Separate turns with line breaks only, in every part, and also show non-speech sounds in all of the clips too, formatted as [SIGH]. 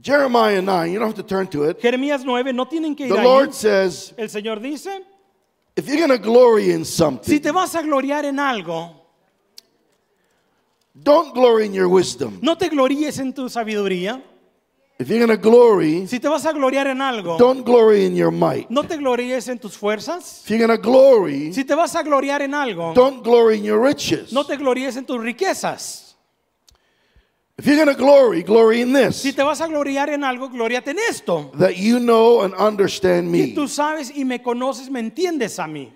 Jeremiah 9, you don't have to turn to it.
Jeremías 9, no tienen que ir
The
ahí.
Lord says,
El Señor dice,
if you're going to glory in
si
something,
te vas a gloriar en algo,
don't glory in your wisdom.
no te gloríes en tu sabiduría.
If you're going to glory,
Si te vas a gloriar en algo,
don't glory in your might.
no te gloríes en tus fuerzas.
If you're going to glory,
Si te vas a gloriar en algo,
don't glory in your riches.
no te gloríes en tus riquezas.
If you're going to glory, glory in this
Si te vas a gloriar en algo, gloriate en esto.
that you know and understand
Y
me.
tú sabes y me conoces, me entiendes a mí.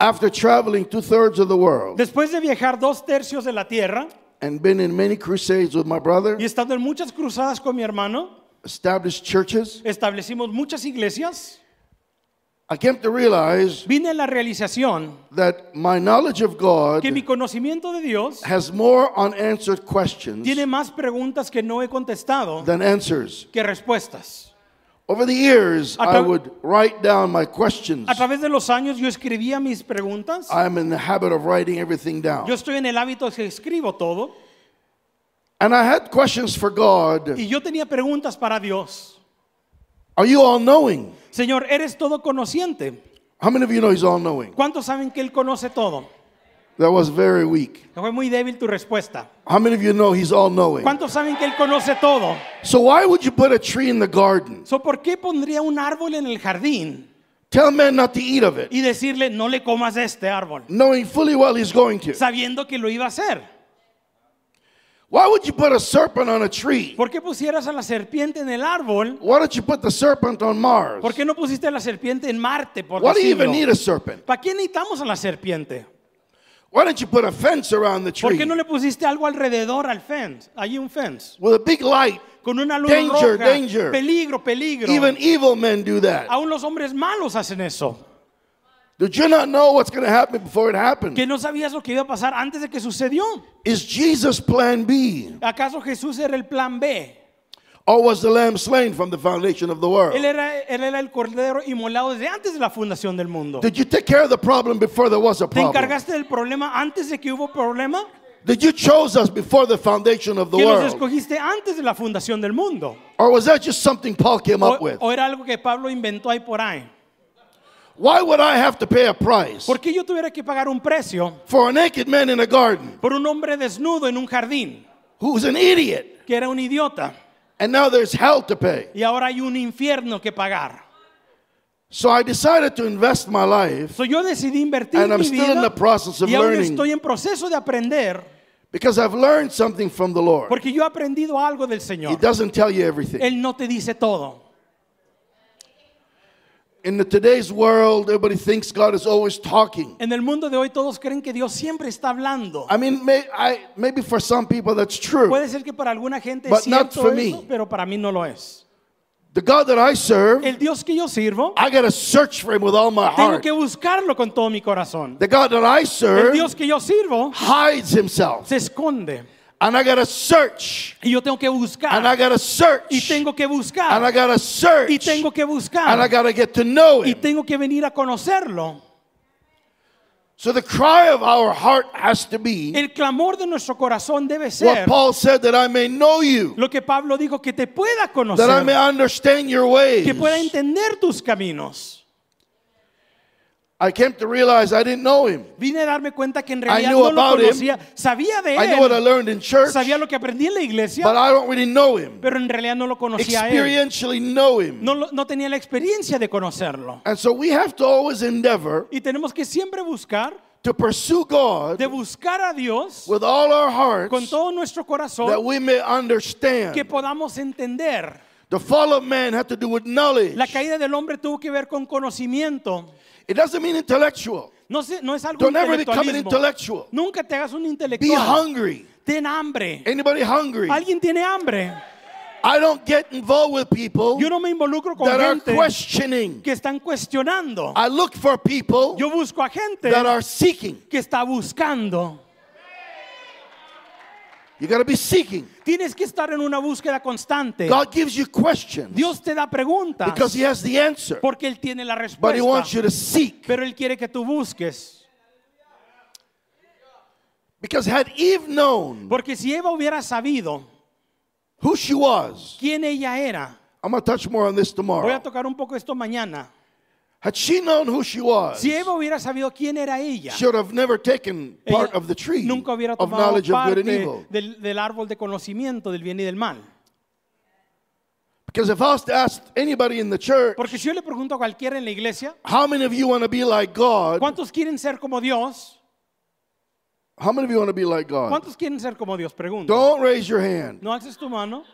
After traveling two thirds of the world
Después de viajar dos tercios de la tierra
and been in many crusades with my brother,
y estando en muchas cruzadas con mi hermano,
established churches,
establecimos muchas iglesias.
I came to realize
Vine a la realización
that my knowledge of God
que mi conocimiento de Dios
has more unanswered questions
tiene más preguntas que no he contestado
than answers.
que respuestas.
Over the years,
A
I
tra-
would write down my questions.
A través de los años yo escribía mis preguntas.
I'm in the habit of writing everything
Yo
down.
estoy en el hábito que escribo todo
And I had questions for God.
y yo tenía preguntas para Dios.
Are you all knowing?
Señor, eres todo conociente.
How many of you know He's all knowing?
¿Cuántos saben que Él conoce todo?
That was very weak.
Fue muy débil tu respuesta.
How many of you know He's all knowing?
¿Cuántos saben que Él conoce todo?
So, why would you put a tree in the garden?
So, ¿Por qué pondría un árbol en el jardín
Tell man not to eat of it,
y decirle, no le comas de este árbol,
knowing fully well he's going to.
sabiendo que lo iba a hacer?
Why would you put a serpent on a tree?
¿Por qué pusieras a la serpiente en el árbol?
Why don't you put the serpent on Mars?
¿Por qué no pusiste a la serpiente en Marte? Por
Why do you even
decirlo?
need a serpent?
¿Para qué necesitamos a la serpiente?
Why don't you put a fence around the
¿Por
tree
qué no le pusiste algo alrededor al fence? Hay un fence.
with a big light?
Con una luz
Danger,
roja.
danger.
Peligro, peligro.
Even evil men do that.
Aún los hombres malos hacen eso.
Did you not know what's going to happen before it happened?
Que no sabías lo que iba a pasar antes de que sucedió.
Is Jesus plan B?
¿Acaso Jesús era el plan B?
Or was the lamb slain from the foundation of the
Él
world?
era, él era el cordero inmolado desde antes de la fundación del mundo.
Did you take care of the problem before there was a
¿Te
problem?
encargaste del problema antes de que hubo problema?
Did you chose us before the foundation of the
¿Que nos
world?
escogiste antes de la fundación del mundo?
Or was that just something Paul came
¿O,
up with?
o era algo que Pablo inventó ahí por ahí?
Why would I have to pay a price
¿Por qué yo tuviera que pagar un precio
for a naked man in a garden
por un hombre desnudo en un jardín
who's an idiot
que era un idiota
and now there's hell to pay?
y ahora hay un infierno que pagar?
So I decided to invest my life
So, yo decidí invertir
And I'm
mi
still
vida
in the process of
y aún
learning.
estoy en proceso de aprender
because I've learned something from the Lord.
porque yo he aprendido algo del
He
Señor.
doesn't tell you everything.
Él no te dice todo.
In the today's world, everybody thinks God is always talking.
En el mundo de hoy todos creen que Dios siempre está hablando.
I mean, may, I, maybe for some people that's true.
Puede ser que para alguna gente
But
es
not
cierto
for
eso,
me.
pero para mí no lo es.
The God that I serve,
El Dios que yo sirvo,
I gotta search for Him with all my
tengo
heart.
que buscarlo con todo mi corazón.
The God that I
El
serve
Dios que yo sirvo
hides Himself,
se esconde
and I gotta search,
y yo tengo que
and I
buscar
gotta search,
y tengo que
and I
buscar
gotta search,
y tengo que
and I
buscar
got to get to know
y
him.
tengo que venir a conocerlo.
So the cry of our heart has to be
El clamor de nuestro corazón debe
what
ser
Paul said that I may know you,
lo que Pablo dijo que te pueda
that I may
conocer,
understand your ways.
que pueda entender tus caminos.
I came to realize I didn't know him.
Vine a darme cuenta que en realidad
knew
no lo
about him.
conocía. Sabía de
I knew what I
él.
learned in church,
Sabía lo que aprendí en la iglesia,
but I don't really know him.
pero en realidad no lo conocía a él.
Experientially know him.
No, lo- no tenía la experiencia de conocerlo.
And so we have to always endeavor
Y tenemos que siempre buscar,
to pursue God
de buscar a Dios
with all our
con
hearts
todo nuestro
that
corazón,
we may
que
understand.
podamos entender.
The fall of man had to do with knowledge.
La caída del hombre tuvo que ver con conocimiento.
It doesn't mean intellectual.
No, sé- no es algo
Don't ever become an
intelectualismo.
intellectual.
Nunca te hagas un
Be
intelectual.
hungry.
Ten hambre.
Anybody hungry?
Alguien tiene hambre.
I don't get involved with people
Yo no me involucro con
that are
gente
questioning.
que están cuestionando.
I look for people
Yo busco a gente
that are seeking.
que está buscando.
You got to be seeking.
Tienes que estar en una búsqueda constante.
God gives you questions
Eh, Dios te da preguntas
because He has the answer,
porque Él tiene la
but He wants
respuesta.
you to seek.
Pero Él quiere que tú busques.
Because had Eve known
Porque si Eva hubiera sabido
who she was.
quién ella era.
I'm going to touch more on this
Voy a
tomorrow.
tocar un poco esto mañana.
Had she known who she was,
Si Eva hubiera sabido quién era ella,
she would have never taken
ella
part of the tree
nunca hubiera
of
tomado
knowledge of good
parte
and evil.
del, del árbol de conocimiento del bien y del mal.
Because if I was to ask anybody in the church,
Porque si yo le pregunto a cualquiera en la iglesia,
how many of you want to be like God?
¿cuántos quieren ser como Dios?
How many of you want to be like God?
¿Cuántos quieren ser como Dios? Pregunto.
Don't raise your hand
No alces tu mano,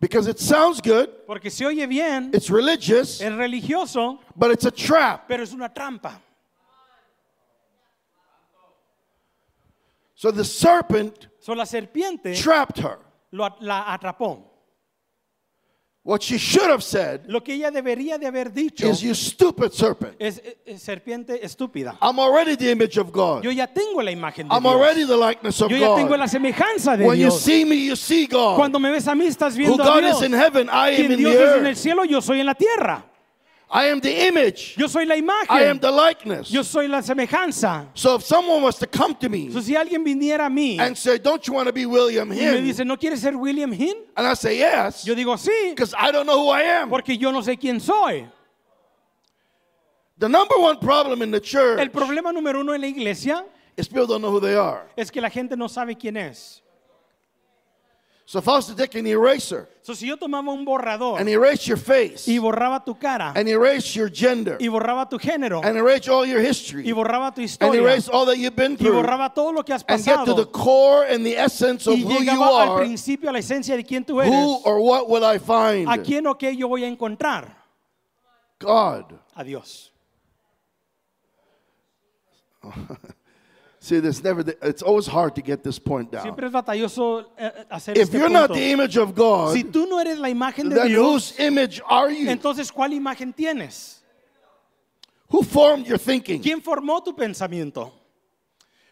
because it sounds good,
porque se oye bien,
it's religious,
es religioso,
but it's a trap.
pero es una trampa.
So the serpent
So, la serpiente
trapped her.
lo at- la atrapó.
What she should have said
Lo que ella debería de haber dicho
is, You stupid serpent,
es eh, eh, serpiente estúpida.
I'm already the image of God,
Yo ya tengo la imagen de
I'm
Dios.
already the likeness of
Yo ya tengo la
God.
semejanza de
When you
Dios.
see me, you see God.
Cuando me ves a mí estás
Who
viendo a
God is
Dios.
in heaven, I am
Quien
in
Dios
the
es en el
earth.
cielo, yo soy en la tierra.
I am the image,
Yo soy la
I am
imagen.
the likeness.
Yo soy la semejanza.
So if someone was to come to
Entonces
me
si alguien viniera a mí
and say, Don't you want to be William
y me
Hinn?
dice, ¿no quieres ser William Hinn?
And I say, Yes,
Yo digo, sí,
because I don't know who I am.
porque yo no sé quién soy.
The number one problem in the church
El problema número uno en la iglesia
is people don't know who they are.
es que la gente no sabe quién es.
So if I was to take an eraser
Entonces si yo tomaba un borrador
and erase your face
y borraba tu cara
and erase your gender
y borraba tu género
and erase all your
y
history
borraba tu
and
historia
erase all that you've been
y
through
borraba todo lo que has
and get to the
pasado
core and the essence of
y
who you
llegaba al
are,
principio a la esencia de quién
who
tú eres,
or what will I
a
find?
quién o qué yo voy a encontrar,
God.
a Dios.
See, this never. It's always hard to get this point down.
Siempre es batalloso eh, eh, hacer
If
este
you're not
punto.
the image of God,
Si tú no eres la imagen de
then
Dios,
whose image are you?
entonces ¿cuál imagen tienes?
Who formed your thinking?
¿Quién formó tu pensamiento?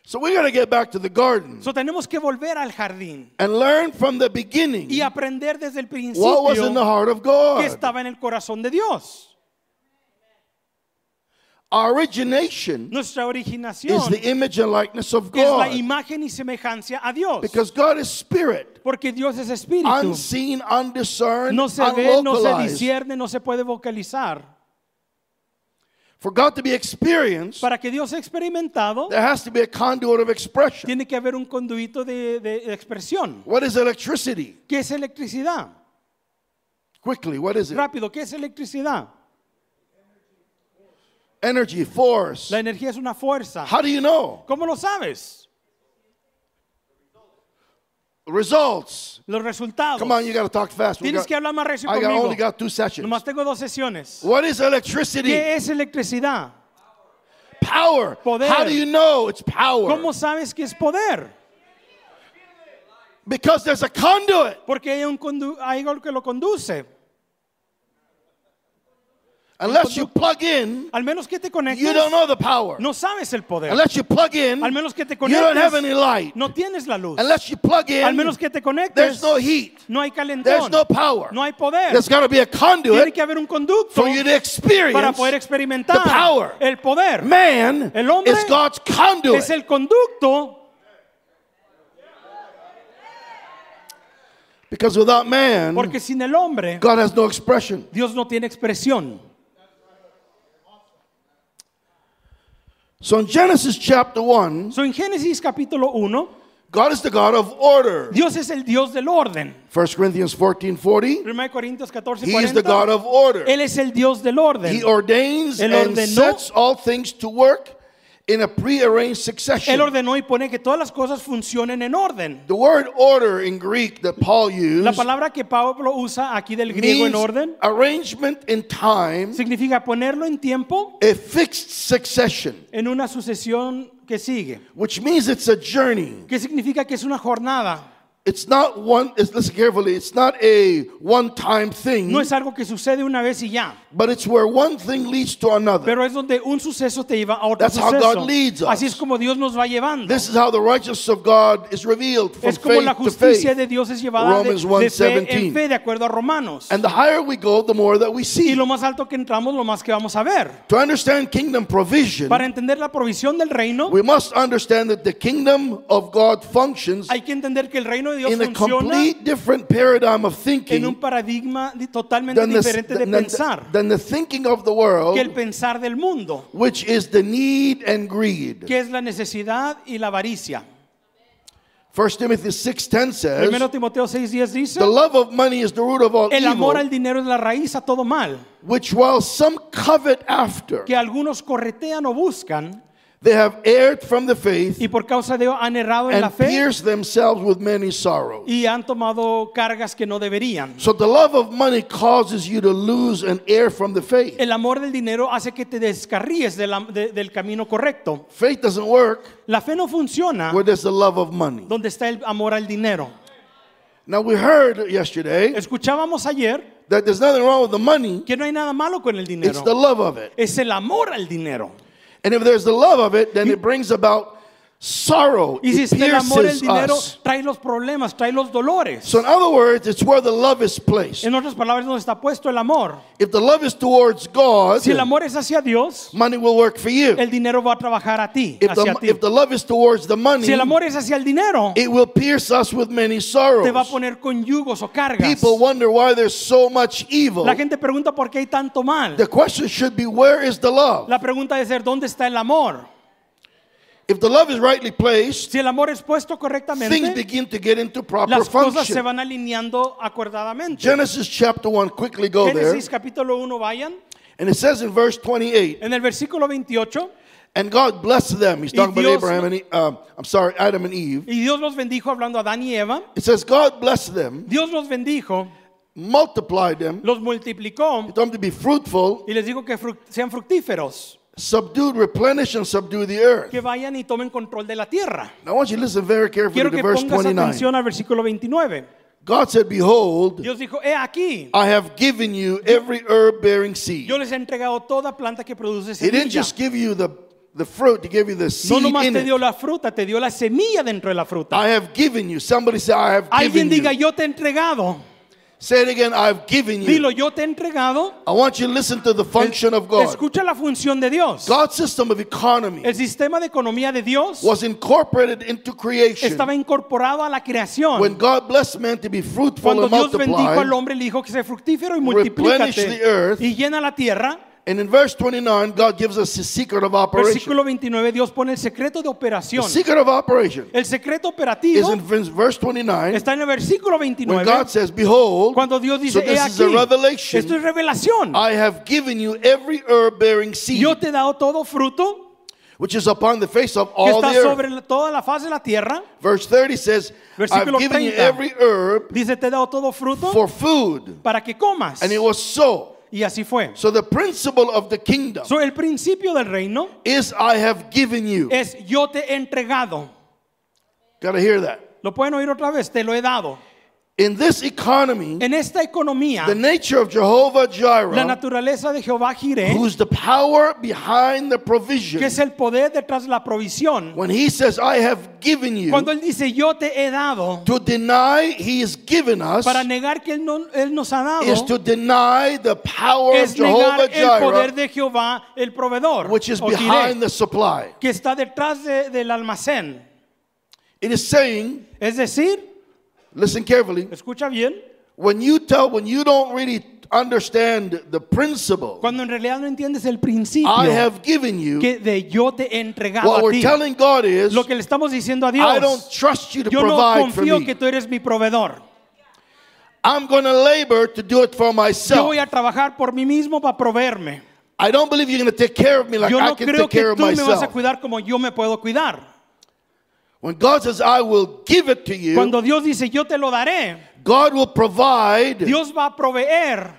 So we're going to get back to the garden
So tenemos que volver al jardín
and learn from the beginning
y aprender desde el
Mm-hmm. what was in the
principio
heart of
que
God.
estaba en el corazón de Dios.
Our origination
Nuestra
is
originación
the image and likeness of
es la
God
imagen y semejanza a Dios,
because God is spirit,
porque Dios es espíritu.
unseen, undiscerned,
No se ve, no se
unlocalized.
discierne, no se puede vocalizar.
For God to be experienced,
Para que Dios sea experimentado,
there has to be a conduit of expression.
tiene que haber un conduito de, de- de expresión.
What is electricity?
¿Qué es electricidad?
Quickly, what is it?
Rápido, ¿qué es electricidad?
Energy, force.
La energía es una fuerza.
How do you know?
¿Cómo lo sabes?
Results.
Los resultados.
Come on, you got to talk fast. We
Tienes
got-
que hablar más recio
I got, only
conmigo.
got two sessions.
Nomás tengo dos sesiones.
What is electricity?
¿Qué es electricidad?
Power.
Poder.
How do you know it's power?
¿Cómo sabes que es poder?
Because there's a conduit.
Porque hay, un condu- hay algo que lo conduce.
Unless you plug in,
Al menos que te
you
conectes,
don't know the power.
no sabes el poder.
Unless you plug in,
Al menos que te
you don't have any
conectes,
light.
no tienes la luz.
Unless you plug
Al
in,
menos que te
there's
conectes,
no heat.
no hay calentón,
There's no power.
no hay poder.
There's got to be a
Tiene
conduit
que haber un conducto
for you to experience.
para poder experimentar
the power.
el poder.
Man
El hombre
is God's conduit.
Es el conducto,
Because without man,
porque sin el hombre,
God has no expression.
Dios no tiene expresión.
So in Genesis chapter 1,
So, en Génesis capítulo 1,
God is the God of order.
Dios es el Dios del orden.
1 Corinthians 14 40.
1 de Corintios 14,
He is the God
40.
of order.
Él es el Dios del orden.
He ordains
Él
and
ordenó-
sets all things to work in a prearranged
Él
succession.
ordenó y pone que todas las cosas funcionen en orden.
The word order in Greek that Paul used
La palabra que Pablo usa aquí del griego en
means
orden
arrangement in time,
significa ponerlo en tiempo
a fixed succession,
en una sucesión que sigue.
which means it's a journey.
Que significa que es una jornada.
It's not one, it's, listen carefully, it's not a one time thing,
No es algo que sucede una vez y ya.
but it's where one thing leads to another.
Pero es donde un suceso te lleva a otro
That's how
suceso.
God leads us.
Así es como Dios nos va llevando.
This is how the righteousness of God is revealed from
Es como la
faith to
justicia
faith.
de Dios es llevada de,
Romans 1,
de fe
17.
en fe, de acuerdo a Romanos.
And the higher we go, the more that we
Y
see.
lo más alto que entramos, lo más que vamos a ver.
To understand kingdom provision,
Para entender la provisión del reino,
we must understand that the kingdom of God functions
hay que entender que el reino de Dios
in a
funciona
complete different paradigm of
en
thinking
un paradigma di- totalmente
than the,
diferente de
than, the,
pensar
than the thinking of the world,
que el pensar del mundo,
which is the need and greed.
que es la necesidad y la avaricia.
1 Timothy 6.10 says,
Primero Timoteo 6:10 dice,
The love of money is the root of all
el amor al
evil,
dinero es la raíz a todo mal,
which while some covet after,
que algunos corretean o buscan
they have erred from the faith
y por causa de ello han errado en la
and
fe
pierced themselves with many sorrows.
y han tomado cargas que no deberían.
So the love of money causes you to lose and err from the faith.
El amor del dinero hace que te descarríes de la- de- del camino correcto.
Faith doesn't work
La fe no funciona
where there's the love of money.
donde está el amor al dinero.
Now we heard yesterday
Escuchábamos ayer
that there's nothing wrong with the money.
que no hay nada malo con
It's
el dinero.
the love of it.
Es el amor al dinero.
And if there's the love of it, then it brings about sorrow.
Y si
It
está el amor al
pierces
dinero,
us.
trae los problemas, trae los dolores.
So in other words, it's where the love is placed.
En otras palabras, donde está puesto el amor.
If the love is towards God,
Si el amor es hacia Dios,
money will work for you.
el dinero va a trabajar a ti,
If
hacia
the,
ti.
if the love is towards the money,
Si el amor es hacia el dinero,
it will pierce us with many sorrows.
te va a poner con yugos o cargas.
People wonder why there's so much evil.
La gente pregunta por qué hay tanto mal.
The question should be where is the love?
La pregunta es ser dónde está el amor.
If the love is rightly placed,
Si el amor es puesto
things
correctamente,
begin to get into proper
las cosas se
function.
van alineando acordadamente.
Genesis chapter 1, quickly go there.
Génesis capítulo 1, vayan.
And it says in verse 28,
En el versículo 28,
and God blessed them. He's
Y
talking about
Dios-
Abraham and E- um, I'm sorry, Adam and Eve.
y Dios los bendijo hablando a Adán y Eva.
It says God blessed them,
Dios los bendijo,
multiplied them,
los multiplicó
told them to be fruitful,
y les dijo que fruct- sean fructíferos,
subdued, replenish, and subdue the earth.
que vayan y tomen control de la tierra.
Now I want you to listen very carefully
Quiero
to
que
verse
pongas
29.
atención al versículo 29.
God said, Behold,
Dios dijo, he aquí,
I have given you every herb bearing seed.
yo les he entregado toda planta que produce
He didn't
semilla.
just give you the, the fruit, He gave you the
No
seed
nomás
in
te
it.
dio la fruta, te dio la semilla dentro de la fruta.
I have given you. Somebody say, I have
Alguien
given
diga,
you.
yo te he entregado.
Say it again, I have given you.
Dilo, yo te he entregado.
I want you to listen to the function of God.
Escucha la función de Dios.
God's system of economy
El sistema de economía de Dios
was incorporated into creation.
estaba incorporado a
When
la creación.
God blessed man to be fruitful
Cuando
and
Dios bendijo al
multiply,
hombre, le dijo que se fructífero y
Replenish the
multiplícate
earth.
y llena la tierra.
and in verse 29, God gives us the secret of operation.
Versículo 29, Dios pone el secreto de
The
operación.
secret of operation
El secreto
is
operativo
in verse 29
está en el versículo
when
29.
God says, Behold,
Cuando Dios dice,
so
he
this is a
aquí, esto es
revelation.
revelación.
I have given you every herb bearing seed,
Yo te he dado todo fruto
which is upon the face of
que
all the
está
earth.
sobre la- toda la faz de la tierra.
Verse 30 says, I've
Versículo
given you
30.
every herb
Dice, te he dado todo fruto
for food.
para que comas.
And it was so.
Y así fue.
So the principle of the kingdom
So, el principio del reino
is I have given you.
es yo te he entregado.
Got to hear that.
Lo pueden oír otra vez, te lo he dado.
In this economy,
En esta economía,
the nature of Jehovah
Eh. la
Jireh,
naturaleza de Jehová Jireh,
who's the power behind the
que
provision,
es el poder detrás de la provisión.
when he says, I have given you,
Cuando él dice yo te he dado,
to deny he has given us
para negar que él, no- él nos ha
is to
dado,
deny the power of
es negar
Jehovah
el poder
Jireh,
de Jehová, el proveedor,
which is
o Jireh,
behind the supply.
que está detrás de- del almacén.
It is saying,
Es decir,
listen carefully,
escucha bien,
when you tell, when you don't really understand the principle,
cuando en realidad no entiendes el principio
I have given you,
que de yo te he entregado
what
a
we're
ti.
telling God is,
Lo que le estamos diciendo a
I don't
Dios,
trust you to
yo no
provide for
confío
me.
que tú eres mi proveedor.
I'm going to labor to do it for
Yo
myself.
voy a trabajar por mí mismo para proveerme.
I don't believe you're going to take care of me like
Yo
I
no
can
creo
take
que
care of
tú me vas a
myself.
cuidar como yo me puedo cuidar.
When God says, I will give it to you,
Cuando Dios dice, yo te lo daré,
God will provide.
Dios va a proveer.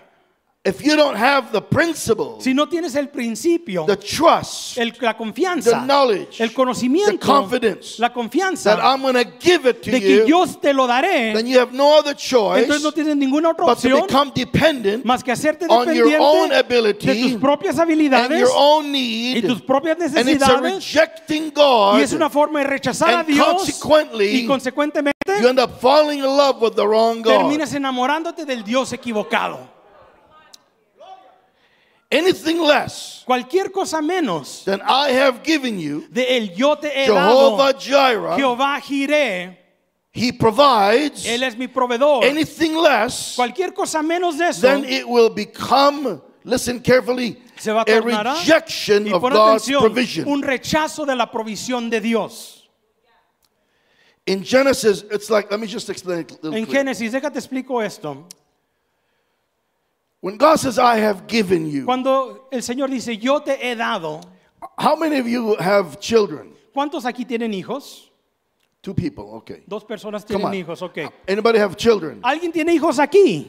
If you don't have the principle,
Si no tienes el principio,
the trust
el- la confianza,
the knowledge,
el conocimiento,
the confidence
la
that
confianza
I'm going to give it to
de que
you,
yo te lo daré,
then you have no other
entonces
choice
no tienes ninguna otra
but to
opción
become dependent
más que hacerte
on your own
dependiente de
ability
tus
and
propias habilidades
your own
y
need.
tus propias
And it's a
necesidades.
rejecting
Y
God.
es una forma de rechazar a
And
Dios
consequently,
y consecuentemente
you end up falling in love with the wrong God.
terminas enamorándote del Dios equivocado.
Anything less
Cualquier cosa menos
than I have given you,
de el yo te he dado,
Jehovah Jireh,
Jehová Jireh,
He provides
Él es mi proveedor.
anything less,
Cualquier cosa menos de eso
then it will become, listen carefully,
se va a
a
tornar
rejection
y
of
pon
God's
atención,
provision.
un rechazo de la provisión de Dios.
In Genesis, it's like, let me just explain it a little
En
quick.
Génesis, déjate explico esto.
When God says, I have given you,
Cuando el Señor dice, yo te he dado,
how many of you have children?
¿cuántos aquí tienen hijos?
Two people, okay.
Dos personas
Come
tienen
on.
hijos, ok.
Anybody have children?
¿Alguien tiene hijos aquí?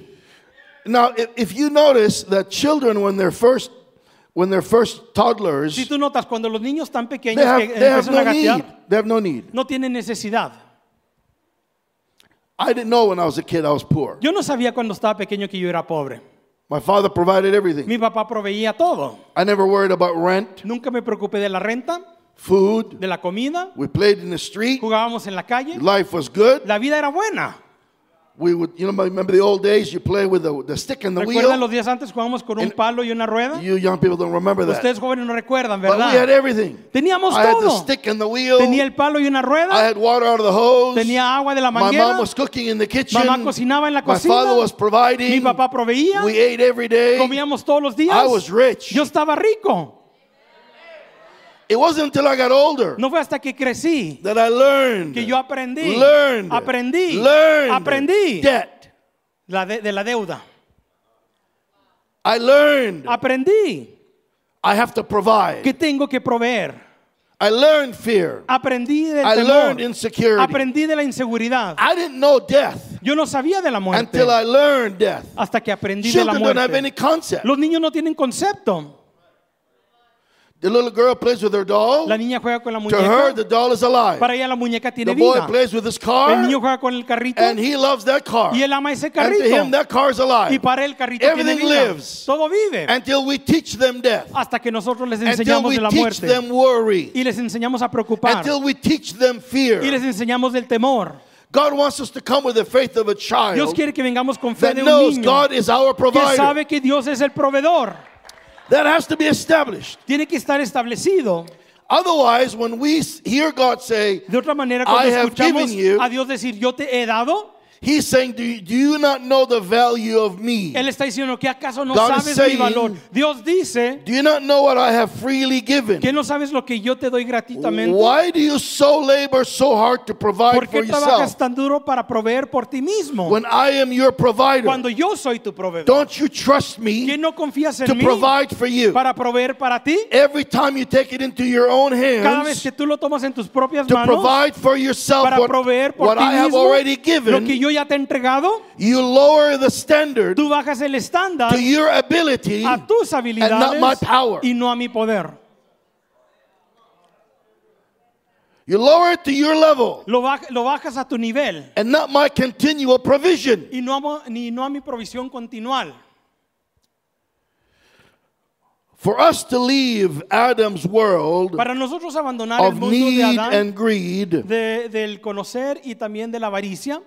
Now, if, if you notice that children, when they're first, when they're first toddlers,
Si tú notas, cuando los niños tan pequeños
they have,
que
they have
empiezan
no
a
need.
gatear,
They have no need.
no tienen necesidad.
I didn't know when I was a kid I was poor.
Yo no sabía cuando estaba pequeño que yo era pobre.
My father provided everything.
Mi papá proveía todo.
I never worried about rent,
Nunca me preocupé de la renta,
food.
de la comida.
We played in the street.
Jugábamos en la calle.
Life was good.
La vida era buena.
We would, you know, remember the old days? You play with the, the stick and the
¿Recuerdan los
wheel.
días antes jugábamos con un
And-
palo y una rueda?
You young people don't remember that.
Ustedes jóvenes no recuerdan,
But we had
¿verdad?
everything.
Teníamos
I had the
todo.
stick and the
Tenía
wheel.
el palo y una
I
rueda.
had water out of the hose.
Tenía agua de la
My mom
manguera.
was cooking in the kitchen.
Mamá cocinaba en la
My father was
cocina.
providing.
Mi papá proveía.
We ate every day.
Comíamos todos los días.
I was rich.
Yo estaba rico.
It wasn't until I got older
No fue hasta que crecí
that I learned.
que yo aprendí.
Learned.
Aprendí.
Learned.
Aprendí
Debt.
la de, de la deuda.
I learned.
Aprendí
I have to provide.
que tengo que proveer.
I learned fear.
Aprendí del
I learned
temor.
insecurity.
Aprendí de la inseguridad.
I didn't know death
Yo no sabía de la muerte
until I learned death.
hasta que aprendí de la
Children don't have
muerte.
any concept.
Los niños no tienen concepto.
The little girl plays with her doll.
La niña juega con la
To her,
muñeca.
the doll is alive.
Para ella la muñeca tiene
The boy
vida.
plays with his
El
car,
niño juega con el carrito
and he loves that car.
y él ama ese
And to him,
carrito.
that car is alive.
Y para el carrito tiene
Everything
vida.
lives.
Todo vive
Until we teach them death.
hasta que nosotros les
Until
enseñamos
we
de la
teach
muerte
them worry.
y les enseñamos a preocupar
Until we teach them
y les
fear.
enseñamos del temor.
God wants us to come with the faith of a
Dios
child
quiere que vengamos con fe
that
de un
knows
niño
God is our
que
provider.
sabe que Dios es el proveedor.
That has to be established.
Tiene que estar establecido.
Otherwise, when we s- hear God say,
De otra manera, cuando
I have
escuchamos
given you-
a Dios decir, yo te he dado,
He's saying, Do you, do you not know the value of me?
Él está diciendo que acaso no
God is
sabes
saying-
mi valor. Dios dice
Do you not know what I have freely given?
que no sabes lo que yo te doy gratuitamente.
Why do you so labor so hard to
¿Por
provide for
qué trabajas
yourself
tan duro para proveer por ti mismo?
when I am your provider?
Cuando yo soy tu proveedor.
Don't you trust
¿Quién
me
no confías
to
en mí
provide for you?
para proveer para ti?
Every time you take it into your own
Cada
hands
vez que tú lo tomas en tus propias
to
manos
provide for yourself
para
what,
proveer por
what
ti
I have
mismo
already
lo que
given,
yo ya te he entregado,
you lower the standard
tú bajas el estándar
to your ability.
a tus habilidades
my power.
y no a mi poder.
You lower it to your level
Lo, baj- lo bajas a tu nivel
and not my continual provision.
y no a, mo- ni no a mi provisión continual.
For us to leave Adam's world
Para nosotros abandonar el
of
mundo de
need
Adán,
and greed,
de- del conocer y también de la avaricia,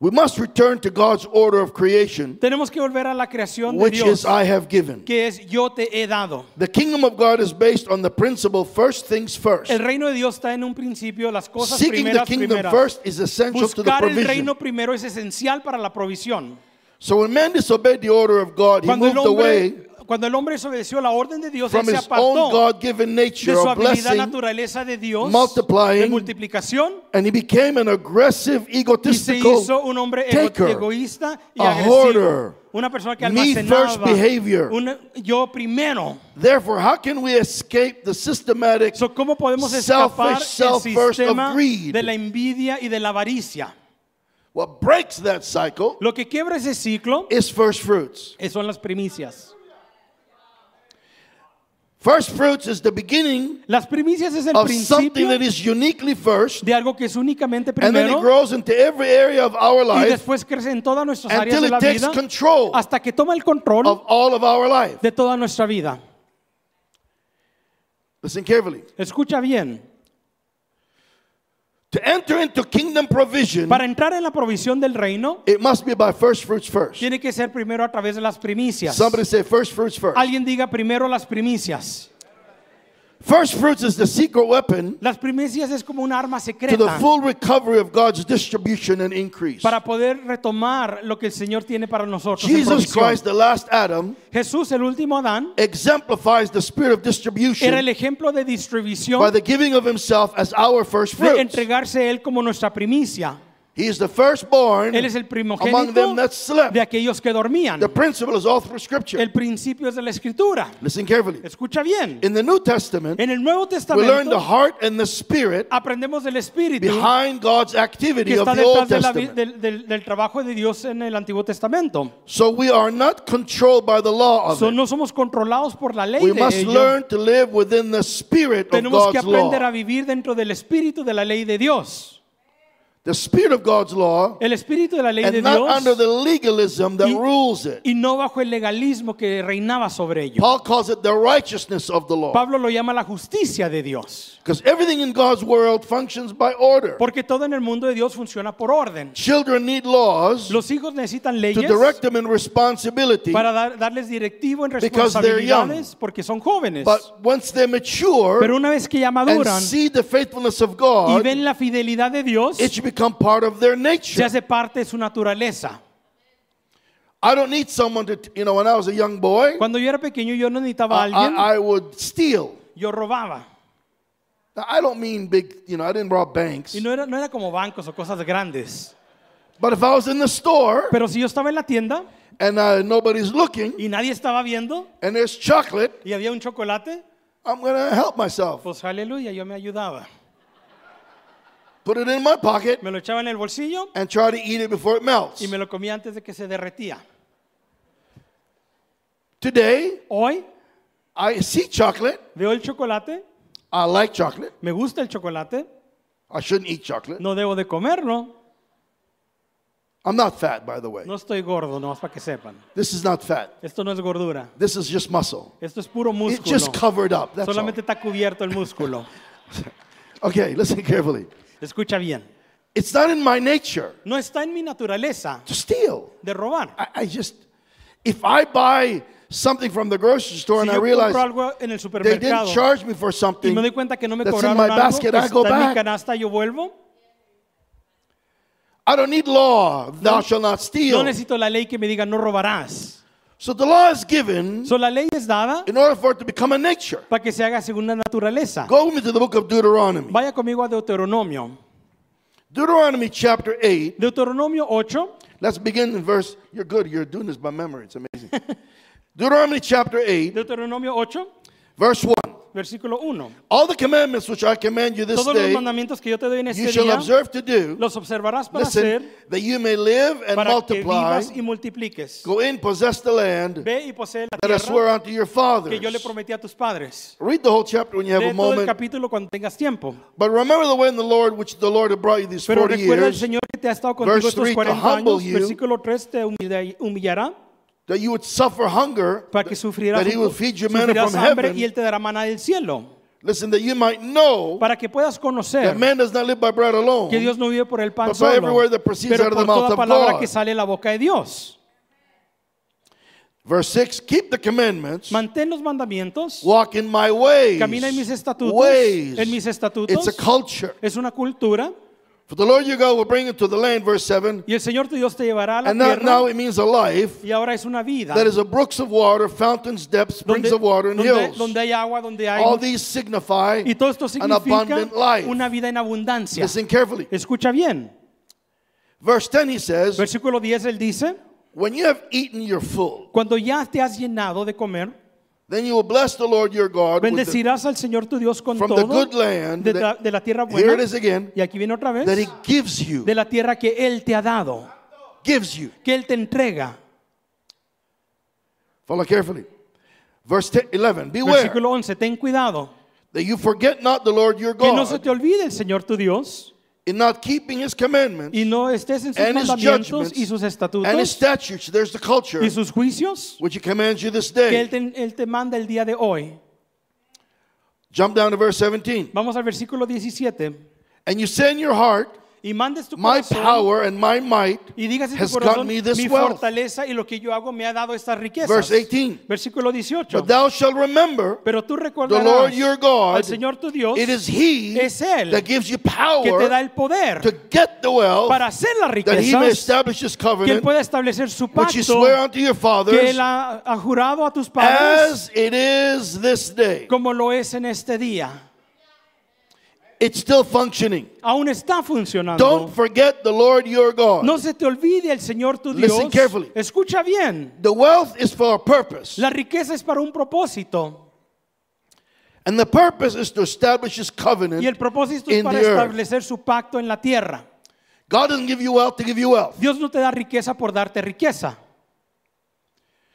we must return to God's order of creation,
tenemos que volver a la creación de
which is
Dios,
I have given.
que es yo te he dado.
The kingdom of God is based on the principle first things first.
El reino de Dios está en un principio, las cosas
Seeking the
primeras
kingdom
primeras.
first is essential to the
Buscar el
provision.
reino primero es esencial para la provisión.
So when man disobeyed the order of God, he
Cuando el
moved away
hombre, cuando el hombre desobedeció la orden de Dios, él
from
se
his own
apartó
God given
de
nature
su
of
habilidad
blessing
naturaleza de Dios,
multiplying,
de multiplicación,
and he became an aggressive,
y se hizo
egotistical,
un hombre ego-
taker,
egoísta y
a
agresivo,
hoarder,
una persona que
me
almacenaba,
first behavior.
una- yo primero.
Therefore, how can we escape the systematic
So, ¿Cómo podemos escapar
Selfish, self
del
first of
sistema
greed.
de la envidia y de la avaricia?
what breaks that cycle
Lo que quiebra ese ciclo
is first fruits.
eh, son las primicias.
First fruits is the beginning
Las primicias es el
of something
principio
that is uniquely first,
de algo que es únicamente
and then it
primero
grows into every area of our
y
life
después crece en todas nuestras áreas
until
de la
it takes
vida
control of
hasta que toma el control
all of our life.
de toda nuestra vida.
Listen carefully.
Escucha bien,
To enter into kingdom provision,
para entrar en la provisión del reino
it must be by first fruits first.
tiene que ser primero a través de las primicias.
Somebody say first fruits first.
Alguien diga primero las primicias.
First fruits is the secret weapon
Las primicias es como un arma
to the
secreta
full recovery of God's distribution and increase.
para poder retomar lo que el Señor tiene para nosotros. en
Jesus
provisión.
Christ, the last Adam,
Jesús, el último Adán,
exemplifies the spirit of
era el
distribution
ejemplo de
by
distribución,
the giving of himself as our first
de
fruits.
entregarse Él como nuestra primicia.
He is the firstborn
Él es el
among them
primogénito
that slept.
de aquellos que dormían.
The principle is all through Scripture.
El principio es de la Escritura.
Listen carefully.
Escucha bien.
In the New Testament,
En el Nuevo
we learn the
Testamento
heart and the spirit
aprendemos del Espíritu
behind God's
que
activity of
está
the Old
detrás de la vi-
Testament.
del, del- del trabajo de Dios en el Antiguo Testamento.
So we are not controlled by the law of
So,
it.
no somos controlados por la ley
We
de
must
ello.
learn to live within the spirit of
Tenemos que
God's
aprender a
law.
vivir dentro del espíritu de la ley de Dios.
The spirit of God's law
El espíritu de la ley de
and not under
Dios
the legalism that
Y-
rules it.
y no bajo el legalismo que reinaba sobre ello.
Paul calls it the righteousness of the law.
Pablo lo llama la justicia de Dios,
Because everything in God's world functions by order.
porque todo en el mundo de Dios funciona por orden.
Children need laws
Los hijos necesitan
to
leyes
direct them in responsibility.
para dar- darles directivo en
Because they're young.
responsabilidades porque son jóvenes.
But once they
Pero
mature
una vez que ya
and
maduran
see the faithfulness of
y
God,
ven la fidelidad de Dios,
it should become part of their
se
nature.
hace parte de su naturaleza.
I don't need someone to, t- you know, when I was a young boy,
Cuando yo era pequeño yo no necesitaba a
I,
alguien,
I, I would steal.
yo robaba.
Now, I don't mean big, you know, I didn't rob banks.
Y no era, no era como bancos o cosas grandes.
But if I was in the store
Pero si yo estaba en la tienda
and uh, nobody's looking
y nadie estaba viendo
and there's chocolate,
y había un chocolate,
I'm going to help myself.
pues aleluya, yo me ayudaba.
Put it in my pocket
Me lo echaba en el bolsillo
and try to eat it before it melts.
y me lo comía antes de que se derretía.
Today,
Hoy
I see chocolate.
veo el chocolate,
I like chocolate.
me gusta el chocolate,
I shouldn't eat chocolate.
no debo de comerlo,
I'm not fat, by the way.
no estoy gordo, nomás para que sepan.
This is not fat.
Esto no es gordura,
This is just muscle.
esto es puro
It's
músculo.
just covered up. That's all.
[LAUGHS] Solamente está cubierto el músculo.
Okay, [LAUGHS] listen carefully.
Escucha bien.
It's not in my nature
No está en mi naturaleza
to steal.
de robar.
I, I just, if I buy something from the grocery store
Si
and I
yo
realize
compro algo en el
they didn't
supermercado
charge me for
y
something
me doy cuenta que no me
that's in
cobraron
my
algo,
basket,
que
I go
está en mi
back.
canasta, yo vuelvo.
I don't need law. Thou shalt not
No
steal.
necesito la ley que me diga no robarás.
so the law is given
So, la ley es dada
in order for it to become a nature.
para que se haga según la naturaleza.
Go with me to the book of Deuteronomy.
Vaya conmigo a Deuteronomio.
Deuteronomy chapter 8.
Deuteronomio 8,
Let's begin in verse. You're good. You're doing this by memory. It's
[LAUGHS]
amazing. Deuteronomy chapter 8,
Deuteronomio 8,
verse 1.
versículo 1.
All the commandments which I command you this
Todos los
day,
mandamientos que yo te doy en
you
este
shall
día
observe to do.
los observarás para
Listen,
hacer,
that you may live and
para que
multiply,
vivas y multipliques.
go in, possess the land
Ve y posee la
that I
tierra
swear unto your
que
fathers.
yo le prometí a tus padres.
Read the whole chapter when you have a
Lee todo el
moment.
capítulo cuando tengas tiempo.
But remember the way in the Lord which the Lord had brought you these
Pero
40
recuerda el
years,
Señor que te ha estado contigo
Verse three, to
estos 40 años.
humble you.
Versículo 3 te humilla- humillará
that you would suffer hunger,
para que sufrirás,
that he will feed you manna
sufrirás
from
hambre y
heaven.
Él te dará maná del cielo.
Listen, that you might know
Para que puedas conocer
that man does not live by bread alone,
que Dios no vive por el pan
But by
solo,
every word that proceeds out
pero
of the
por
mouth
toda
of
palabra
God.
que sale de la boca de Dios.
Verse 6 Keep the commandments,
Mantén los mandamientos,
walk in my ways.
camina en mis estatutos,
Ways.
en mis estatutos.
It's a culture.
Es una cultura
For the Lord your God will bring into the land, verse 7.
y el Señor tu Dios te llevará a la
And now,
tierra
now it means a life
y ahora es una vida
that is a brooks of water, fountains, depths, springs
donde,
of water, and
donde-
hills.
donde hay agua, donde hay
All these signify
y todo esto
an abundant
significa
life.
una vida en abundancia.
Listen carefully.
Escucha bien.
Verse 10 he says,
Versículo 10 él dice,
When you have eaten your full,
cuando ya te has llenado de comer,
then you will bless the Lord your God with the-
Bendecirás al Señor tu Dios con
From the
todo
good land
de,
that-
la, de la tierra
Here
buena.
it is again.
Y aquí viene otra vez.
That he gives you.
De la tierra que Él te ha dado,
Gives you.
que Él te entrega.
Follow carefully. Verse 10, 11. Beware
Versículo 11. Ten cuidado.
that you forget not the Lord your
Que no se
God
te olvide el Señor tu Dios
in not keeping his commandments
y no estés en sus
and his
mandamientos
judgments
y sus
and his
estatutos
statutes. There's the culture
y sus juicios
which he commands you this
que él
day.
te, Él te manda el día de hoy.
Jump down to verse 17.
Vamos al versículo 17.
And you say in your heart,
y mandes tu
My
corazón
power and my might
y digas en tu
has
corazón,
gotten
mi
me this wealth.
fortaleza y lo que yo hago me ha dado estas riquezas.
Verse 18.
Versículo 18.
But thou shalt remember
Pero tú
the
recordarás
Lord your God.
al Señor tu Dios
It is He
es Él
that gives you
que te da
power
el poder
to get the wealth
para hacer las
that He may
riquezas
establish His
que Él
covenant,
pueda establecer su
which you swear
pacto
unto your
que
fathers,
Él ha, ha jurado a tus padres
as it is this day.
como lo es en este día.
It's still functioning.
Aún está funcionando.
Don't forget the Lord your God.
No se te olvide el Señor tu Dios.
Listen carefully.
Escucha bien.
The wealth is for a purpose,
La riqueza es para un propósito
and the purpose is to establish His
y el
covenant.
propósito es
In
para
the earth.
establecer su pacto en la tierra.
God doesn't give you wealth to give you wealth.
Dios no te da riqueza por darte riqueza.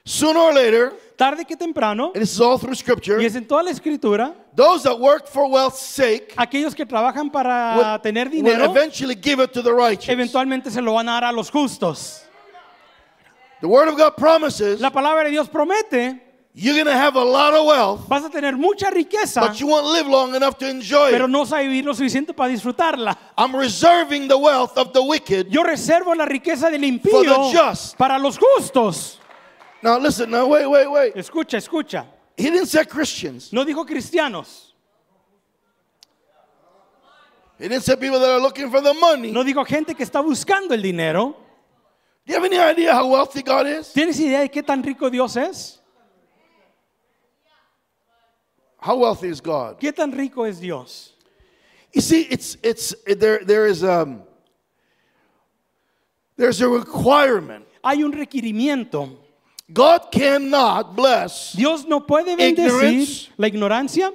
Sooner or later,
Tarde que temprano,
and this is all through Scripture,
y es en toda la escritura,
those that work for wealth's sake
aquellos que trabajan para
will,
tener
will
dinero,
eventually give it to the righteous.
eventualmente se lo van a dar a los justos.
The Word of God promises
La palabra de Dios promete,
you're going to have a lot of wealth,
vas a tener mucha riqueza,
but you won't live long enough to enjoy
pero
it.
no vas a vivir lo suficiente para disfrutarla.
I'm reserving the wealth of the wicked.
Yo reservo la riqueza del
For
impío
the just.
para los justos.
Now, listen, now, wait, wait, wait.
Escucha, escucha.
He didn't say Christians,
No dijo cristianos,
he didn't say people that are looking for the money.
no dijo gente que está buscando el dinero.
Do you have any idea how wealthy God is?
¿Tienes idea de qué tan rico Dios es?
How wealthy is God?
¿Qué tan rico es Dios?
You see, it's it's there there is um there's a requirement.
Hay un requerimiento.
God cannot bless.
Dios no puede bendecir
Ignorance.
la ignorancia,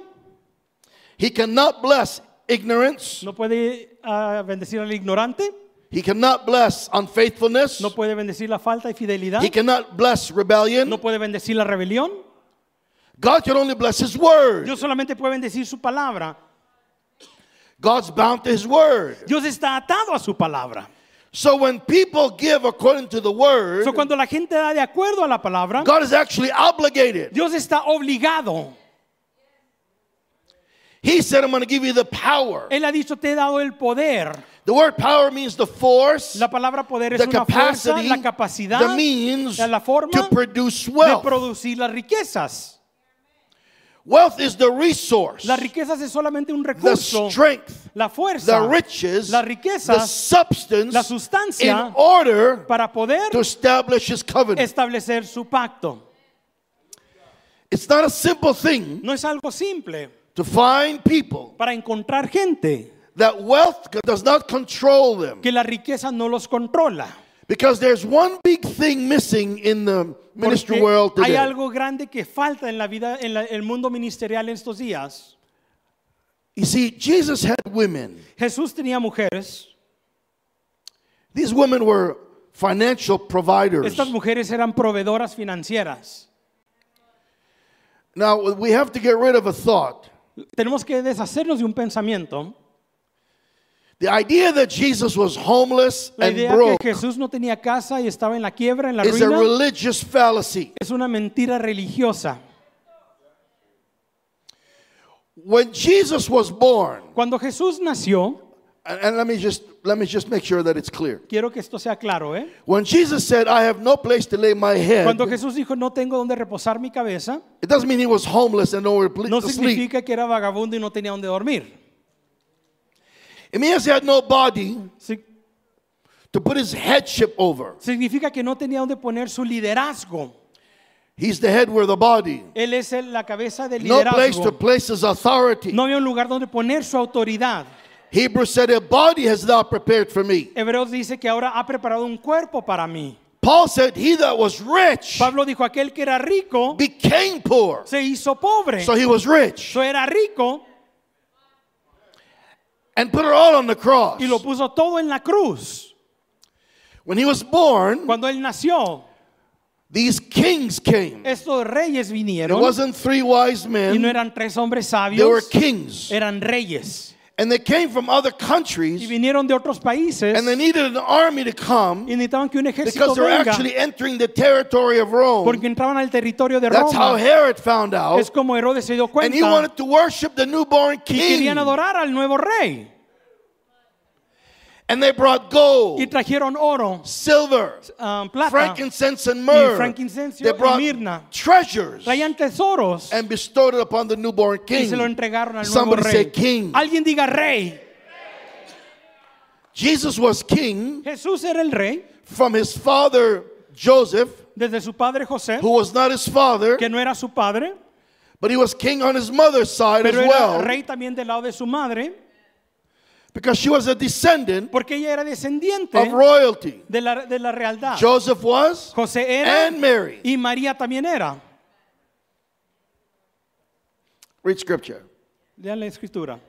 He cannot bless ignorance.
no puede ah, bendecir al ignorante,
He cannot bless unfaithfulness.
no puede bendecir la falta de fidelidad,
He cannot bless rebellion.
no puede bendecir la rebelión.
God can only bless his word.
Dios solamente puede bendecir su palabra.
God's bound to his word.
Dios está atado a su palabra.
So when people give according to the word,
So, cuando la gente da de acuerdo a la palabra,
God is actually obligated.
Dios está obligado.
He said, I'm going to give you the power.
Él ha dicho, te he dado el poder.
The word power means the force.
La palabra poder es
the
una fuerza,
capacity,
la capacidad
the means
la forma
to produce
de
wealth.
producir las riquezas.
wealth is the resource,
Las riquezas es solamente un
the
recurso,
strength,
la fuerza,
the riches,
las
the
riquezas
substance
la sustancia
in order
para poder
to establish his covenant.
establecer su pacto.
It's not a simple thing
No es algo simple
to find people
para encontrar gente
that wealth does not control them
que la riqueza no los controla.
because there's one big thing missing in the ministry
Porque
world
hay
today.
algo grande que falta en la vida, en la- el mundo ministerial en estos días.
You see, Jesus had women.
Jesús tenía mujeres.
These women were financial providers.
Estas mujeres eran proveedoras financieras.
Now, we have to get rid of a thought.
Tenemos que deshacernos de un pensamiento.
The idea that Jesus was homeless
La
and
idea
broke
que Jesús no tenía casa y estaba en la quiebra, en la
is a
ruina,
religious fallacy.
es una mentira religiosa.
When Jesus was born,
Cuando Jesús nació,
and, and let me just let me just make sure that it's clear.
quiero que esto sea claro, ¿eh?
When Jesus said, "I have no place to lay my head,"
Cuando Jesús dijo, no tengo donde reposar mi cabeza,
it doesn't mean he was homeless and nowhere pl-
no
to sleep.
significa que era vagabundo y no tenía donde dormir.
It means he had no body
Si-
to put his headship over.
significa que no tenía donde poner su liderazgo.
He's the head, we're the body.
Él es el- la cabeza del
No place to
liderazgo.
place his authority.
No había un lugar donde poner su autoridad.
Hebrews said, "A body has thou prepared for me."
Hebreos dice que ahora ha preparado un cuerpo para mí.
Paul said, "He that was rich
Pablo dijo, aquel que era rico
became poor,
se hizo pobre.
so he was rich."
Yo era rico
and put it all on the cross.
y lo puso todo en la cruz.
When he was born,
Cuando él nació,
these kings came. It
estos reyes vinieron
wasn't three wise
y no
men,
eran tres hombres
they were
sabios,
kings.
eran reyes.
And they came from other
Y
countries,
vinieron de otros países
and they needed an army to
y
come
necesitaban que un ejército
because they were
venga
actually entering the territory of Rome.
porque entraban al territorio de
That's how
Roma.
Herod found
Es
out.
como Herodes se dio
And he
cuenta
wanted to worship the newborn
y querían
king.
adorar al nuevo rey.
And they brought gold,
y trajeron oro,
silver,
um, plata,
frankincense, and myrrh.
frankincense
they
y
brought
mirna.
treasures
traían tesoros
and bestowed it upon the newborn
y
king.
se lo entregaron al nuevo
Somebody say
rey.
king.
Alguien diga rey.
Jesus was king
Jesús era el rey
from his father Joseph,
desde su padre José,
who was not his father,
que no era su padre,
but he was king on his mother's side as
pero era
well,
rey también del lado de su madre,
because she was a descendant
porque ella era descendiente
of royalty.
de la, de la realidad.
Joseph was,
José era
and Mary.
y María también era.
Read scripture.
Lean la escritura.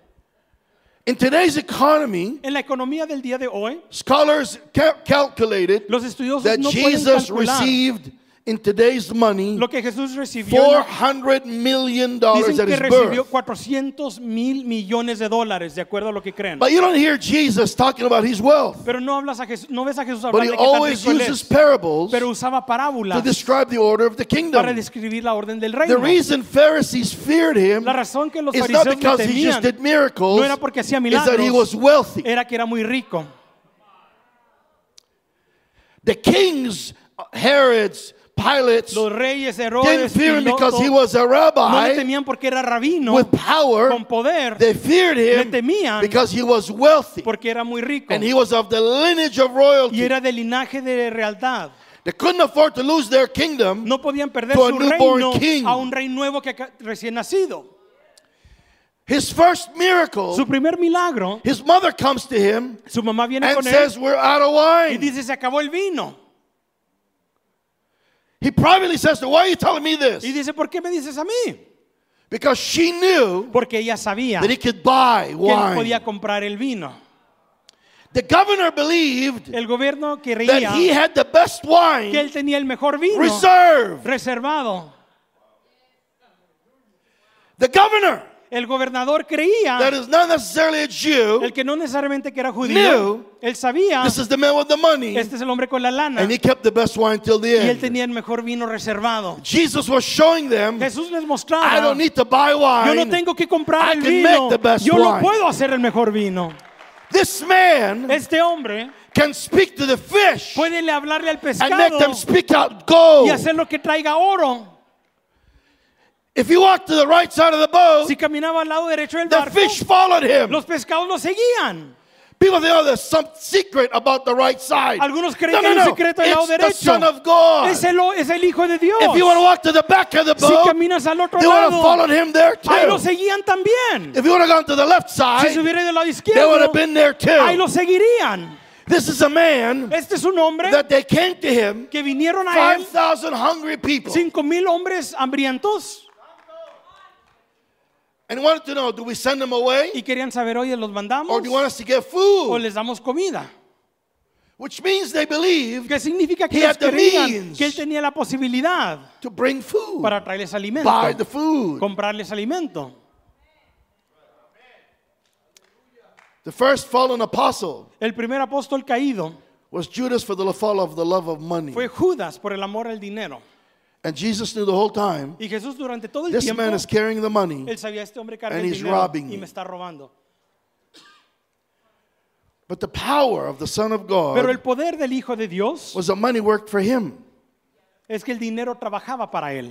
In today's economy,
En la economía del día de hoy,
scholars cal- calculated
los estudiosos
that
no pueden
Jesus
calcular
received in today's money
lo que Jesús recibió.
400 million dollars
Dicen
at
que
his
recibió
birth.
400 mil millones de dólares, de acuerdo a lo que creen.
But you don't hear Jesus talking about his wealth.
Pero no hablas a Jesús, no ves a Jesús
But
hablar
he
de qué tan
always
rico él
uses
es,
parables
pero usaba
to
parábolas
describe the order of the
para
kingdom.
describir la orden del
The
reino.
reason Pharisees feared him
La razón que los
is not
fariseos le
because he just
temían
did miracles,
no era porque hacía
is that he was
milagros, Eh,
wealthy.
era que era muy rico.
The kings, Herods, Pilates,
Los reyes,
didn't
Herodes,
fear him because
Pilato,
he was a
no le
rabbi
temían porque era rabino
with power.
con poder,
They feared him
Le temían.
because he was wealthy
porque era muy rico
and he was of the lineage of
y
royalty.
era de linaje de realidad.
They couldn't afford to lose their kingdom.
No podían perder
To a
su
newborn
reino
king.
a un rey nuevo que acá- recién nacido.
His first miracle,
Su primer milagro,
his mother comes to him
su mamá viene
and
con él
says, We're out of
y
wine.
dice, se acabó el vino.
He privately says to her, Why are you telling me
Y
this?
dice, ¿por qué me dices a mí?
Because she knew
Porque ella sabía
that he
que
could buy
no
wine.
podía comprar el vino.
The governor believed
El gobierno creía
that he had the best
que
wine
él tenía el mejor vino
reserved.
reservado.
The governor,
El gobernador creía,
that is not necessarily a Jew,
Ah. el que no necesariamente que era judío,
Knew
él sabía,
this is the man with the money,
este es el hombre con la lana.
and he kept the best wine till the
Y
end.
él tenía el mejor vino reservado.
Jesus was showing them,
Jesús les
I
mostraba,
don't need to buy
yo no
wine.
tengo que comprar
I can
el vino,
make the best
yo lo
wine.
puedo hacer el mejor vino.
This man
Este hombre
can speak to the fish and
puede le hablarle al
make
pescado
them speak out
y
gold.
hacer lo que traiga oro.
If he walked to the right side of the boat,
Si caminaba al lado derecho del
the
barco,
fish followed him.
los pescados lo seguían.
People think, oh, there's some secret about the right side.
Algunos creen
no,
que
no,
hay
no.
un secreto del lado
it's the
derecho.
Son of God.
Es el, es el Hijo de Dios.
If you want to walk to the back of the
Si
boat,
caminas al otro
they would have
lado,
followed him there too.
ahí lo seguían también.
If you would have gone to the left
Si se
side,
hubiera ido al lado
they would have
izquierdo,
been there too.
ahí lo seguirían.
This is a man
Este es un hombre
that they came to him,
que vinieron a él
5,000 hungry people,
cinco mil hombres hambrientos
and wanted to know, do we send them away
y querían saber, oye, ¿los
or
mandamos
do you want us to get
o
food?
les damos comida?
Which means they believed
¿Qué significa que
He
ellos
had the
creían
means.
que él tenía la posibilidad
to bring food,
para traerles
buy the
alimento,
food.
comprarles alimento?
The first fallen apostle
El primer apóstol caído
was Judas for the fall of the love of money.
fue Judas por el amor al dinero.
And Jesus knew the whole time
Y Jesús durante todo el
this
tiempo,
man is carrying the money,
él sabía, este hombre carga
and
el
he's
dinero
robbing
y
me."
me está robando.
but the power of the Son of
Pero el
God
poder del Hijo de Dios
was that money worked for him.
es que el dinero trabajaba para él.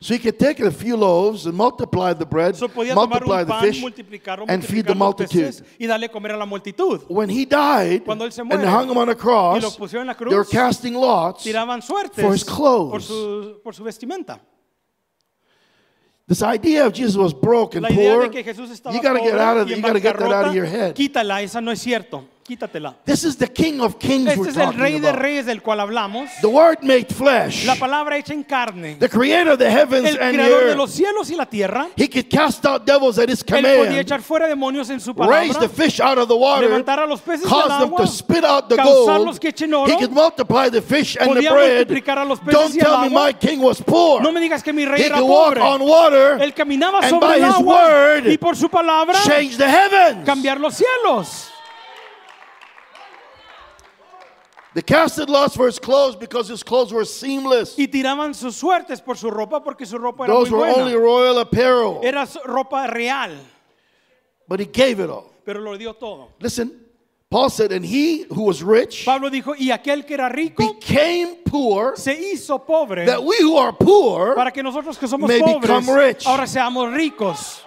So he could take a few loaves and multiply the bread,
So podía tomar
multiply
un
the
pan,
fish,
multiplicarlo,
and feed the
multiplicar los
multitude.
peces y darle comer a la multitud.
When he died
Cuando él se
and
muere,
hung him on a
y lo
cross,
pusieron en la cruz,
they were casting lots.
Tiraban suertes
For his clothes.
por, su, por su vestimenta.
This idea of Jesus was broke and
La idea
poor,
de que Jesús estaba
you got to get
pobre
out of
y
you
en
got to get that out
bancarrota,
of your head.
Quítala, esa no es cierto. Quítatela.
This is the King of Kings
Este
we're
es el
talking
rey de
about.
reyes del cual hablamos.
The Word made flesh,
La palabra hecha en carne.
the Creator of the heavens
El
and the
creador de
earth.
los cielos y la tierra.
He could cast out devils at his
Él podía
command,
echar fuera demonios en su
raise the
palabra.
fish out of the water,
levantar a los peces del
cause them
agua,
to spit out the
causarlos
gold.
que echen oro.
He could multiply the fish and the
Podía
bread.
multiplicar a los peces
Don't
y al
tell me
agua.
my king was poor.
No me digas que mi rey
He
era
could walk
pobre.
on water,
Él caminaba
And
sobre
by
el
his
agua
word,
y por su palabra
change the heavens.
cambiar los cielos.
They casted lots for his clothes because his clothes were seamless.
Y tiraban sus suertes por su ropa porque su ropa era muy
Those were only
buena.
royal apparel.
Era su- ropa real,
But he gave it all.
pero lo dio todo.
Listen, Paul said, and he who was rich
Pablo dijo, y aquel que era rico
became poor,
se hizo pobre
that we who are poor,
para que nosotros que somos
may become
pobres
rich.
ahora seamos ricos.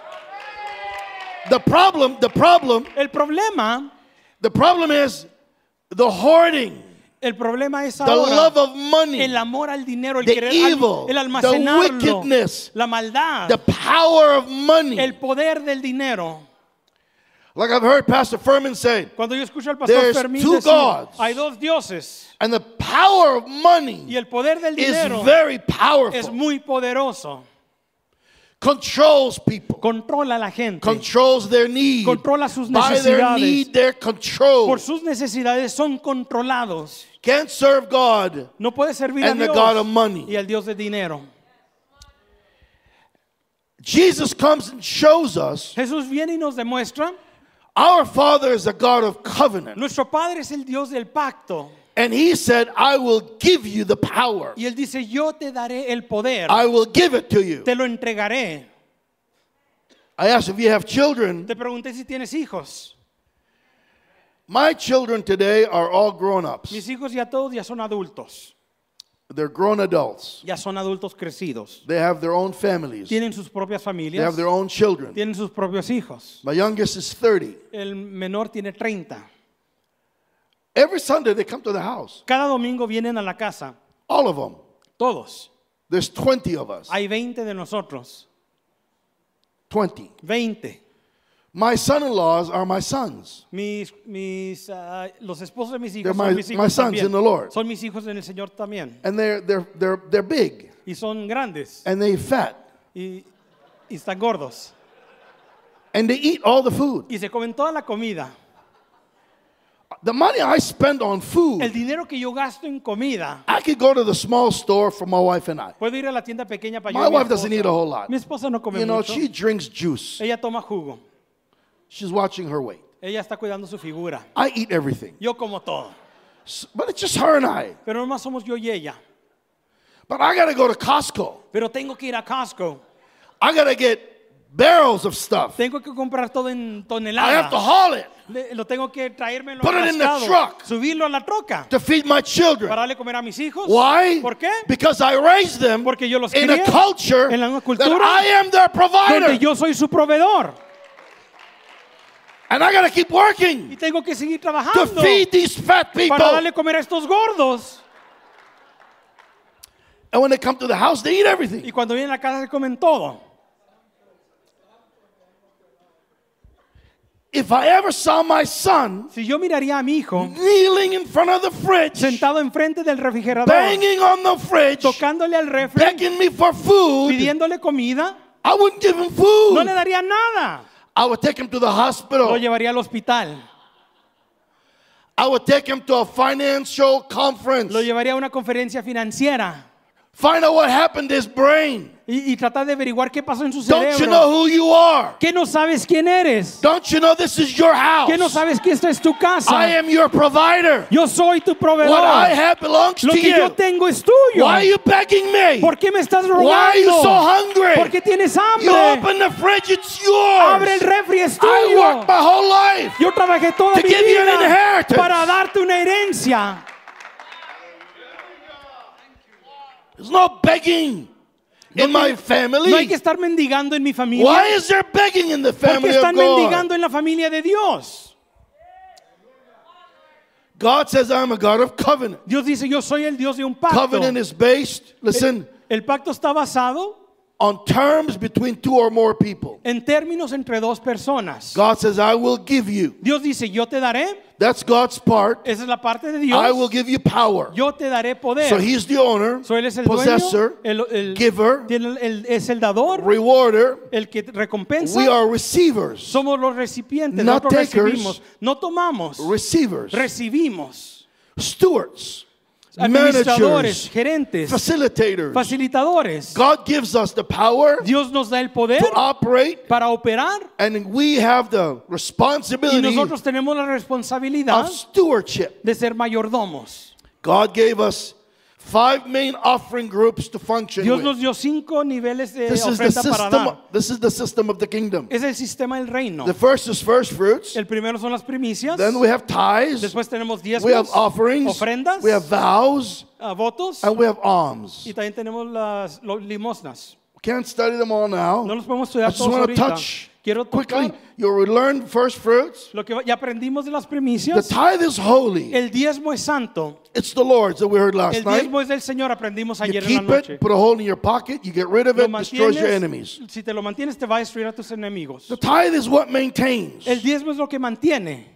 the problem, the problem,
El problema,
the problem is the hoarding,
el problema es
the
ahora
love of money,
el amor al dinero, el
the
querer al-
evil, the
el almacenarlo,
wickedness,
la maldad,
the power of money.
el poder del dinero.
Like I've heard Pastor Furman say,
Cuando yo escucho al pastor
There's
Fermín
two
decir,
gods.
hay dos dioses
and the power of
y
money
el poder del
is
dinero
very
es
powerful,
muy poderoso.
controls people.
Controla a la gente.
Controls their need.
Controla sus
By their
necesidades.
need, they're controlled.
Por sus necesidades son controlados.
Can't serve God
No puede servir
And
a
the
Dios
god of money.
y al Dios de dinero.
Jesus comes and shows us
Jesús viene y nos demuestra,
our Father is a God of covenant.
nuestro Padre es el Dios del pacto.
And He said, I will give you the power,
Y Él dice, yo te daré el poder,
I will give it to you.
te lo entregaré.
I asked if you have children.
Te pregunté si tienes hijos.
My children today are all grown ups,
Mis hijos ya todos ya son adultos,
they're grown adults.
ya son adultos crecidos.
They have their own families, they
Tienen sus propias familias,
have their own children.
tienen sus propios hijos.
My youngest is 30.
El menor tiene 30.
Every Sunday they come to the house,
Cada domingo vienen a la casa,
all of them.
todos.
There's 20 of us.
Hay 20 de nosotros,
20.
20.
My son in laws are my sons.
Mis, mis, ah, los esposos de mis hijos
They're
son
my-
mis
my
hijos
sons
también.
in the Lord.
Son mis hijos en el Señor también.
And they're, they're, they're, they're big
Y son grandes
and they fat.
y, y están gordos.
and they eat all the food.
Y se comen toda la comida.
The money I spend on
El
food,
dinero que yo gasto en comida,
I could go to the small store for my wife and I.
puedo ir a la tienda pequeña para
My
yo y mi
wife doesn't
esposa.
eat a whole lot.
Mi esposa no come
You know,
mucho.
she drinks juice.
Ella toma jugo.
She's watching her weight.
Ella está cuidando su figura.
I eat everything.
Yo como todo.
S- But it's just her and I.
Pero nomás somos yo y ella.
But I gotta go to Costco.
Pero tengo que ir a Costco.
I gotta get barrels of stuff.
Tengo que comprar todo en
I have to
toneladas.
haul it
Le- Lo tengo que traérmelo
Put it in the
atascado,
truck.
subirlo a la troca.
to feed my
para
children.
darle comer a mis hijos.
Why?
¿Por qué?
Because I raised them
Porque yo los
in a
crié
culture
en la una
that
cultura
I am their
Donde
provider.
yo soy su proveedor
And I gotta keep
y
working
tengo que seguir
to
trabajando
feed these fat
para
people.
darle comer a estos gordos.
And when they come to the house, they eat
Y
everything.
cuando vienen a la casa se comen todo.
If I ever saw my son
Si yo miraría a mi hijo
kneeling in front of the fridge,
sentado enfrente del refrigerador,
banging on the fridge,
tocándole al refri,
begging me for food,
pidiéndole comida,
I wouldn't give him
no le
food.
daría nada.
I would take him to the
Lo
hospital.
llevaría al hospital,
I would take him to a financial conference.
lo llevaría a una conferencia financiera
Find out what happened to his brain.
y, y tratar de averiguar qué pasó en su
Don't you know
cerebro.
who you are?
¿Qué no sabes quién eres?
Don't you know this is your house?
¿Qué no sabes que esta es tu
I
casa?
am your provider.
Yo soy tu
What I
proveedor.
have belongs
Lo
to
que yo
you.
tengo es tuyo.
Why are you begging me?
¿Por qué me estás
Why are you so
rogando? ¿Por
hungry?
qué tienes
You
hambre?
open the fridge, it's
Abre el
yours.
refri, es
I
tuyo.
worked my whole life.
Yo trabajé toda
To
mi
give you an
vida
inheritance.
para darte una herencia.
There's no begging in my
No hay que
family.
estar mendigando en mi familia.
Why is there begging in the
Porque
family of
están mendigando
God?
en la familia de Dios.
God says, I'm a God of covenant.
Dios dice, yo soy el Dios de un pacto.
Covenant is based, listen,
El pacto está basado
on terms between two or more people.
en términos entre dos personas.
God says, I will give you.
Dios dice, yo te daré.
That's God's part.
Esa es la parte de
I will
Dios.
give you power.
Yo te daré
So
poder.
he's the owner,
So él es el
possessor,
dueño, el, el-
giver,
tiene el- el- es el dador,
rewarder.
el que recompensa.
We are receivers.
Somos los recipientes,
Not
nosotros
takers.
recibimos, no tomamos,
Receivers.
recibimos.
Stewards.
Administradores,
Managers.
gerentes,
Facilitators.
facilitadores.
God gives us the power
Dios nos da el poder
to operate,
para operar
and we have the
y
responsibility
nosotros tenemos la responsabilidad
of stewardship.
de ser mayordomos.
God gave us five main offering groups to function
Dios
with.
nos dio cinco niveles de
This is the
ofrenda para
system.
dar.
This is the system of the kingdom.
Es el sistema del reino.
The first is first fruits.
El primero son las primicias.
Then we have tithes.
Después tenemos
We have
diezmos,
offerings.
ofrendas,
We have vows,
ah, votos
and we have alms.
y también tenemos las lo- limosnas.
Can't study them all now.
No los podemos
I
estudiar
just
todos
want to
ahorita.
touch
Quiero
quickly.
tocar
You will learn first fruits.
lo que ya aprendimos de las
The
primicias.
tithe is holy.
El diezmo es santo.
It's the Lord's that we heard
El
last night.
diezmo es del Señor. Aprendimos
You
ayer en la
keep
noche.
it, put a hole in your pocket, you get rid of
Lo
it, destroys your
mantienes,
enemies.
si te lo mantienes, te va a destruir a tus enemigos.
The tithe is what maintains.
El diezmo es lo que mantiene.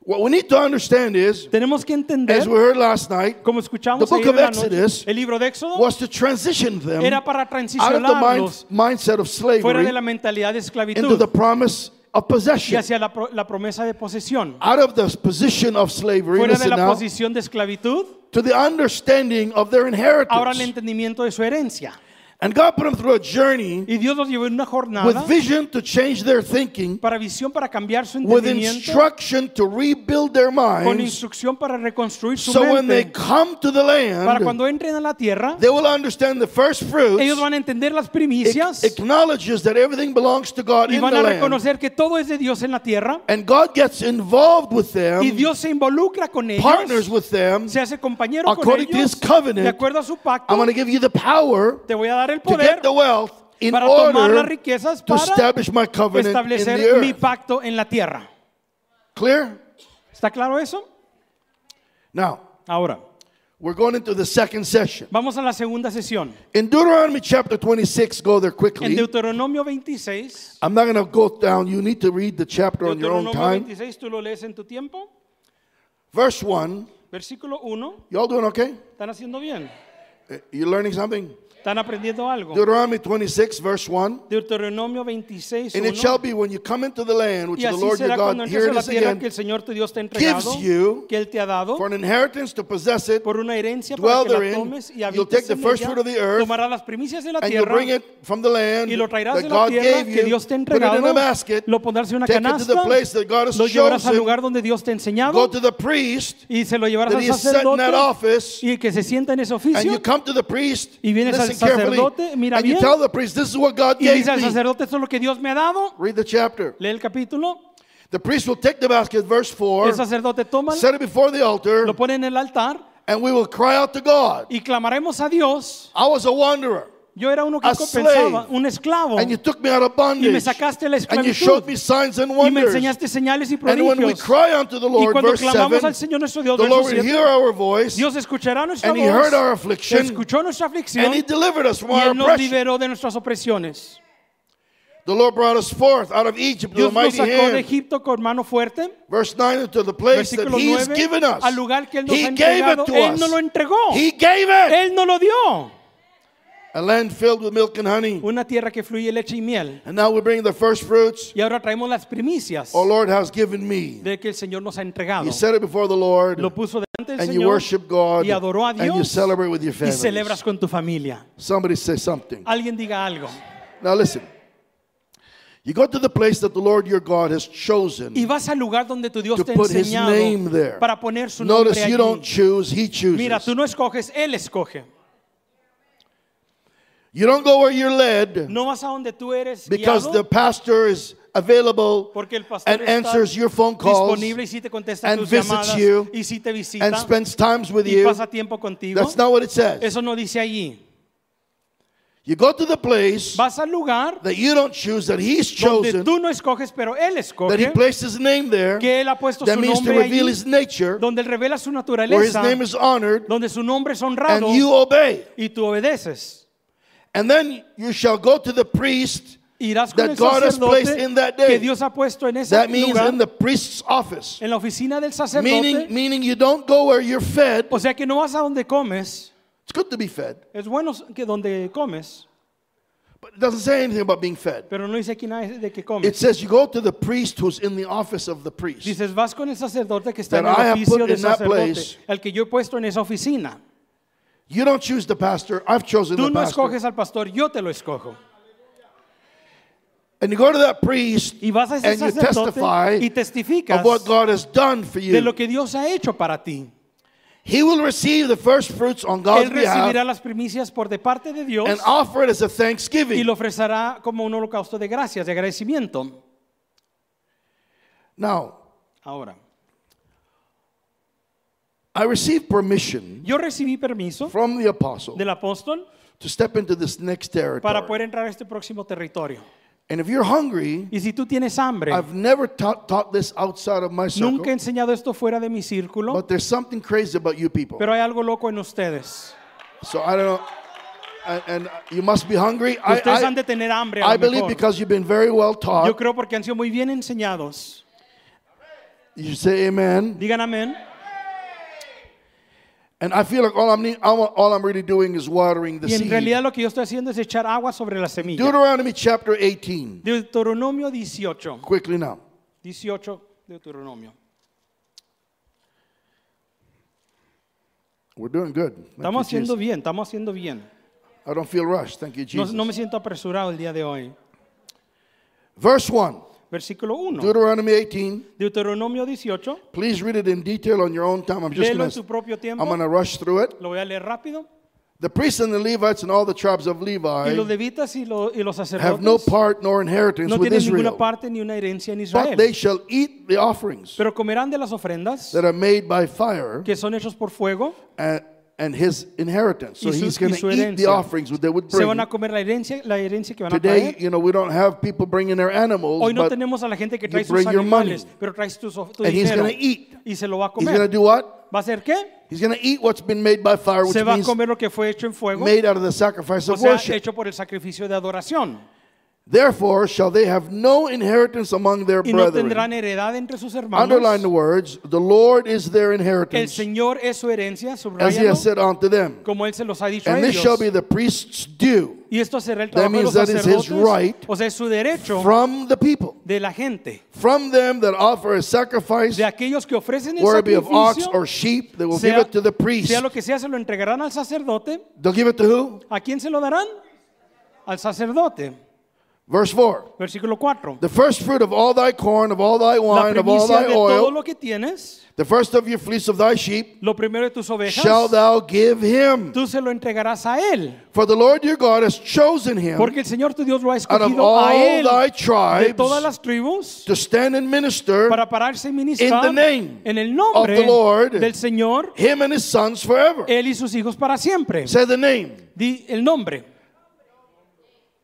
What we need to understand is,
Tenemos que entender,
as we heard last night,
como escuchamos
the book of
ayer en la noche,
Exodus
el libro de Éxodo
was to transition them
era para
out of the
transicionarlos
mind, mindset of
fuera de la
slavery
mentalidad de
into
esclavitud
the promise of
y
possession.
hacia la, pro- la promesa de posesión.
Out of the position of slavery,
Fuera de
listen
la
now,
posición de esclavitud,
to the understanding of their
ahora el
inheritance.
entendimiento de su herencia.
And God put them through a journey
Y Dios los llevó en una jornada
with vision to change their thinking,
para visión, para cambiar su
with
entendimiento,
instruction to rebuild their
con
minds,
instrucción para reconstruir su
So when they
mente.
come to the
Para
land,
cuando entren a la tierra,
they will understand the first
ellos
fruits
van a entender las
ac-
primicias
acknowledges that everything belongs to God
y
in the
van a
land.
reconocer que todo es de Dios en la tierra
And God gets involved with
y
them,
Dios se involucra con
partners
ellos,
with them.
se hace compañero con
According to
ellos,
his covenant,
de acuerdo a su
I'm
pacto,
going to give you the power
te voy a dar el
to
poder
get the wealth in
para tomar las
order
riquezas
to
para
establish my covenant in the
establecer mi
earth.
pacto en la tierra.
Clear?
¿Está claro eso?
Now,
Ahora,
we're going into the second session.
vamos a la segunda sesión.
In Deuteronomy chapter 26, go there
En
quickly.
Deuteronomio 26,
I'm not going to go down. You need to read the chapter on your own
Deuteronomio
time.
26, tú lo lees en tu tiempo.
Verse 1.
Versículo 1,
Y'all doing okay?
¿están haciendo bien?
Uh, You learning something?
¿Están aprendiendo algo?
Deuteronomy 26, verse 1.
Deuteronomio 26,
And it
1.
shall be when you come into the land which
Y
the
así
Lord your
será cuando
God,
entres
here
a
it
la
is
tierra que
again,
el Señor tu Dios te ha entregado,
gives you
que Él te ha dado,
for an inheritance to possess it,
por una herencia
dwell
para que
therein,
la tomes y
you'll take
habites
the
en
first
ella,
fruit of the earth,
tomarás las primicias de la
and you'll
tierra
bring it from the land
y lo traerás
that
de la
God
tierra
gave
que
you,
Dios te ha
put it
entregado,
in a basket,
lo pondrás en una
take it to the
canasta,
place that God has
lo llevarás al
chosen,
lugar donde Dios te ha enseñado
go to the priest
y se lo llevarás
that
al
he is set in
sacerdote
that office,
y que se sienta en ese
and
oficio
you come to the priest,
Y vienes al
listen carefully,
sacerdote, mira
and you
bien,
tell the priest, this is what God
y
gave
dice al
me.
sacerdote, esto es lo que Dios me ha dado,
Read the chapter.
lee el capítulo,
The priest will take the basket, verse 4,
el sacerdote toma,
set it before the altar,
lo pone en el altar
and we will cry out to God.
y clamaremos a Dios.
I was a wanderer,
Yo era uno que
A
pensaba,
slave.
un esclavo.
and you took me out of bondage,
y me sacaste de la
and you
esclavitud
showed me signs and
y me
wonders.
enseñaste señales y
And when we
prodigios.
cry unto the
Y
Lord,
cuando
verse 7,
clamamos al
the
Señor nuestro Dios, verso
Lord will
7,
hear our voice,
Dios escuchará nuestra
and He heard our
voz,
affliction,
escuchó nuestra aflicción
and He
y
delivered us from our
Él nos
oppression.
liberó de nuestras opresiones.
The Lord brought us forth out of Egypt with a
Dios nos
mighty
sacó de
hand.
Egipto con mano fuerte.
Verse 9, into the place that
Versículo
He has
9,
given us.
al lugar que Él nos
He
ha
gave
entregado,
it to
Él no lo
us.
entregó,
He gave it.
Él no lo dio.
A land filled with milk and honey.
Una tierra que fluye leche y miel.
And now we bring the first fruits
Y ahora traemos las primicias
our Lord has given me.
de que el Señor nos ha entregado.
You set it before the Lord
Lo puso delante del
and you
Señor
worship God
y adoró a
and you
Dios
celebrate with your
y celebras
family.
con tu familia.
Somebody say something.
Alguien diga algo.
Now listen. You go to the place that the Lord your God has
Y
chosen
vas al lugar donde tu Dios
to
te ha
put his
enseñado
name there.
para poner su nombre
Notice you don't
allí.
choose, he
Mira, tú
chooses.
no escoges, Él escoge.
You don't go where you're led
No vas a donde tú eres
because the
guiado
pastor is available
porque el pastor
and
está
answers your phone calls
disponible y si te contesta
and
tus
visits
llamadas
you
y si te visita
and spends times with
y
you.
pasa tiempo contigo.
That's not what it says.
Eso no dice allí.
You go to the place
Vas al lugar
that you don't choose, that he's
donde
chosen,
tú no escoges, pero Él
that he
escoge,
placed his name there.
que Él ha puesto
That
su
means to
nombre
reveal
allí,
his nature,
donde Él revela su
where his
naturaleza,
name is honored,
donde su nombre es
and
honrado
you obey.
y tú obedeces.
And then you shall go to the priest.
Irás con
that
el
God has placed
sacerdote
in that day.
que Dios ha puesto en ese
That means
lugar,
in the priest's office.
en la oficina del sacerdote.
Meaning, meaning you don't go where you're fed.
o sea que no vas a donde comes.
It's good to be fed,
Es bueno que donde comes,
but it doesn't say anything about being fed.
pero no dice aquí nada de que
It
comes.
says you go to the priest who's in the office of the priest.
Dices, vas con el sacerdote que está en
That I
el
have
oficio
put
del
in that
sacerdote,
place.
al que yo he puesto en esa oficina.
You don't choose the pastor. I've chosen
Tú
the
no
pastor.
escoges al pastor, yo te lo escojo.
And you go to that priest
Y vas a ese
and you
sacerdote
testify
y testificas
of what God has done for
de
you.
lo que Dios ha hecho para ti.
He will receive the first fruits on God's
Él recibirá
behalf
las primicias por de parte de Dios
and offer it as a
y
thanksgiving.
lo ofrecerá como un holocausto de gracias, de agradecimiento.
Now,
Ahora,
I received permission
yo recibí permiso
from the apostle
del apóstol
to step into this next
para
territory.
poder entrar a este próximo territorio.
And if you're hungry,
Y si tú tienes hambre,
I've never taught, taught this outside of my circle,
nunca he enseñado esto fuera de mi círculo,
but there's something crazy about you people.
pero hay algo loco en ustedes.
So I don't know. And, and you must be hungry. I,
Ustedes han
I,
de tener hambre. a
I
lo
believe
mejor.
because you've been very well
Yo
taught.
creo porque han sido muy bien enseñados.
You say amen.
Digan amén.
And
And
I feel like all I'm, need, all, all I'm really doing is watering the
Y en
seed.
realidad lo que yo estoy haciendo es echar agua sobre la semilla.
Deuteronomy chapter 18.
Deuteronomio 18.
Quickly now.
18 Deuteronomio.
We're doing good. Thank you,
Estamos haciendo
Jesus.
bien, estamos haciendo bien.
I don't feel rushed. Thank you,
No,
Jesus.
no me siento apresurado el día de hoy.
Verse 1,
Versículo 1.
Deuteronomy 18.
Deuteronomio 18.
Please read it in detail on your own time. I'm just
Léelo
going
en tu
to
propio
I'm
tiempo.
going to rush through it.
Lo voy a leer rápido.
The priests and the Levites and all the tribes of
Y los
Levi
levitas y, lo- y los
have no
sacerdotes
part nor inheritance
no
with
tienen ninguna
Israel,
parte ni una herencia en
but they
Israel.
shall eat the offerings
Pero comerán de las ofrendas
that are made by fire
que son hechos por fuego.
and, and his inheritance. So
Y su-
he's
y
going
su
to eat the
herencia.
offerings that they would
Se
bring.
van a comer la herencia, la herencia que van a
Today,
traer.
you know, we don't have people bringing their animals,
Hoy no
but
tenemos a la gente que
you
trae sus
bring your
animales,
money.
pero traes tus, tu
And he's
dinero
gonna eat.
y se lo va a
he's going to
comer.
do what?
¿Va a hacer qué?
He's going to eat what's been made by fire, which
Se va a
means
comer lo que fue hecho en fuego,
made out of the sacrifice
o
of
sea,
worship.
hecho por el sacrificio de adoración.
Therefore, shall they have no inheritance among their
Y no
brethren.
tendrán heredad entre sus hermanos.
Underline the words, the Lord is their
El
inheritance,
Señor es su herencia,
as he
subrayalo,
has said unto them.
como Él se los ha dicho a
And this
ellos.
shall be the priest's due
Y esto será el trabajo de
means
los
that is his
sacerdotes,
right
o sea, es su derecho
from the people,
de la gente,
from them that offer a sacrifice,
de aquellos que ofrecen el
whether it be of ox
sacrificio,
or sheep, they will give
sea,
it to the priest.
sea lo que sea, se lo entregarán al sacerdote.
They'll give it to who?
¿A quién se lo darán? Al sacerdote.
Verse 4.
Versículo 4.
The first fruit of all thy corn, of all thy
La
wine, of all
primicia
thy
de todo
oil,
lo que tienes,
the first of your fleece of thy sheep,
lo primero de tus ovejas,
shall thou give him.
tú se lo entregarás a él,
For the Lord your God has chosen him
porque el Señor tu Dios lo ha
out of
escogido
all
a él
thy
de todas
tribes
las tribus
to stand and minister
para pararse y ministrar
in the name
en el nombre
of the Lord,
del Señor,
him and his sons forever.
él y sus hijos para siempre.
Say the name.
Di el nombre.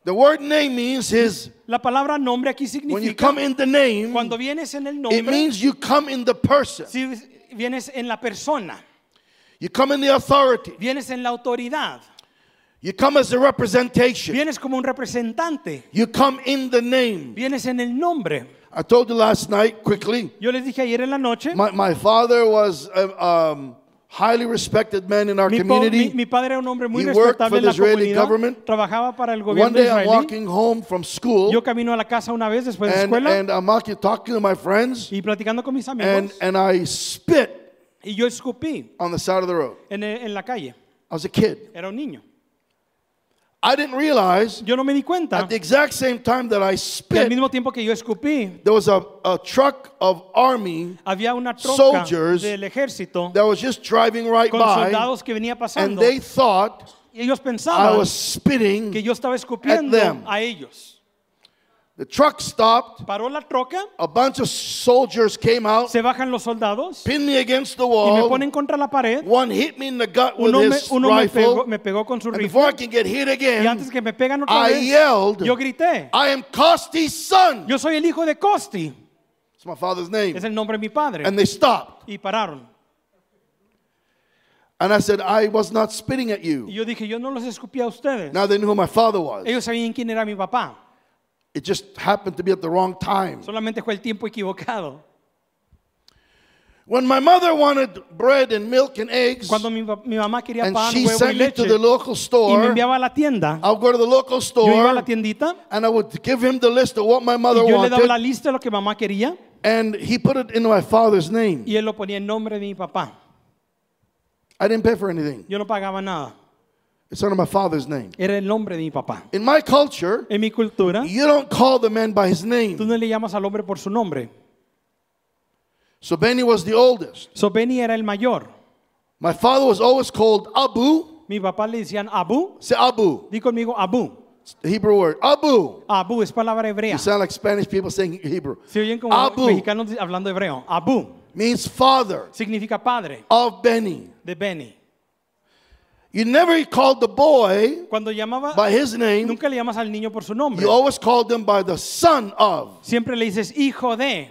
The word name means his.
La palabra nombre aquí
When you
significa
come in the name,
cuando vienes en el
it
nombre,
means you come in the person.
si vienes en la persona,
You come in the authority.
vienes en la autoridad,
You come as a representation.
vienes como un representante,
You come in the name.
vienes en el nombre.
I told you last night quickly.
Yo les dije ayer en la noche,
My, my father was a um, highly respected man in our
mi, po- mi-
community.
mi padre era un hombre muy
He worked
respetable
for
en
the
la
Israeli
comunidad,
government.
trabajaba para el
One
gobierno
day I'm
israelí.
walking home from school
Yo camino a la casa una vez después de la
and,
escuela
and I'm walking, talking to my friends
y platicando con mis amigos
and, and I spit
y yo escupí
on the side of the road.
en, en la calle.
I was a kid.
Era un niño.
I didn't realize
Yo no me di cuenta
at the exact same time that I
que al
spit,
mismo tiempo que yo escupí
there was a, a truck of army
había una troca
Soldiers
del ejército
that was just driving right
con
by
soldados que venía
and
pasando
they thought
y ellos
I
pensaban
was
que
spitting.
yo estaba escupiendo
them.
a ellos.
The truck stopped.
Paró la troca,
A bunch of soldiers came out,
se bajan los soldados
pinned me against the
y me
wall.
ponen contra la pared.
One hit me in the gut with
Uno, me,
his
uno me, pegó,
rifle.
me pegó con su
And before I
rifle
can get hit
y
again,
antes que me pegan otra
I
vez,
yelled,
yo grité,
I am Costi's son.
yo soy el hijo de Costi,
It's my father's name.
es el nombre de mi padre.
And they stopped.
Y pararon.
And I said, I was not spitting at
Y
you.
yo dije, yo no los escupí a ustedes.
Now they knew who my father was.
Ellos sabían quién era mi papá.
It just happened to be at the wrong time.
Solamente fue el tiempo equivocado.
When my mother wanted bread and milk and eggs,
Cuando mi, pa- mi mamá quería
and
pan,
she
huevo y
sent me to
leche
the local
y me
store,
enviaba a la tienda,
I would go to the local
yo iba a
store
la tiendita
and I would give him the list of what my
y
mother
yo le daba la
wanted.
lista de lo que mamá quería
And he put it into my father's name.
y él lo ponía en nombre de mi papá.
I didn't pay for anything,
Yo no pagaba nada.
it's under my father's name.
Era el nombre de mi papá.
In my culture,
En mi cultura,
you don't call the man by his
tú
name.
no le llamas al hombre por su nombre.
So Benny was the oldest.
So Benny era el mayor.
My father was always called Abu.
Mi papá le decían Abu.
Say Abu.
Di conmigo Abu.
It's the Hebrew word. Abu.
Abu es palabra hebrea.
You sound like Spanish people saying Hebrew.
Se oyen como
Abu
mexicanos hablando hebreo. Abu
means father
significa padre
of Benny.
de Benny.
You never called the boy
Cuando llamaba,
by his name.
nunca le llamas al niño por su nombre.
You always called him by the son of.
Siempre le dices hijo de.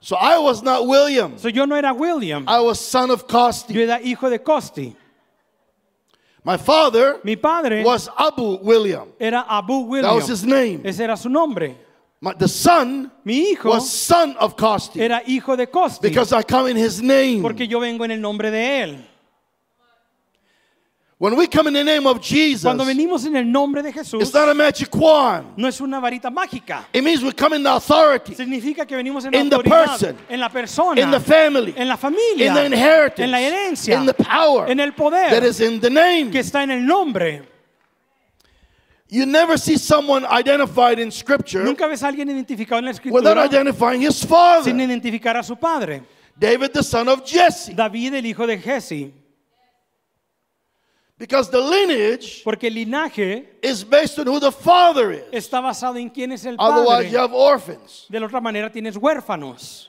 So I was not William.
So, yo no era William.
I was son of
Yo
Costi.
era hijo de Costi.
My father
Mi padre
was Abu William.
era Abu
That
William.
was his name.
Ese era su nombre.
My, the son
Mi hijo
was son of Costi
era hijo de Costi.
because I come in his name.
Porque yo vengo en el nombre de él.
When we come in the name of Jesus,
Cuando venimos en el nombre de Jesús,
it's not a magic wand.
no es una varita mágica.
It means we come in the authority,
Significa que venimos en
In the
la autoridad,
person.
en la persona,
in the family,
en la familia,
in the inheritance,
en la herencia,
in the power
en el poder
that is in the
que
name.
está en el nombre.
You never see someone identified in Scripture
Nunca ves a alguien identificado en la
without
escritura
identifying his
sin
father.
identificar a su padre.
David, the son of Jesse,
David, el hijo de Jesse,
because the lineage
porque el linaje
is based on who the father is.
está basado en quién es el
Otherwise, you
padre.
have orphans.
De la otra manera tienes huérfanos.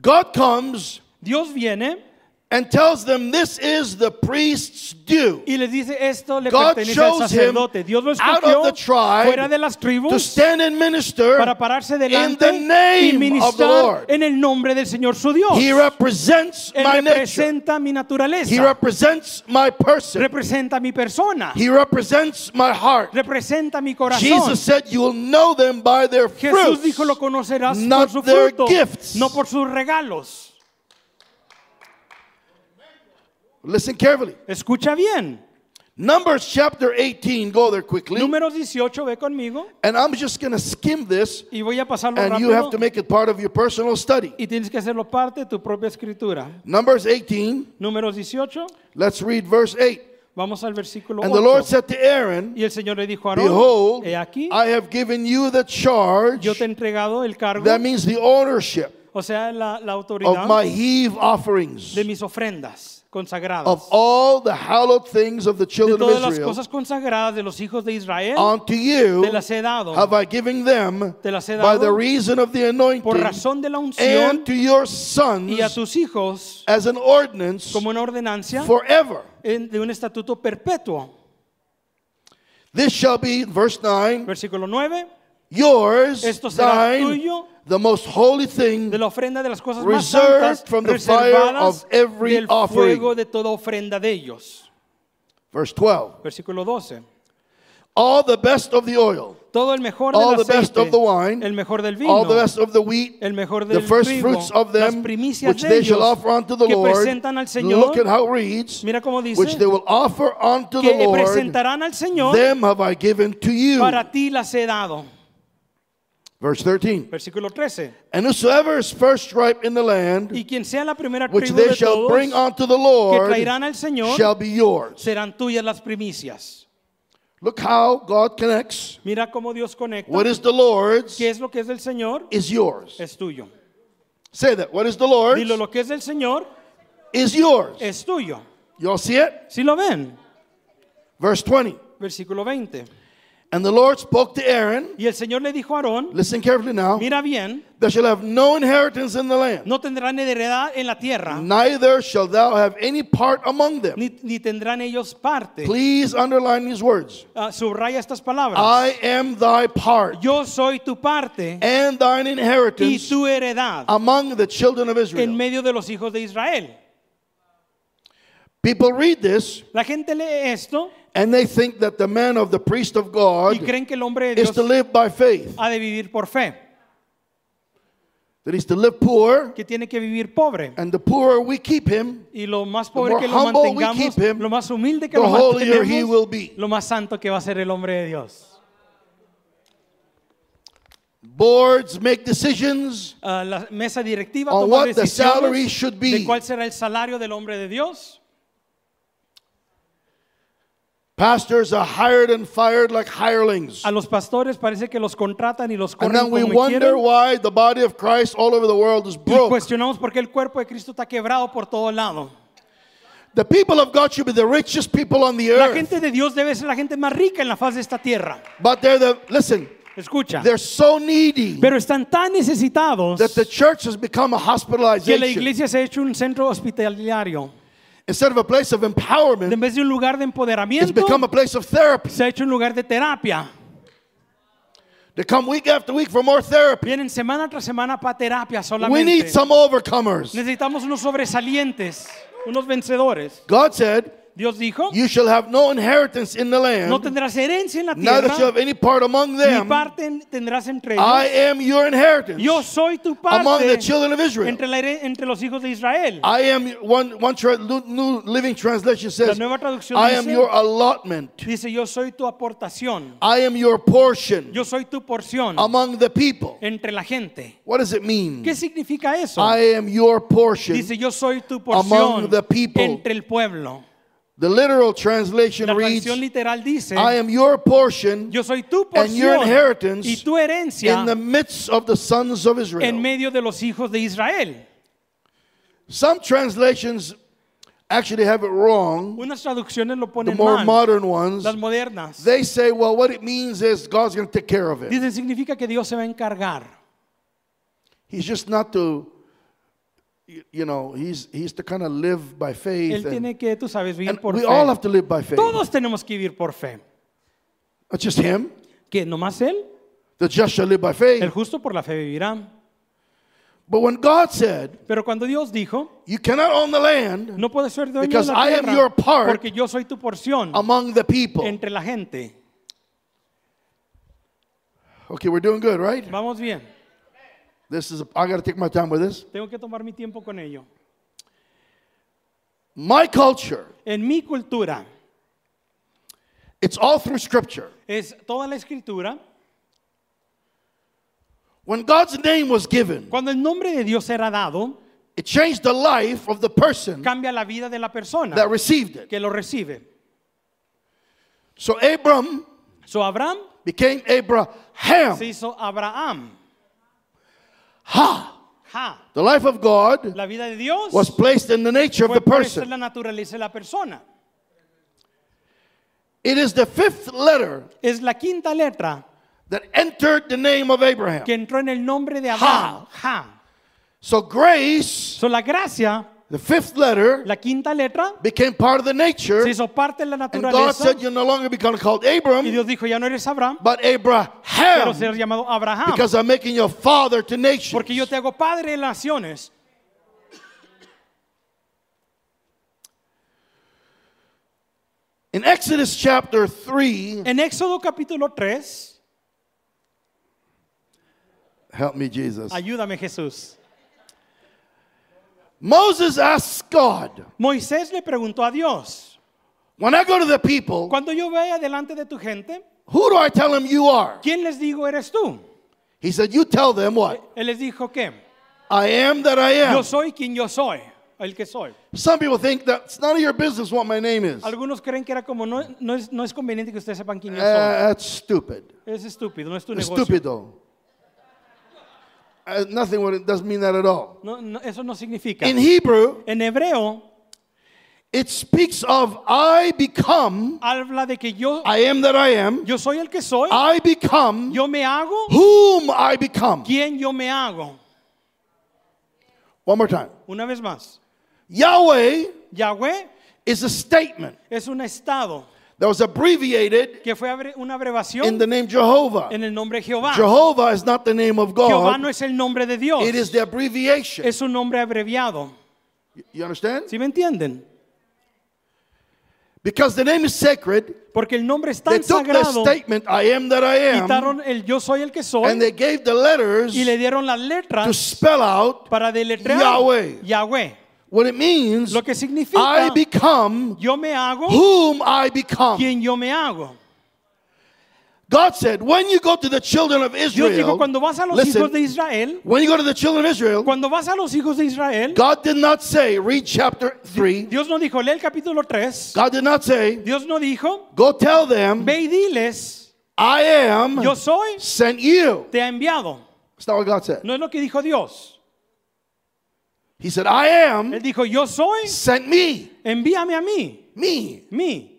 God comes
Dios viene
and tells them this is the priest's due
y les dice esto le
God
pertenece al
chose him
sacerdote. Dios lo
out of
escogió
the tribe
fuera de las
to
tribus
stand and minister.
para pararse
the
delante
name
y
of the
ministrar
Lord.
en el nombre del Señor su Dios.
He represents
Él
my nature.
representa mi
He
naturaleza,
represents my person.
representa mi persona,
He represents my heart.
representa mi corazón.
Jesus said, You will know them by their
Jesús dijo lo
fruits.
conocerás
not
por su
their
fruto,
gifts."
no por sus regalos.
Listen carefully.
Escucha bien.
Numbers chapter 18, go there quickly.
Número 18, ve conmigo
And I'm just going to skim this,
y voy a pasarlo
and you have to
rápido
make it part of your personal study.
y tienes que hacerlo parte de tu propia escritura.
Numbers 18,
Número 18,
let's read verse 8.
vamos al versículo
And the Lord
8.
said to Aaron,
Y el Señor le dijo a Aarón,
Behold,
he aquí,
I have given you the charge.
yo te he entregado el cargo,
That means the ownership
o sea, la, la autoridad
of my heave offerings,
de mis ofrendas
of
consagradas,
all the hallowed things of the
de
children
todas
of
las
Israel.
cosas consagradas de los hijos de Israel,
Unto you
te las he dado
have I given them
Te las he
by the
dado
reason of the
por
anointing,
razón de la unción
and to your
y a
sons
tus hijos
as an ordinance
como una ordenancia
forever.
en- de un estatuto perpetuo.
This shall be, verse 9,
Versículo 9,
yours,
Esto será
thine,
tuyo.
the most holy
de
thing
la ofrenda de las cosas más
Reserved
santas
from the fire
reservadas
of every
del
offering.
fuego de toda ofrenda de ellos.
Verse 12.
Versículo 12.
All the best of the oil,
Todo el mejor del
All the best
aceite,
of the wine,
el mejor del vino,
all the best of the wheat,
el mejor
the
del
first
trigo,
fruits of
las
them
primicias
which
de
they
ellos
shall offer unto the
que
Lord.
presentan al Señor,
Look at how it reads.
mira cómo dice,
Which they will offer unto
que
the
le
Lord.
presentarán al Señor,
Them have I given to you.
para ti las he dado.
Verse 13.
Versículo 13.
And whosoever is first ripe in the land,
Y quien sea la primera
which
tribu
they
de
shall
todos
bring unto the
que
Lord,
traerán al Señor
shall be yours.
serán tuyas las primicias.
Look how God connects.
Mira cómo Dios conecta.
What is the Lord's
¿Qué es lo que es del Señor?
is yours.
Es tuyo.
Say that. What is the Lord's
Dilo, lo que es del Señor
is yours.
es tuyo.
Y'all see it?
Si lo ven,
Verse 20.
versículo 20.
And the Lord spoke to Aaron.
Y el Señor le dijo a Aarón,
Listen carefully now.
mira bien,
Thou shalt have no inheritance in the land,
no tendrán heredad en la tierra,
neither shalt thou have any part among them.
ni, ni tendrán ellos parte.
Please underline these words.
Ah, subraya estas palabras.
I am thy part
Yo soy tu parte
and thine
y
inheritance
tu heredad
among the children of
en
Israel.
medio de los hijos de Israel.
People read this
La gente lee esto
and they think that the man of the priest of
y
God
creen que el hombre de
is
Dios
to live by faith,
ha de vivir por fe,
that he's to live poor,
que tiene que vivir pobre.
and the poorer we keep him,
Y lo más pobre
more
que lo
humble we
mantengamos,
keep him,
lo más humilde
the
que lo
holier he will
mantenemos,
be.
lo más santo que va a ser el hombre de Dios.
Boards make decisions.
Ah, la mesa directiva
On
toma
what the salary
decisiones
should be.
de cuál será el salario del hombre de Dios.
Pastors are hired and fired like hirelings.
A los pastores parece que los contratan y los
And
corren
then we
como quieren.
wonder why the body of Christ all over the world is
Y
broke.
cuestionamos por qué el cuerpo de Cristo está quebrado por todo lado.
The people of God should be the richest people on the
La
earth.
gente de Dios debe ser la gente más rica en la faz de esta tierra.
But they're the, listen,
Escucha.
they're so needy
Pero están tan necesitados
that the church has become a
que la
hospitalization.
iglesia se ha hecho un centro hospitalario.
Instead of a place of
En
empowerment,
vez de un lugar de
it's
empoderamiento,
become a place of therapy.
se ha hecho un lugar de terapia.
They come week after week for more therapy.
Vienen semana tras semana para terapia
We need
solamente.
some overcomers.
Necesitamos unos sobresalientes, unos vencedores.
God said,
Dios dijo,
You shall have no inheritance in the
no
land,
tendrás herencia en la
neither shall you
tierra,
have any part among
ni
them.
parte en- tendrás entre ellos.
I am your inheritance
Yo soy tu
among the
parte
children of Israel.
entre, la here- entre los hijos de Israel.
I am one one tra- Lu- new living translation
La
says
nueva traducción
I am
dice,
your allotment.
dice, yo soy tu aportación,
I am your portion
yo soy tu porción
among the people.
entre la gente.
What does it mean?
¿Qué significa eso?
I am your portion.
Dice, yo soy tu
Among
porción
the people.
entre el pueblo.
The literal translation
La
reads
traducción literal dice,
I am your portion
yo soy tu
and your
porción
inheritance
y tu herencia
in the midst of the sons of
en
Israel.
medio de los hijos de Israel.
Some translations actually have it wrong.
Unas traducciones lo
The
ponen
more
mal,
modern ones,
las modernas.
they say, well, what it means is God's going to take care of it.
Dicen, significa que Dios se va a encargar.
He's just not to, you- you know, he's he's to kind of live by faith.
Él
And,
tiene que, tú sabes, vivir
and
por
we all
fe.
have to live by faith.
Todos tenemos que vivir por fe.
Not just him.
Que nomás Él,
The just shall live by faith.
el justo por la fe vivirá.
But when God said,
Pero cuando Dios dijo,
"You cannot own the land
no puedes ser dueño
Because
de la
I am
tierra
your part
porque yo soy tu porción
among the people,"
entre la gente.
okay, we're doing good, right?
Vamos bien.
This is I got to take my time with this.
Tengo que tomar mi tiempo con ello.
My culture,
En mi cultura
it's all through Scripture.
es toda la escritura.
When God's name was given,
Cuando el nombre de Dios era dado,
it changed the life of the person
cambia la vida de la persona
that received it.
que lo recibe.
So Abram
So Abraham
became Abraham.
se hizo Abraham.
Ha!
Ja.
The life of God
La vida de Dios
was placed in the nature of
fue
the
puesta en
person.
la naturaleza de la persona.
It is the fifth letter
Es la quinta letra
that entered the name of Abraham.
que entró en el nombre de Abraham. Ja.
So grace,
So la gracia,
the fifth letter,
la quinta letra,
became part of the nature.
se hizo parte de la
And God
naturaleza.
said, You're no longer become called
Y
Abram,
Dios dijo, ya no eres Abraham,
but
pero
Abraham,
serás llamado Abraham.
because I'm making you a father to nations.
Porque yo te hago padre de naciones.
In Exodus chapter 3,
En Éxodo capítulo 3,
help me, Jesus.
ayúdame Jesús.
Moses asks God,
Moisés le preguntó a Dios,
When I go to the people,
cuando yo vaya delante de tu gente,
who do I tell them you are?
¿quién les digo eres tú?
He said, You tell them what?
Él les dijo que
I am that I am.
yo soy quien yo soy, el que soy.
Some people think that it's none of your business what my name is.
Algunos creen que era como, no, no es, no es conveniente que ustedes sepan quién
Eh,
yo soy.
that's stupid.
Es estúpido, no es tu
It's
negocio.
stupid though. Uh, nothing would, it doesn't mean that at all.
No, no, eso no significa.
In Hebrew,
En hebreo
it speaks of I become,
habla de que yo,
I am that I am,
yo soy el que soy,
I become
yo me hago
whom I become.
quien yo me hago.
One more time.
Una vez más,
Yahweh
Yahweh
is a statement
es un estado
that was abbreviated
que fue abre- una
in
abreviación
the name Jehovah.
en el nombre Jehová.
Jehovah is not the name of
Jehová no
God,
es el nombre de Dios,
it is the abbreviation.
es un nombre abreviado.
You understand?
¿Sí me entienden?
Because the name is sacred,
Porque el nombre es
They
tan
took the
sagrado,
statement, I am that I am,
quitaron el yo soy el que
and
soy
they gave the letters
y le dieron las
to
letras
spell out
para deletrear
Yahweh.
Yahweh.
what it means
Lo que significa,
I become
yo me hago
whom I become.
quien yo me hago.
God said, when you go to the children of Israel,
Dios dijo, cuando vas a los
listen,
hijos de Israel,
when you go to the children of Israel,
cuando vas a los hijos de Israel,
God did not say, read chapter 3.
Dios no dijo, lee el capítulo 3,
God did not say,
Dios no dijo,
go tell them,
ve y diles,
I am
yo soy,
sent you.
te ha enviado.
That's not what God said.
No es lo que dijo Dios.
He said, I am
Él dijo, yo soy,
sent me.
envíame a mí,
Me.
mí.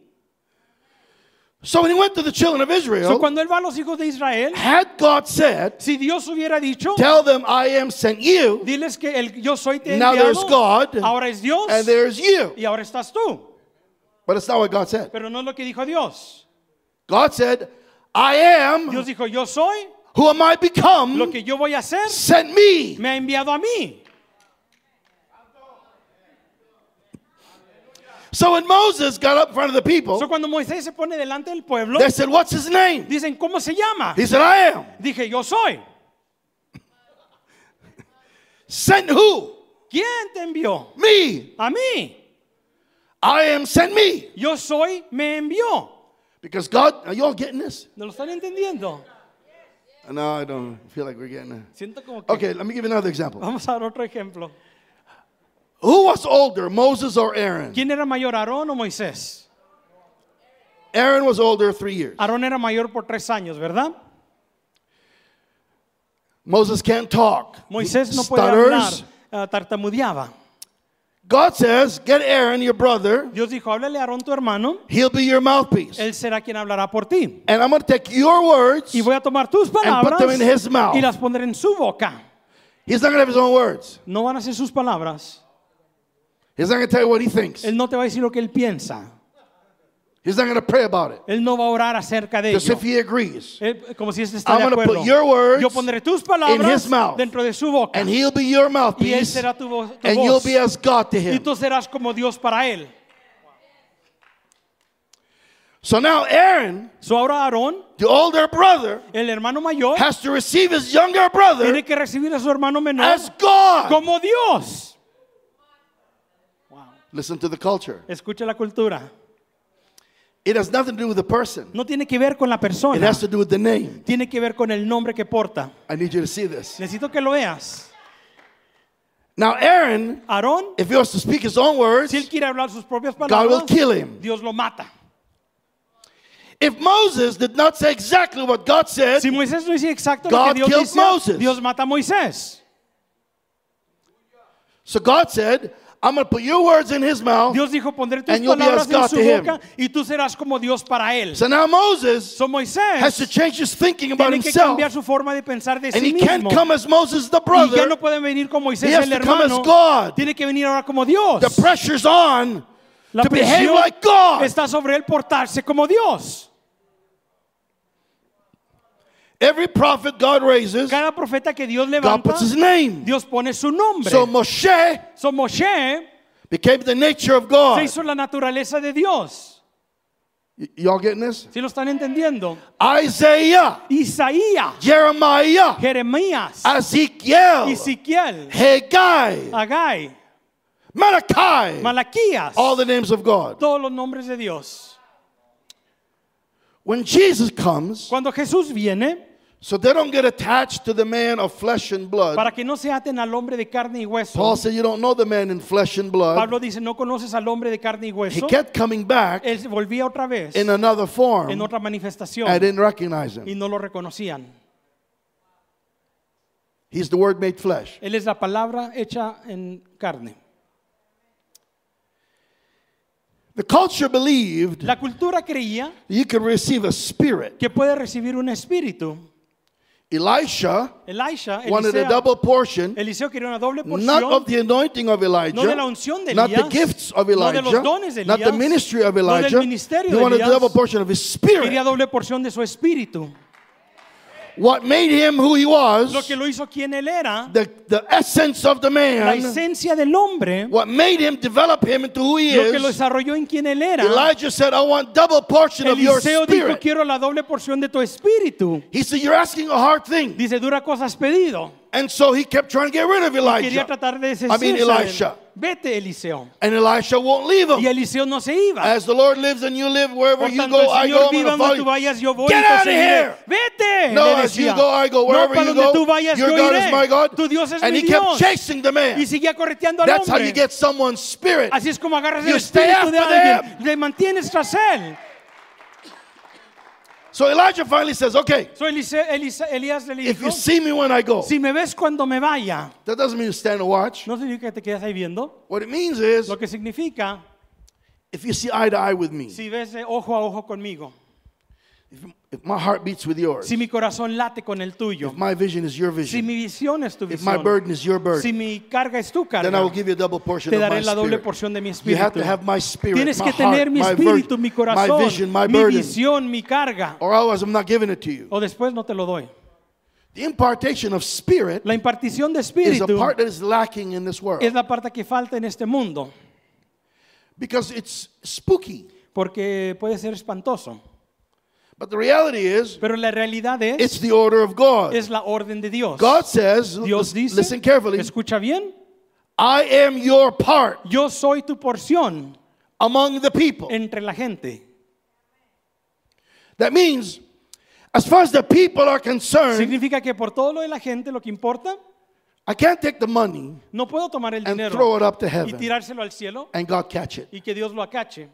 So when he went to the children of
So,
Israel,
cuando él va a los hijos de Israel,
had God said,
si Dios hubiera dicho,
tell them, I am sent you,
diles que el yo soy te ha
Now
enviado,
there's God,
ahora es Dios
and there's you.
y ahora estás tú.
But it's not what God said.
Pero no es lo que dijo Dios.
God said, I am
Dios dijo, yo soy,
who am I
lo
become,
que yo voy a hacer
sent me.
me ha enviado a mí.
So when Moses got up in front of the
So,
people,
cuando Moisés se pone delante del pueblo,
they said, What's his name?
dicen, ¿cómo se llama?
He said, I am.
Dije, yo soy.
Sent who?
¿Quién te envió?
Me.
A mí.
I am sent me.
Yo soy, me envió.
Because God, are you all getting this?
¿No lo están entendiendo?
Uh, No, I don't feel like we're getting it.
Siento como que...
Okay, let me give you another example.
Vamos a dar otro ejemplo.
Who was older, Moses or Aaron?
¿Quién era mayor, Aarón o Moisés?
Aaron was older three years.
Aarón era mayor por tres años, ¿verdad?
Moses can't talk.
Moisés
He
no puede hablar,
stutters.
ah, tartamudeaba.
God says, Get Aaron, your brother.
Dios dijo, háblale a Aarón tu hermano,
He'll be your mouthpiece.
él será quien hablará por ti.
And I'm going to take your words.
Y voy a tomar tus palabras
them in his mouth.
y las pondré en su boca.
He's not going to have his own words.
No van a ser sus palabras.
He's not going to tell you what he thinks.
Él no te va a decir lo que él piensa.
He's not going to pray about it.
Él no va a orar acerca de
Just
ello.
if he agrees.
Él- como si él está
I'm
de
gonna
acuerdo.
put your words
Yo pondré tus palabras
his mouth.
dentro de su boca.
And he'll be your
y él
mouthpiece.
será tu, vo- tu
And you'll
voz.
be as God to
Y
him.
tú serás como Dios para él.
So now Aaron,
So ahora Aarón,
the older brother,
el hermano mayor,
has to receive his younger brother
tiene que recibir a su hermano menor
as God.
como Dios.
Listen to the culture.
Escucha la cultura.
It has nothing to do with the person.
No tiene que ver con la
It
persona.
has to do with the name.
Tiene que ver con el nombre que porta.
I need you to see this.
Necesito que lo veas.
Now Aaron,
Aarón,
if he was to speak his own words,
si él quiere hablar sus propias
God will
palabras,
kill him.
Dios lo mata.
If Moses did not say exactly what God said,
Si Moisés no dice exacto lo
God
que Dios
killed
decía,
Moses.
Dios mata a Moisés.
so God said, I'm going to put your words in his mouth.
Dios dijo, pondré tus
And you'll be
palabras
as God
en su
to him.
boca y tú serás como Dios para él.
So now Moses
So
has to
Moisés
change his thinking about
tiene que
himself.
cambiar su forma de pensar de
And
sí
he can't
mismo.
come as Moses the
Y ya
brother.
no pueden venir como Moisés
He has
el
to come
hermano.
as God.
Tiene que venir ahora como Dios.
The pressure's on
La
to behave
presión
like God.
está sobre él portarse como Dios.
Every prophet God raises,
Cada profeta que Dios
God
levanta,
puts his name.
Dios pone su nombre.
So Moshe
So, Moshe
became the nature of
se
God.
hizo la naturaleza de Dios.
Y- Y'all getting this?
¿Sí lo están entendiendo?
Isaiah,
Isaías,
Jeremiah,
Jeremías,
Ezekiel,
Ezequiel,
Haggai,
Agai,
Malachi,
Malaquías,
all the names of God.
todos los nombres de Dios.
When Jesus comes,
Cuando Jesús viene,
so they don't get attached to the man of flesh and blood.
para que no se aten al hombre de carne y
Paul
hueso,
said, You don't know the man in flesh and blood.
Pablo dice, no conoces al hombre de carne y
He
hueso.
kept coming back
Él volvía otra vez
in another
en
form.
otra manifestación
I didn't recognize
y
him.
no lo reconocían.
He's the word made flesh.
Él es la palabra hecha en carne.
The culture believed
La cultura creía
you could receive a spirit.
que puede recibir un espíritu.
Elisha
Elisha,
wanted a
Eliseo,
double portion
Eliseo quería una doble
not
porción,
of the anointing of Elijah,
no de la unción de
not the
Elías,
gifts of
no de
Elijah,
los dones de
not the
Elías,
ministry of
no del
Elijah.
ministerio
he
de
wanted
Elías.
the double portion of his spirit.
quería doble porción de su espíritu.
What made him who he was,
Lo que lo hizo quien él era,
the, the essence of the
la
man,
esencia del hombre,
what made him develop him into who he
lo que lo
is,
desarrolló en quien él era.
Elijah said, I want double portion of your
Eliseo dijo,
spirit.
quiero la doble porción de tu espíritu.
he said, You're asking a hard thing.
Dice, dura cosas pedido.
And so he kept trying to get rid of
Quería
Elijah.
tratar de
I mean,
deshacerse de él.
Elisha.
Vete, Eliseo.
And Elisha won't leave
Y
him.
Eliseo no se iba.
As the Lord lives and you live, wherever
Por
you
tanto,
go, I
el
go,
Señor
I'm
viva
gonna
donde tú
follow you.
vayas, yo voy.
Get
y te
out of
seguiré.
here.
Vete.
No,
le
as you
decía.
go, I go.
no,
Wherever
para
you
donde tú
go,
vayas,
your
yo
God
iré.
is my God.
Tu Dios es
And
mi
he kept
Dios.
chasing the
y
man.
seguía correteando al
That's how
hombre.
you get someone's spirit.
Así es como agarras
You
el
stay
espíritu de
after
alguien. Le mantienes tras él.
So Elijah finally says, okay,
So Elise- Elisa- Elías le
if
dijo,
you see me when I go,
si me ves cuando me vaya,
that doesn't mean you stand and watch.
no significa que te quedas ahí viendo.
What it means is,
Lo que significa,
if you see eye to eye with me,
si ves de ojo a ojo conmigo,
if, if my heart beats with yours,
si mi corazón late con el tuyo,
if my vision is your
si
vision,
mi visión es tu
if my
visión,
burden is your
si
burden,
mi carga es tu
then I will
carga,
give you a double portion
te
of my
daré la doble
spirit.
porción de mi
You have
espíritu.
to have my spirit,
Tienes
my
que tener
heart,
mi
my
espíritu,
virgin,
mi
my
corazón,
vision, my
mi
burden,
visión, Oh. mi carga,
or otherwise I'm not giving it to you.
o después no te lo doy.
The impartation of spirit
La impartición de
is a
espíritu
part that is lacking in this world
es la parte que falta en este mundo,
because it's spooky.
porque puede ser espantoso.
But the reality is,
Pero la realidad es,
it's the order of God.
es la orden de Dios.
God says,
Dios
listen,
dice,
listen carefully,
escucha bien,
I am your part
yo soy tu porción
among the people.
entre la gente.
That means, as far as the people are concerned,
Significa que por todo lo de la gente, lo que importa,
I can't take the money
no puedo tomar el
and throw
dinero
it up to
y
heaven
tirárselo al cielo
and God catch it.
y que Dios lo acache.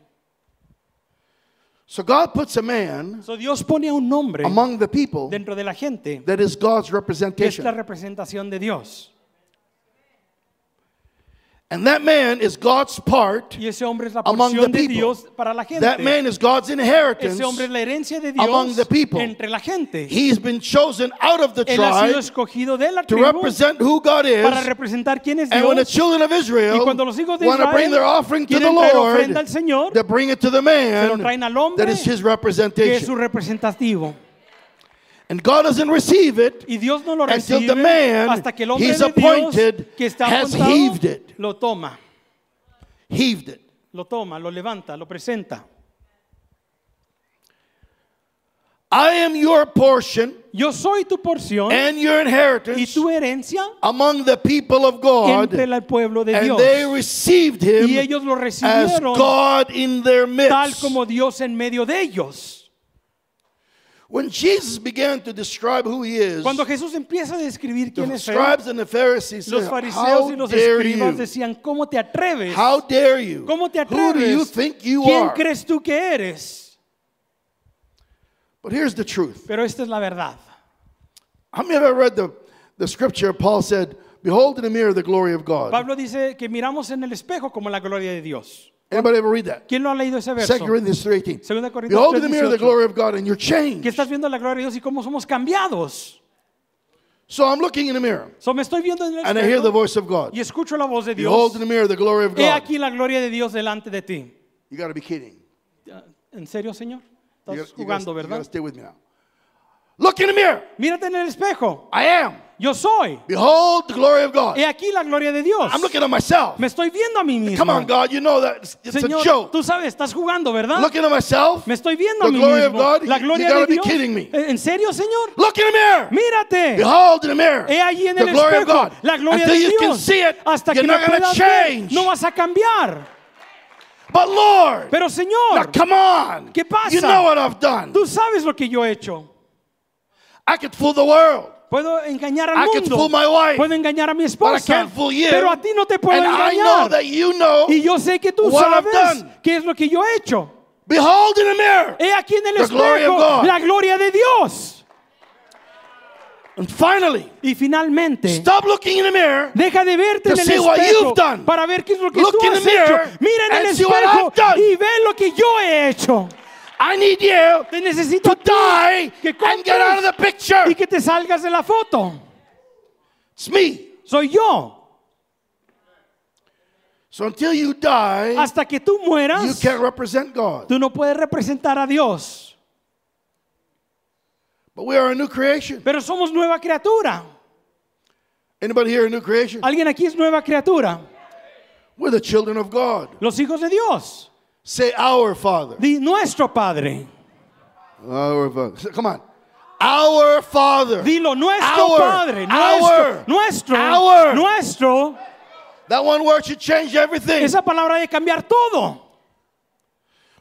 So God puts a man
So, Dios pone a un nombre
among the people
dentro de la gente
that is God's
que es la
representation.
representación de Dios.
And that man is God's part.
Y ese hombre es la
Among the
porción de
people.
Dios para la gente.
That man is God's
Ese hombre es
inheritance.
la herencia de
among
Dios
the people.
entre la gente.
He's been chosen out of the
Él ha sido
tribe
escogido de la
to
tribu
represent who God
para
is.
representar quién es
And when the
Dios.
children of
Y
Israel want
cuando los hijos de
to bring their offering
Israel
to the
quieren traer
Lord,
ofrenda al Señor,
they bring it to the
se
man
lo traen al hombre
that is his
que es su
representation.
representativo.
And God doesn't receive it
Y Dios no lo
until the
recibe
man
hasta que el hombre
he's
de Dios
appointed
que está
has
apuntado
heaved it.
lo toma,
heaved it.
lo toma, lo levanta, lo presenta.
I am your portion
Yo soy tu porción
and your
y
inheritance
tu herencia
among the people of God.
entre el pueblo de
And
Dios.
they received
Y ellos
him
lo
as
recibieron
God in their
tal
midst.
como Dios en medio de ellos.
When Jesus began to describe who he is,
Cuando Jesús empieza a describir quién
the
es él,
scribes and the Pharisees
los
said,
fariseos y
How
los
dare
escribas
you?
decían, ¿cómo te atreves?
How dare you?
¿Cómo te
Who do you
atreves?
think you
¿Quién
are?
crees tú que eres?
But here's the truth.
Pero esta es la verdad.
How many have ever read the, the scripture? Paul said, Behold in the mirror the glory of God.
Pablo dice que miramos en el espejo como la gloria de Dios.
Anybody ever read that?
¿Quién lo ha leído ese verso?
2 Corinthians
2
3.18.
Corintios
Behold in the mirror the
3:18.
glory of God and you're
Que
changed.
estás viendo la gloria de Dios y cómo somos cambiados.
So I'm looking in the mirror
So, me estoy viendo en el
and I hear the
espejo
voice of God.
y escucho la voz de
Behold
Dios.
in the mirror the glory of
He
God.
aquí la gloria de Dios delante de ti.
You got to be kidding.
¿En serio, Señor?
You
Estás
gotta- you gotta-
jugando,
you gotta
¿verdad?
stay with me now. Look in the mirror.
Mírate en el espejo.
I am.
Yo soy.
Behold the glory of God.
He aquí la gloria de Dios.
I'm looking at myself.
Me estoy viendo a mí mismo.
Come on, God. You know that it's, it's a
Señor,
joke.
tú sabes, estás jugando, ¿verdad?
Looking at myself.
me estoy viendo a
The
mí
glory of
mismo.
God,
la
you-
gloria
you
de
gotta be
Dios.
kidding me.
¿En serio, Señor?
Look in the mirror.
Mírate.
Behold in the mirror.
He ahí en
the
el
glory
espejo
of God.
la gloria
Until
de
you can
Dios.
see it,
Hasta
you're
que
not
no
going to
puedas ver,
change.
no vas a cambiar.
But Lord, now
Pero Señor,
come on.
¿Qué pasa?
You know what I've done.
tú sabes lo que yo he hecho.
I could fool the world,
Puedo engañar al
I can
mundo.
fool my wife,
puedo engañar a mi
but I
esposa.
can't fool you.
Pero a ti no te puedo
and I know
engañar.
that you know.
Y yo sé que tú
what I've
sabes
done.
qué es lo que yo he hecho.
Behold in the mirror.
He aquí en
The
el
glory of
espejo
God.
la gloria de Dios.
And finally,
Y finalmente,
stop looking in the mirror.
deja de verte
To
en el
see what you've
espejo
done.
para ver qué es lo que
Look
tú
in the
has hecho.
mirror
Mira en
and
el
see what
espejo
I've done.
y ve lo que yo he hecho.
I need you
Te
to
necesito a ti
die
que
and get out of the
compres
picture.
y que te salgas de la foto.
It's me.
Soy yo.
So until you die,
Hasta que tú
you
mueras,
can't represent God.
tú no puedes representar a Dios.
But we are a new creation.
Pero somos nueva criatura.
Anybody here a new creation?
¿Alguien aquí es nueva criatura?
We're the children of God.
Los hijos de Dios.
Say our Father.
Di nuestro Padre.
Our Father. Come on. Our Father.
Dilo, nuestro
Our,
Padre,
our,
nuestro, nuestro,
our.
nuestro.
That one word should change everything.
Esa palabra debe cambiar todo.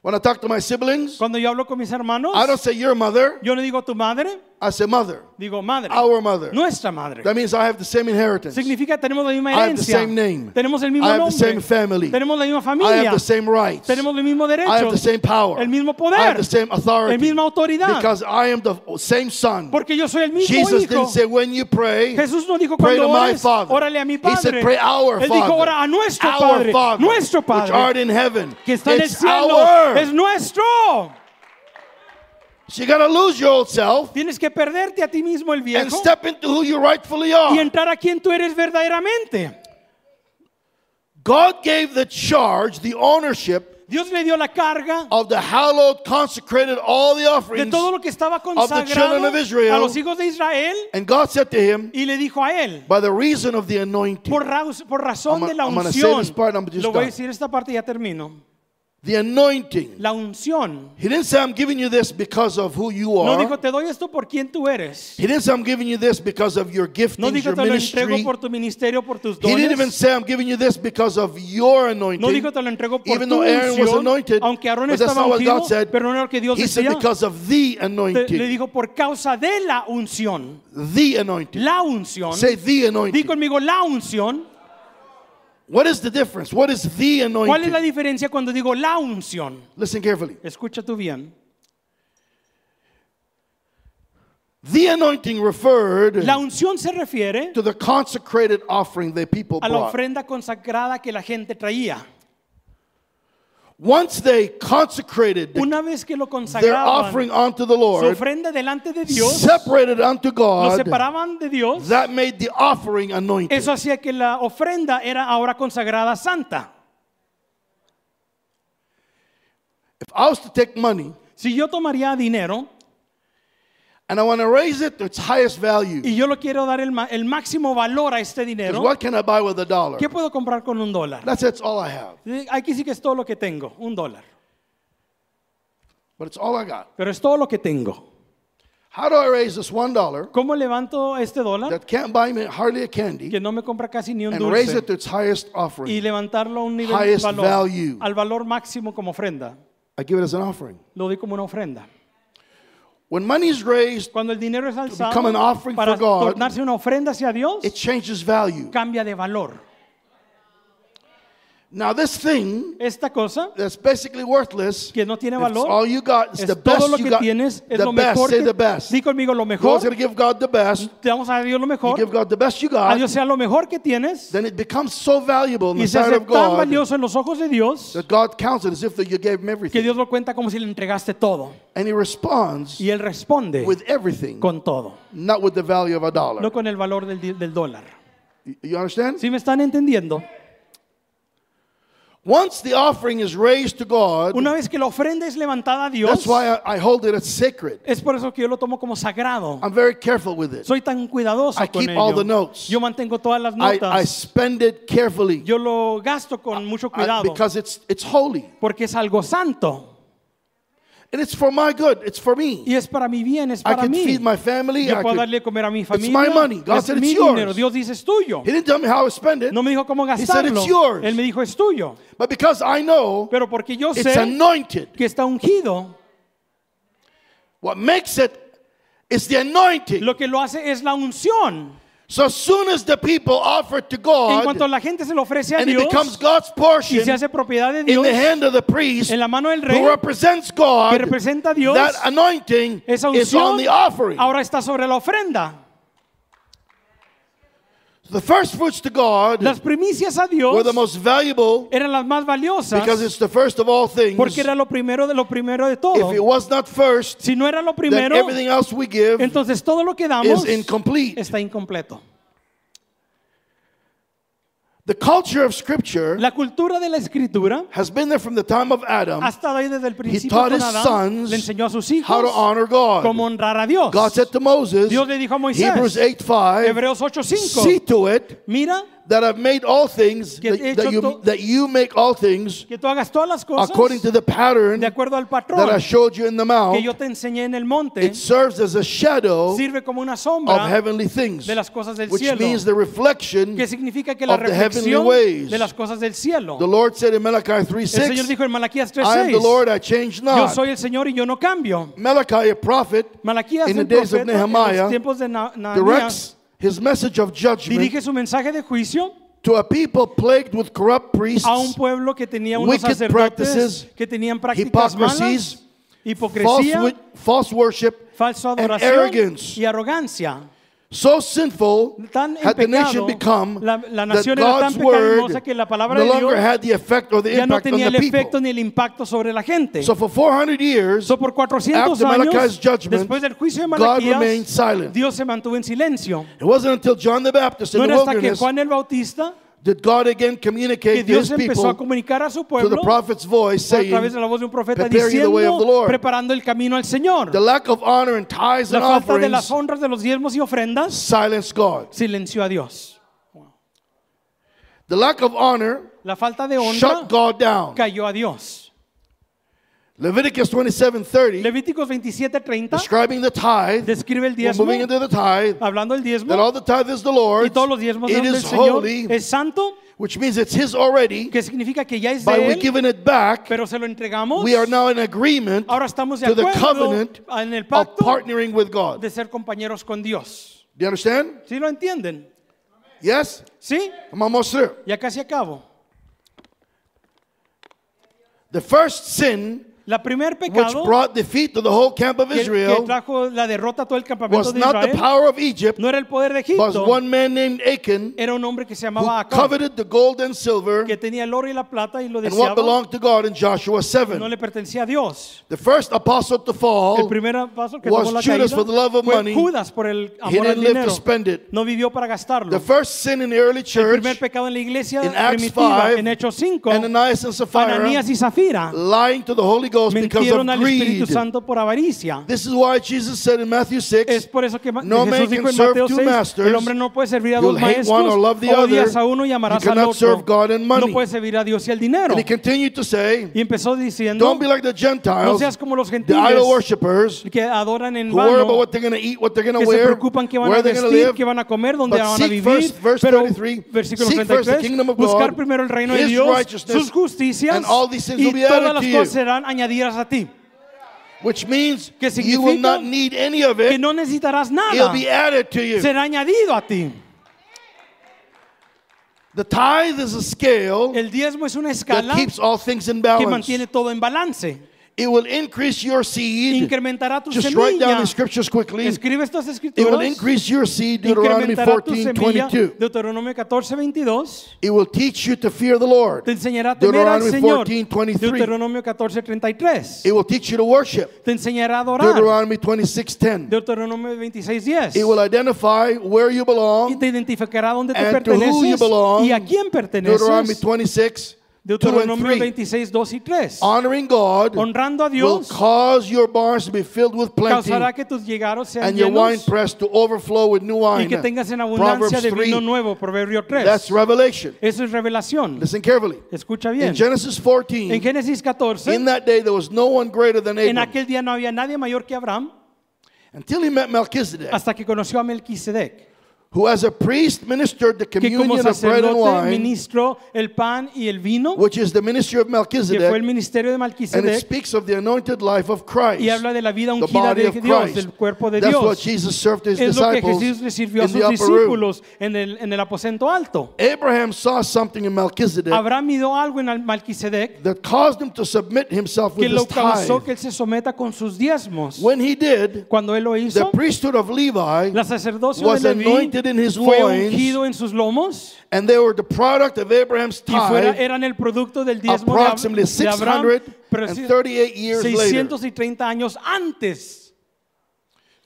When I talk to my siblings,
Cuando yo hablo con mis hermanos,
I don't say your mother,
yo no digo tu madre,
I say mother,
digo madre.
our mother.
Nuestra madre.
That means I have the same inheritance.
Significa tenemos la
I
misma
have the
herencia.
same name.
Tenemos el mismo
I have the
nombre.
same family.
Tenemos la misma
I
familia.
have the same rights.
tenemos el mismo derecho.
I have the same power.
El mismo poder.
I have the same authority.
El misma autoridad.
Because I am the same son.
Porque yo soy el mismo
Jesus
hijo.
didn't say when you pray,
Jesús no dijo
pray
cuando
to my
ores,
Father.
órale a mi
He
Padre.
said, pray our
Él
Father.
dijo, ora a nuestro
our
Padre,
Father,
nuestro
which
Padre,
art in heaven.
que está en el
It's
cielo,
our.
es nuestro.
So you gotta lose your old self
Tienes que perderte a ti mismo el
and
viejo
step into who you rightfully are.
y entrar a quien tú eres verdaderamente.
God gave the charge, the ownership
Dios le dio la carga
of the hallowed, consecrated, all the
de
offerings.
todo lo que estaba
children
consagrado
of Israel.
a los hijos de Israel
And God said to him,
y le dijo a él,
by the reason of the anointing,
por, raus- por razón
I'm-
de la
I'm gonna say
unción,
this part, I'm just
lo voy
done.
a decir esta parte y ya termino,
the anointing.
la unción.
He didn't say, I'm giving you this because of who you
No
are.
dijo, te doy esto por quien tú eres.
He didn't say, I'm giving you this because of your giftings,
No dijo
your
te lo
ministry.
entrego por tu ministerio, por tus
He didn't even
dones.
say, I'm giving you this because of your anointing.
No dijo te lo entrego por
even
tu
though Aaron was
unción,
anointed,
aunque Aarón
but that's
estaba
not what
ungido,
God said.
pero no era lo que Dios
he said,
decía.
because of the
Te-
anointing.
le dijo por causa de la unción,
the anointing.
la unción.
Say the
Di
anointing.
conmigo la unción.
What is the difference? What is the
¿Cuál es
anointing?
la diferencia cuando digo la unción?
Listen carefully.
Escucha tú bien.
The anointing referred
La unción se refiere
to the consecrated offering that people
a la
brought.
ofrenda consagrada que la gente traía.
Once they consecrated the
Una vez que lo
their
consagraban,
offering unto the
su
Lord,
ofrenda delante de Dios,
separated unto
lo
God,
separaban de Dios.
that made the offering anointed.
Eso hacía que la ofrenda era ahora consagrada santa.
If I was to take money
Si yo tomaría dinero
and I want to raise it to its highest value,
y yo lo quiero dar el, ma- el máximo valor a este
'cause
dinero,
what can I buy with a dollar?
¿qué puedo comprar con un dólar?
That's it's all I have,
Eh, Aquí sí que es todo lo que tengo, un dólar.
but it's all I got.
Pero es todo lo que tengo.
How do I raise this one dollar
¿Cómo levanto este dólar?
that can't buy me hardly a candy
Que no me compra casi ni un
and raise
dulce.
it to its highest
Y
offering?
levantarlo a un nivel de
highest
valor,
value.
al valor máximo como ofrenda.
I give it as an offering.
Lo doy como una ofrenda.
When money is raised,
Cuando el dinero es alzado
become an offering
para
for God,
tornarse una ofrenda hacia Dios,
it changes value.
cambia de valor.
Now, this thing
Esta cosa
that's basically worthless,
que no tiene
it's
valor
all you got, it's
es
the
todo
best
lo
you
que
got.
tienes, es
The
lo mejor.
best, say
Que,
the best.
Di conmigo lo mejor.
God's going to give God the best.
Te damos a Dios
You
lo mejor.
give God the best you
A
got.
Dios sea lo mejor que tienes.
Then it becomes so valuable in
Y
the
se
sight
hace
of
tan
God
valioso en los ojos de Dios
that God counts it as if that you gave him
que
everything.
Dios lo cuenta como si le entregaste todo.
And he responds
Y Él responde
with everything,
con todo,
not with the value of a dollar.
no con el valor del, di- del dólar.
You- You understand?
¿Sí me están entendiendo?
Once the offering is raised to God,
Una vez que la ofrenda es levantada a Dios,
that's why I, I hold it as sacred.
es por eso que yo lo tomo como sagrado.
I'm very careful with it.
Soy tan cuidadoso
I
con
keep all the
ello.
notes.
Yo mantengo todas las
I, I
notas.
spend it carefully
Yo lo gasto con mucho
I-
cuidado
because it's, it's holy.
porque es algo santo.
And it's for my good, it's for me.
Y es para mi bien, es
I
para
can
mí.
feed my family.
Yo
I
puedo
could-
darle de comer a mi familia.
my money. God
es
said
mi
it's yours.
dinero. Dios dice es tuyo.
He didn't tell me how to spend it,
No me dijo cómo
He said, "It's
gastarlo.
yours."
Él me dijo es tuyo.
but because I know
Pero porque yo
it's
sé
anointed.
que está ungido,
What makes it is the anointing.
lo que lo hace es la unción.
so as soon as the people offer to
En
God
cuanto la gente se lo ofrece a
and it
Dios
becomes God's
y
portion
se hace propiedad de
in
Dios
the hand of the priest
en la mano del rey,
who represents God,
que representa a Dios,
that anointing
esa
is on
unción
the offering.
ahora está sobre la ofrenda.
the first fruits to God
Las primicias a
were
Dios
the most valuable
eran las más valiosas
because it's the first of all things.
porque era lo primero de lo primero de todo.
if it was not first,
Si no era lo
then
primero,
everything else we give
entonces todo lo que
is
damos
incomplete.
está incompleto.
the culture of Scripture
La cultura de la escritura
has been there from the time of Adam.
hasta ahí desde el
He
principio
taught
con
his
Adán
sons
le enseñó a sus
how to
hijos
honor God.
cómo honrar a Dios.
God said to Moses,
Dios le dijo a Moisés,
Hebrews 8 5,
Hebreos
see
8:5.
to it
Mira
that have made all things,
Que
that,
he
that
hecho
you,
to-
that you make all things
Que tú hagas todas las cosas
according to the pattern
de acuerdo al
that I
patrón
showed you in the
que
mount,
yo te enseñé en el monte.
it serves as a shadow
Sirve como una
of
sombra
heavenly things,
de las cosas del
which
cielo.
means the reflection.
que significa que la
of the heavenly
reflexión
ways.
de las cosas del cielo.
The Lord said in Malachi
El Señor
3:6,
dijo en Malaquías
I am the
3:6,
Lord, I change
yo
not.
soy el Señor y yo no cambio.
Malachi, a prophet,
Malaquías
In
un
the days of
profeta, en
Nehemiah,
los tiempos de Na- Nahemías
directs his message of judgment
dirige su mensaje de juicio
to a people plagued with corrupt priests,
a un pueblo que tenía unos
wicked
sacerdotes
practices,
que tenían prácticas malas,
hypocrisies, false,
hipocresía,
wi- false worship,
falsa
and
adoración
arrogance.
y arrogancia.
so sinful
Tan en
had the nation
pecado,
become
la- la
that
nación era
God's
tan
word
pecaminosa que la palabra
no
de Dios
longer had the effect or the
Ya no
impact
tenía
on
el
the people.
efecto ni el impacto sobre la gente.
So for 400 years,
So, por 400
after Malachi's
años,
judgment,
después del juicio de
God remained silent.
Malaquías, Dios se mantuvo en silencio.
it wasn't until John the Baptist in
No
the
era hasta que
wilderness
Juan el Bautista,
did God again
que
communicate to
Dios
his
empezó a
people
comunicar a su
through the
pueblo a
prophet's voice,
través de
saying,
la voz de un profeta
"Preparing the way of the
diciendo,
Lord".
preparando el camino al Señor.
the lack of honor and tithes
La
and
falta de
offerings
las honras de los diezmos y ofrendas
silenced God.
silenció a Dios.
The lack of honor
La falta de honra
shut God down.
cayó a Dios.
Leviticus 27:30,
Levíticos 27:30
describing the tithe,
describe el
we're
diezmo,
moving into the tithe,
hablando del
that
diezmo
all the tithe is the Lord's,
y todos los diezmos
it
son del
is
Señor,
holy,
es santo,
which means it's His already.
que significa que ya es
By
de
we
él,
giving it back,
pero se lo entregamos.
we are now in agreement
Ahora estamos de
to the
acuerdo
covenant
en el
of
pacto
partnering with God. Do
de ser compañeros con Dios.
you understand?
¿Sí lo entienden?
Yes?
¿Sí?
I'm almost through.
Ya casi acabo.
The first sin
La primer
which
pecado
brought defeat to the whole camp of
que, que
Israel
trajo la derrota a todo el campamento
was
de
not the
Israel
power of Egypt,
no era el poder de
but
Egipto.
one man named Achan
Era un hombre que se
who
llamaba Acab,
coveted the gold and silver
que tenía el oro y la plata y lo
and what
deseaba.
belonged to God in Joshua
No
7.
le pertenecía a Dios.
The first apostle to
El
fall,
primer paso que
was
tomó la
Judas
caída
for the love of money.
fue Judas por el
he
amor al
didn't live to
dinero.
spend it.
No vivió para gastarlo.
The first sin in the early
El
church,
primer pecado en la iglesia
in Acts
primitiva
5,
en Hechos 5
Ananias and Sapphira,
Ananías y Zafira
lying to the Holy Ghost because of
mintieron al Espíritu
greed.
Santo por avaricia
This is why Jesus said in Matthew 6,
es por eso que Ma-
No man
Jesús dijo
can
en
serve
Mateo
two
6
masters.
el hombre no puede servir a
You'll
dos
hate one
maestros
or love the
odias
other.
a uno y
You
amarás al
cannot serve
otro
God and money.
no puedes servir a Dios y al dinero
and he continued to say,
y empezó diciendo
Don't be like the
no
Gentiles,
seas como los
the idol
gentiles
worshippers,
que adoran en
who worry
vano
about what they're going to eat, what they're going to
que se
wear,
preocupan que van a
where they're going to
vestir
live.
que van a comer dónde
But
van a
seek
vivir
first- verse
pero
33,
versículo
seek first the
33
kingdom of God,
buscar primero el reino de
his
Dios
righteousness,
sus justicias
and all these things will
y
be added
todas las
to you.
cosas serán añadidas a ti
Which means
Que
you will
significa
not need any of
que
it.
no necesitarás
It'll
nada
be added to you.
será añadido a ti
The tithe is a scale
El diezmo es una escala
that keeps all things in
que
balance.
mantiene todo en balance.
It will increase your seed.
Incrementará tu
Just write down
semilla.
the scriptures quickly. It
Escribe estas
will
escrituras.
increase your seed, Deuteronomy
Incrementará tu
14,
semilla.
22.
Deuteronomio 14, 22.
It will teach you to fear the Lord.
Te enseñará a temer al
Deuteronomy
Señor.
14:23.
Deuteronomio 14, 33.
It will teach you to worship.
Te enseñará a adorar.
Deuteronomy 26:10.
Deuteronomio 26,
It will identify where you
Y
belong.
te identificará dónde te
And to who you
perteneces
belong.
y a quién
Deuteronomy
perteneces.
26, 2 and
Deuteronomio
3.
26, 2 y 3.
Honoring God
Honrando a
will
Dios
cause your barns to be filled with plenty
causará que tus llegaros sean
and your wine
llenos
press to overflow with new
y
wine.
que tengas en abundancia
Proverbs
de vino
3.
nuevo, Proverbio 3.
That's revelation.
Eso es revelación.
Listen carefully.
Escucha bien.
In Genesis
En
14,
Génesis
in
14,
that day there was no one greater than
en
Abram
aquel día no había nadie mayor que Abraham
until he met Melchizedek,
hasta que conoció a Melquisedec,
who as a priest ministered the
que como
communion of bread and
sacerdote
wine,
ministró el pan y el vino,
which is the ministry of
que fue el
Melchizedek,
ministerio de
and it
Melquisedec,
speaks of the anointed life of Christ,
y habla de la vida
the
ungida
body
de
of
Dios, del
Christ.
cuerpo de
That's what
Dios.
Jesus served to his
Es lo que
disciples
Jesús le sirvió a
in
sus
the upper room.
discípulos en el, en el aposento alto.
Abraham saw something in Melchizedek
Abraham miró algo en Melquisedec
that caused him to submit himself
que
with his
lo causó
tithe.
que él se someta con sus diezmos.
When he did,
Cuando él lo
the
hizo,
priesthood of Levi
la sacerdocio
was
de Leví
anointed in his
fue
loins,
ungido en sus lomos
and they were the product of Abraham's
y fuera,
tithe
eran el producto del diezmo de Ab-
approximately
de Abraham preci-
638 years later.
630 años antes.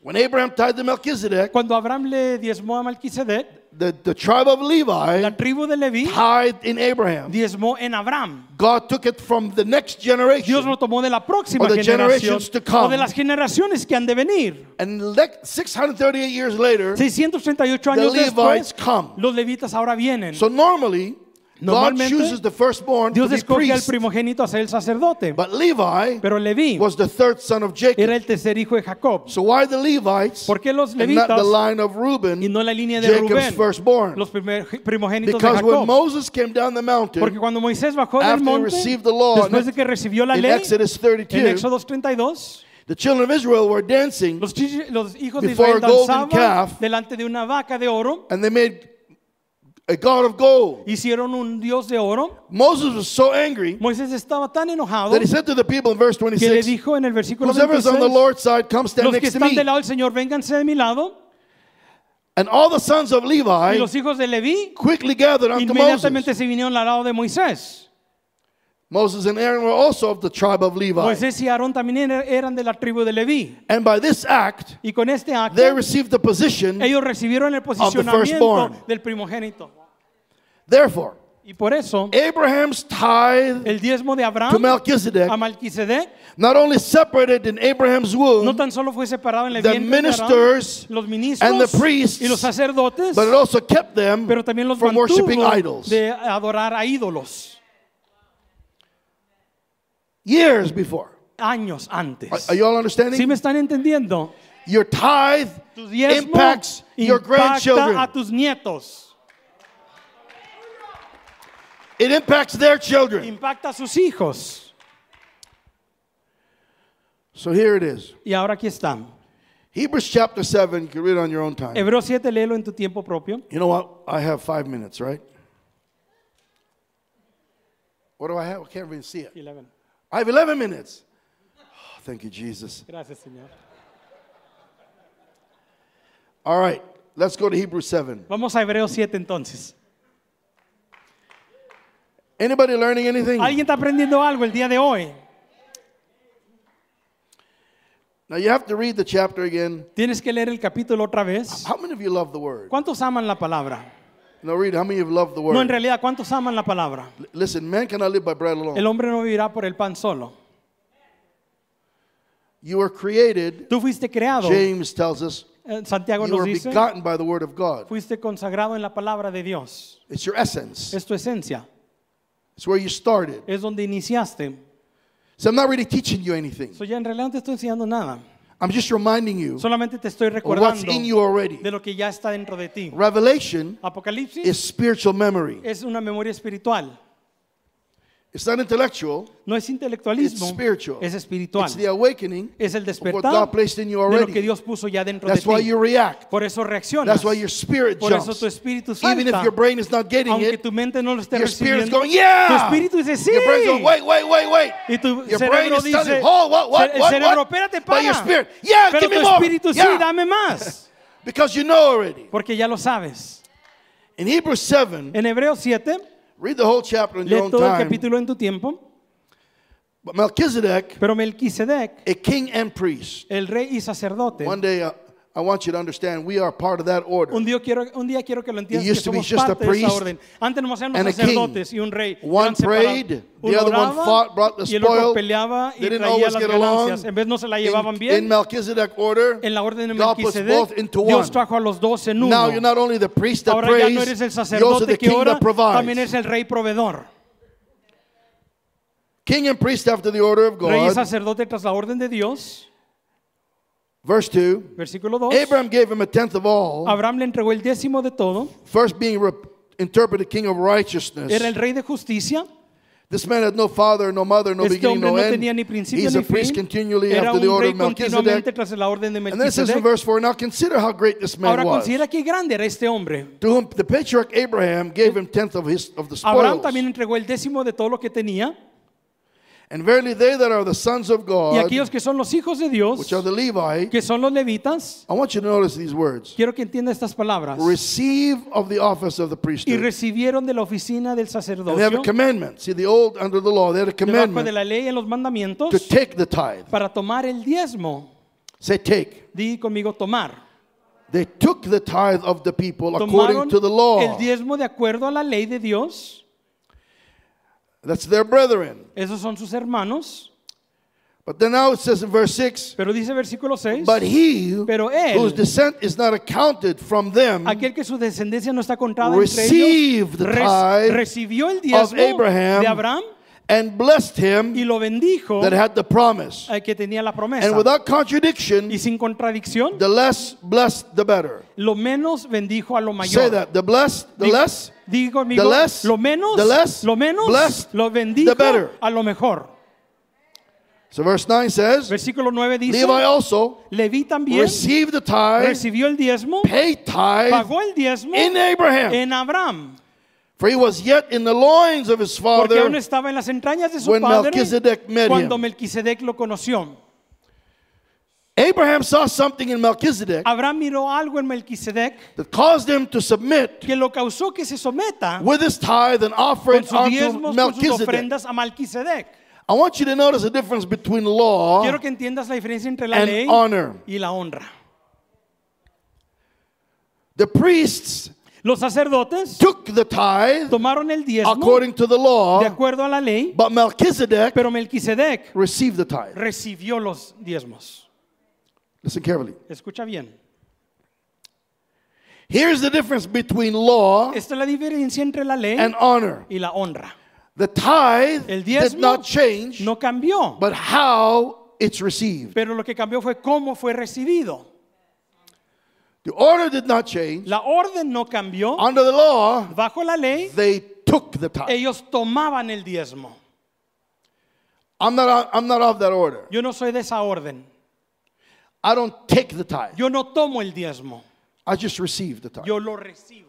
When Abraham tithed to Melchizedek,
Cuando Abraham le diezmó a Melquisedec,
the, the tribe of Levi
la tribu de Leví
tithed in Abraham.
diezmó en Abraham.
God took it from the next
Dios
generation.
lo tomó de la próxima
Or the
generación
generations to come.
o de las generaciones que han de venir.
And le- 638 years later,
638
the
años
Levites
después,
come.
los levitas ahora vienen.
So normally, God
Normalmente,
chooses the firstborn to
Dios
be
escoge al
priest.
primogénito a ser el sacerdote,
But Levi
pero Leví
was the third son of
era
Jacob.
el tercer hijo de Jacob.
So why the Levites
¿Por qué los
and not the
levitas
line of Reuben,
y no la línea de
Jacob's
Rubén,
firstborn?
los primer- primogénitos de
Because when
Jacob?
Moses came down the
Porque
mountain
cuando Moisés bajó del
after he
monte,
received the law
después
in-
de que recibió la
in
ley,
Exodus
en
32,
Éxodo 32,
the children of Israel were dancing
los, chi- los hijos de
Before
Israel
a golden
danzaban
calf.
delante de una vaca de oro,
and they made a god of gold.
hicieron un dios de oro.
Moses was so angry
Moisés estaba tan enojado
that he said to the people in verse
que le
26,
dijo en el versículo
Whosoever is on the
26,
Lord's side, come stand
los que
next to
están
me.
del lado del Señor, vénganse de mi lado.
And all the sons of
Y
Levi
los hijos de Leví
quickly gathered unto Moses.
inmediatamente se vinieron al lado de Moisés.
Moses and Aaron were also of the tribe of Levi.
Moisés y Aarón también er- eran de la tribu de Leví.
And by this act,
Y con este acto,
they received the position.
ellos recibieron el posicionamiento
firstborn.
del primogénito.
Therefore,
Y por eso,
Abraham's tithe
el diezmo de
to
Abraham
Melchizedek
a Malquisedec
not only separated in Abraham's
no
womb,
tan solo fue separado en el
The
vientre de Abraham,
ministers
los ministros
and the priests,
y los sacerdotes,
but it also kept them
pero también los
from worshiping
mantuvo
idols.
de adorar a ídolos
Years before.
años
Are,
antes.
are you all
¿Sí
understanding?
me están entendiendo?
Your tithe
Tu diezmo
impacts your
impacta
grandchildren,
a tus nietos,
it impacts their children.
impacta a sus hijos.
So here it is
Y ahora aquí están.
Hebrews chapter 7. You can read it on your own time.
Hebreos 7, léelo en tu tiempo propio.
You know what? I have five minutes, right? What do I have? I can't even see it. I have 11 minutes. Oh, thank you, Jesus.
Gracias, Señor.
All right, let's go to Hebrews 7.
Vamos a Hebreos 7 entonces.
Anybody learning anything?
¿Alguien está aprendiendo algo el día de hoy?
Now you have to read the chapter again.
Tienes que leer el capítulo otra vez.
How many of you love the word?
¿Cuántos aman la palabra?
No, read. How many of you love the word?
No, en realidad, ¿cuántos aman la palabra?
L- Listen, man cannot live by bread
El
alone.
hombre no vivirá por el pan solo.
You were created,
Tú fuiste creado,
James tells us,
eh, Santiago
you
nos
were
dice,
begotten by the word of God.
fuiste consagrado en la palabra de Dios.
It's your essence.
Es tu esencia,
It's where you started.
es donde iniciaste.
So I'm not really teaching you anything.
So, ya en realidad no te estoy enseñando nada.
I'm just reminding you
Solamente te estoy
of what's
recordando
in you already.
de lo que ya está dentro de ti.
Revelation
Apocalipsis
is spiritual memory.
es una memoria espiritual.
It's not intellectual.
No es
It's
intelectualismo,
spiritual.
es espiritual.
It's the awakening
Es el
of what God
despertar
placed in you
de lo que
already.
Dios puso ya dentro de
That's why
ti.
you react.
Por eso reaccionas.
That's why your spirit
Por eso
jumps.
tu espíritu
Even if
salta.
your brain is not getting
Aunque
it,
tu mente no lo esté
your spirit's
recibiendo,
going, yeah!
tu espíritu dice sí.
your brain's going, wait, wait, wait, wait.
y tu
Your brain
cerebro
is telling you,
dice,
oh, what, what,
"Ce- el
what,
cerebro,
what?"
espérate,
But your
para.
spirit, yeah,
Pero
give me
tu
more.
espíritu sí,
Yeah.
dame más,
Because you know already.
porque ya lo sabes.
In Hebrews 7,
En Hebreos 7,
read the whole chapter in your
lee
own
todo el
time.
capítulo en tu tiempo,
But Melchizedek,
pero Melquisedec,
a king and priest.
el rey y sacerdote,
One day, uh, I want you to understand we are part of that order.
un día, quiero, un día quiero que lo
It
entiendas que
used to be
somos
just a
parte de esa
priest
orden. Antes nomás eran
and a
los
king.
sacerdotes y un rey.
One
Eran separados.
prayed, the
Uno
other one
oraba
fought, brought the
y el otro
spoil.
peleaba
They
y
didn't
traía
always
las
get along.
ganancias. En vez no se la llevaban
in,
bien.
in Melchizedek order,
en la orden de
God puts both
Melquisedec,
into
Dios
one.
trajo a los dos en uno.
Now you're not only the priest that
Ahora ya no eres el
prays, you're also
sacerdote
the
que
king
ora,
that
también eres
provides.
el rey proveedor.
King and priest after the order of
Rey y
God.
sacerdote tras la orden de Dios.
Verse 2.
Versículo 2.
Abraham gave him a tenth of all,
Abraham le entregó el décimo de todo.
first being re- interpreted king of
Era el
righteousness.
rey de justicia.
This man had no father, no mother, no
Este
beginning,
hombre
no
no tenía ni
end.
principio
He's a
ni
priest
fin.
continually
Era
after the
un
order
rey
of Melchizedek.
continuamente tras la orden de
And then it says in
Melquisedec.
verse 4 Now consider how great this man
Ahora
was.
considera qué grande era este hombre.
To whom the patriarch Abraham gave him tenth of his of the
Abraham
spoils.
también entregó el décimo de todo lo que tenía.
And verily they that are the sons of
Y
God,
aquellos que son los hijos de Dios,
which are the Levites,
que son los levitas,
I want you to notice these words.
quiero que entienda estas palabras.
Receive of the office of the
y
priesthood.
recibieron de la
And
oficina del
they have a
sacerdocio
commandment. See, the old under the law, they had a
debajo de
commandment
la ley en los mandamientos
to take the tithe.
para tomar el diezmo
Say, take.
Di conmigo tomar.
They took the tithe of the people according
Tomaron
to the
el
law.
diezmo de acuerdo a la ley de Dios.
That's their brethren.
Esos son sus hermanos.
But then now it says in verse 6
Pero dice versículo 6,
But he
Pero él-
whose descent is not accounted from them
aquel que su descendencia no está contada entre ellos,
Received Mm. the
re-
tithe
recibió el diezmo
of Abraham
de Abraham
and blessed him
y lo bendijo
that had the promise.
al que tenía la promesa.
And without contradiction,
y sin contradicción,
the less blessed, the better.
lo menos bendijo a lo
Say
mayor.
that. The blessed, the
Digo-
less.
digo conmigo,
the less-
lo menos,
the less
lo menos,
blessed,
lo bendijo
the better.
a lo mejor.
So verse 9 says
Versículo 9 dice,
Levi also
Leví también
received the tithe,
recibió el diezmo,
paid tithe
pagó el diezmo
in Abraham.
en Abraham,
For he was yet in the loins of his
porque aún
father.
estaba en las entrañas de su
when
padre
Melchizedek met him.
cuando Melquisedec lo conoció.
Abraham saw something in Melchizedek
Abraham miró algo en Melquisedec
that caused him to submit
que lo causó que se someta
with his tithe and
con
offering
sus
unto
diezmos, con sus
Melchizedek.
ofrendas a Melquisedec.
I want you to notice the difference between law
Quiero que entiendas la diferencia entre la
Ah. and
ley
honor.
y la honra.
The priests
Los sacerdotes
took the tithe
tomaron el diezmo
according to the
de
law,
acuerdo a la ley,
but Melchizedek
pero Melquisedec
received the tithe.
recibió los diezmos.
Listen carefully.
Escucha bien.
Here's the difference between law
Esta es la diferencia entre la ley
Ah. and honor.
y la honra.
The tithe
El
did
diezmo
not change,
no cambió,
but how it's received.
pero lo que cambió fue cómo fue recibido.
The order did not change.
La orden no cambió.
Under the law,
Bajo la ley,
they took the tithe.
ellos tomaban el diezmo.
I'm not, I'm not of that order.
Yo no soy de esa orden.
I don't take the tithe.
Yo no tomo el diezmo.
I just receive the tithe.
Yo lo recibo.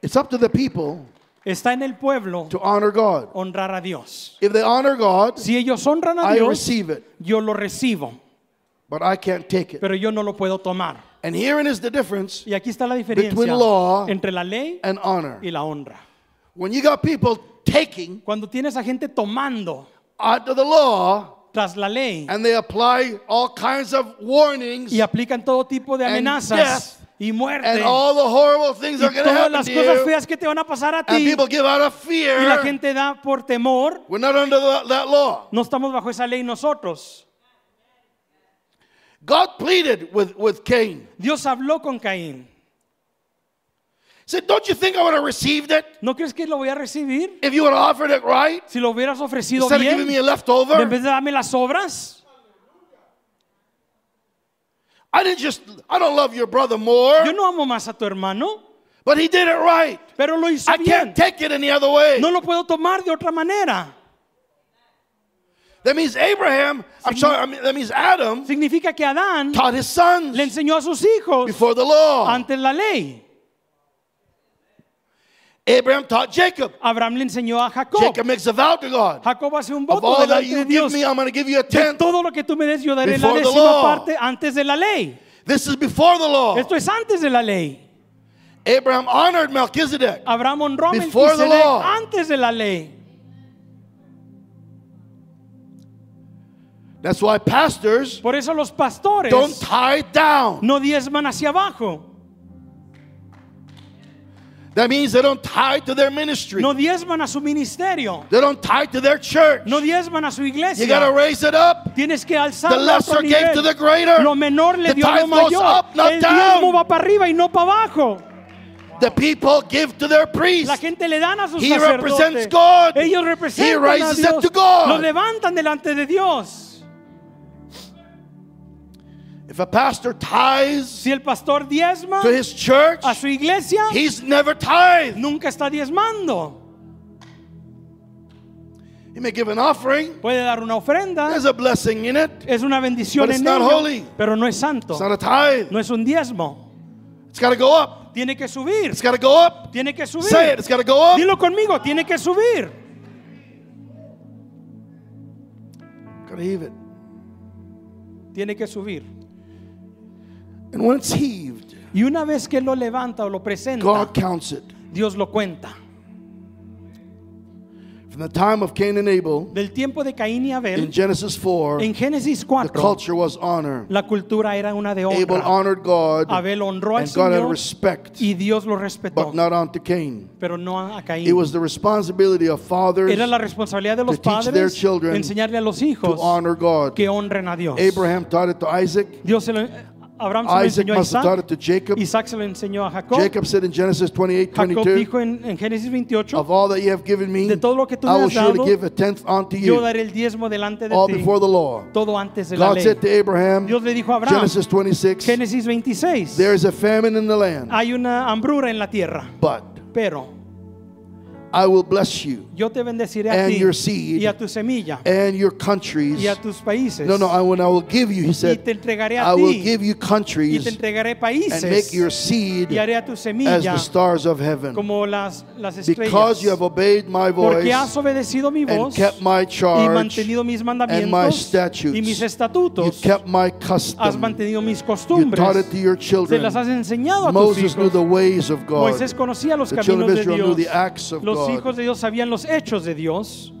It's up to the people
Está en el pueblo
to honor God.
honrar a Dios.
If they honor God,
Si ellos honran a
I
Dios,
receive it,
yo lo recibo,
but I can't take it.
pero yo no lo puedo tomar.
And herein is the difference
Y aquí está la diferencia
between law
entre la ley
and honor.
y la honra.
When you got people taking
Cuando tienes a gente tomando
under the law
tras la ley
and they apply all kinds of warnings
y aplican todo tipo de
And
amenazas y
and
muerte
all the horrible things
y
are going to
todas
happen
las
to
cosas
you,
feas que te van a pasar a
and
ti
people give out of
y la
fear,
gente da por temor,
we're not under the- that law.
no estamos bajo esa ley nosotros.
God pleaded with, with Cain.
Dios habló con Caín.
He said, Don't you think I would have received it
¿No crees que lo voy a recibir?
if you would have offered it right?
Si lo hubieras ofrecido
Instead of giving
bien,
me
en
a leftover,
vez de darme las obras,
I didn't just, I don't love your brother more,
yo no amo más a tu hermano,
but he did it right.
pero lo hizo
I
bien.
can't take it any other way.
No lo puedo tomar de otra manera.
That means Abraham, I'm sorry, I mean, that means Adam
Significa que Adán
taught his sons
le enseñó a sus hijos
before the law.
antes la ley.
Abraham taught Jacob.
Abraham le enseñó a Jacob.
Jacob makes a vow to God.
Jacob hace un
Of
voto
all that
delante de
you give
Dios.
me, I'm going to give you a
De
tenth.
todo lo que tú me des, yo daré la
Before the
décima
law.
parte antes de la ley.
This is before the law.
Esto es antes de la ley.
Abraham honored Melchizedek.
Abraham honró a
Before the
Melquisedec
law.
antes de la ley.
That's why pastors
Por eso los pastores
don't tie it down.
no diezman hacia abajo,
That means they don't tie to their ministry.
no diezman a su ministerio,
They don't tie to their church.
no diezman a su
You got to
iglesia.
raise it up.
Tienes que alzar
The
a otro
lesser gave
nivel.
to the greater.
Lo menor le
The
dio a lo
tithe goes
mayor.
up, not
El diezmo
down.
va para arriba y no para abajo.
The people give to their
La
priest.
gente le dan a sus
He
sacerdotes.
represents God.
Ellos
He
representan a
raises
Dios.
them to God.
Los levantan delante de Dios.
If a pastor ties
Si el pastor diezma
to his church,
a su iglesia,
he's never tithed.
nunca está diezmando.
He may give an offering.
Puede dar una ofrenda,
There's a blessing in it.
es una bendición
But it's
en
not
ello,
holy.
pero no es santo.
It's not a tithe.
No es un diezmo.
It's got to go up.
Tiene que subir.
It's got to go up.
Tiene que subir.
Say it. It's got to go up.
Dilo conmigo, tiene que subir.
Got to heave it.
Tiene que subir.
And when it's heaved,
Y una vez que lo levanta o lo presenta,
God counts it.
Dios lo cuenta.
From the time of Cain and Abel
Del tiempo de Caín y
in
Abel,
Genesis 4,
en Génesis
the
4,
culture was honor.
la cultura era una de
Abel
honra.
honored God,
Abel honró al
and God had
Señor
respect,
y Dios lo respetó,
but not unto Cain.
pero no a
It
Caín.
was the responsibility of fathers
Era la
to
responsabilidad de los
to teach their
padres
children
enseñarle a los hijos
honor God.
que honren a Dios.
Abraham taught it to Isaac.
Dios se lo, Abraham se lo
Isaac
enseñó a
must have taught
Isaac,
it to Jacob.
Isaac se lo enseñó a Jacob.
Jacob said in Genesis 28,
Jacob
22,
dijo en, en Génesis 28,
Of all that you have given me,
De todo lo que tú
I
me
will
has
surely
dado,
give a tenth unto
yo
you,
daré el diezmo delante de
all
ti,
before the law.
todo antes de la
God
ley.
said to Abraham,
Dios le dijo a Abraham,
Genesis 26,
Génesis 26,
there is a famine in the land,
hay una hambrura en la tierra,
but
pero
I will bless you
yo te bendeciré a
And
ti
your seed.
y a tu semilla
and your countries.
y a tus países.
No, no, I, when I will give you, he
y
said,
te entregaré a
I will
ti
give you
y te
countries
entregaré
and make
países
your seed
y haré a tu
as the
semilla
stars of heaven.
como las, las estrellas.
Because you have obeyed my
Porque has
voice
obedecido mi
and
voz
kept my
y
charge,
mantenido mis
my
mandamientos
statutes.
y mis
you
estatutos.
kept my
Has
custom,
mantenido mis
you taught it
costumbres.
to your
Se
children.
las has enseñado a tus
Moses knew
hijos.
the ways of God.
Moisés conocía los
The children
caminos
of
de
Israel knew
Dios.
the acts of
Los hijos
God.
de Dios sabían los hechos de Dios.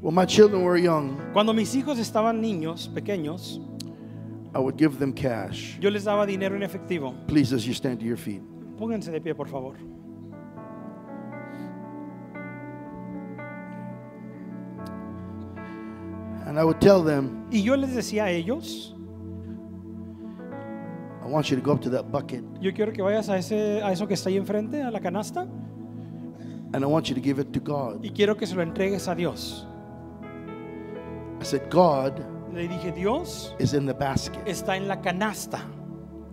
When my children were young,
Cuando mis hijos estaban niños, pequeños,
I would give them cash.
yo les daba dinero en efectivo.
Please, as you stand to your feet.
Pónganse de pie, por favor.
And I would tell them,
Y yo les decía a ellos,
I want you to go up to that bucket
yo quiero que vayas a, ese, a eso que está ahí enfrente, a la canasta,
and I want you to give it to God.
y quiero que se lo entregues a Dios.
I said, God
Le dije, Dios
is in the basket
está en la canasta,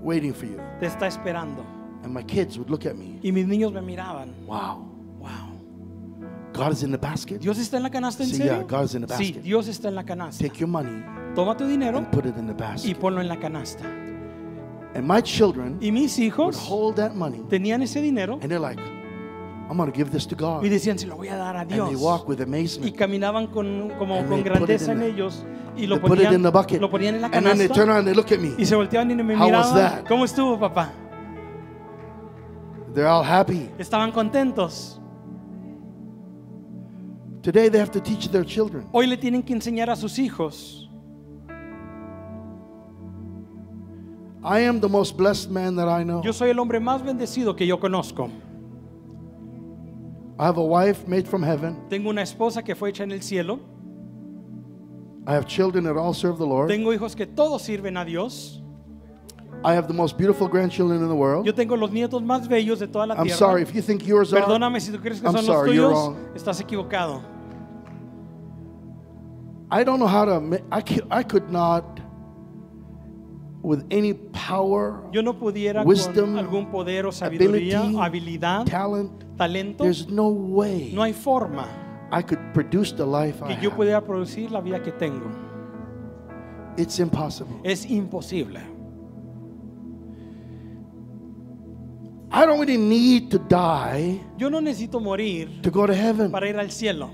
waiting for you.
te está esperando.
And my kids would look at me.
Y mis niños me miraban.
Wow,
Wow.
God is in the basket?
¿Dios está en la canasta en
Sí,
serio?
yeah, God's in the
Sí,
basket.
Dios está en la canasta.
Take your money
Toma tu dinero
and put it in the
y
basket.
ponlo en la canasta.
And my children
Y mis
would
hijos
hold that money
tenían ese dinero
and they're like, I'm going to give this to
y
God.
decían, se lo voy a dar a
And
Dios.
they walk with
Y
amazement.
caminaban con, como,
And they
con
put it
grandeza
in
en
the-
ellos y
They
lo
put it in
ponían,
the bucket.
lo ponían en la
And then they turn
canasta
around and they look at me.
y se volteaban y me
How was
miraban.
that?
¿Cómo estuvo, papá?
They're all happy.
Estaban contentos.
Today they have to teach their children.
Hoy le tienen que enseñar a sus hijos.
I am the most blessed man that I know.
Yo soy el hombre más bendecido que yo conozco.
I have a wife made from heaven.
Tengo una esposa que fue hecha en el cielo.
I have children that all serve the Lord.
Tengo hijos que todos sirven a Dios.
I have the most beautiful grandchildren in the world.
Yo tengo los nietos más bellos de toda la
I'm
tierra.
sorry if you think yours are.
Perdóname si tú crees que
I'm
son
sorry, you're
los tuyos.
wrong.
Estás equivocado.
I don't know how to. ma- I could, I could not, with any power,
Yo no pudiera
Wisdom,
con algún poder o sabiduría,
ability,
habilidad,
talent.
talento.
There's no way
No hay forma
I could produce the life I
que yo
have.
pudiera producir la vida que tengo.
It's impossible.
Es imposible.
I don't really need to die
Yo no necesito morir
to go to heaven.
para ir al cielo.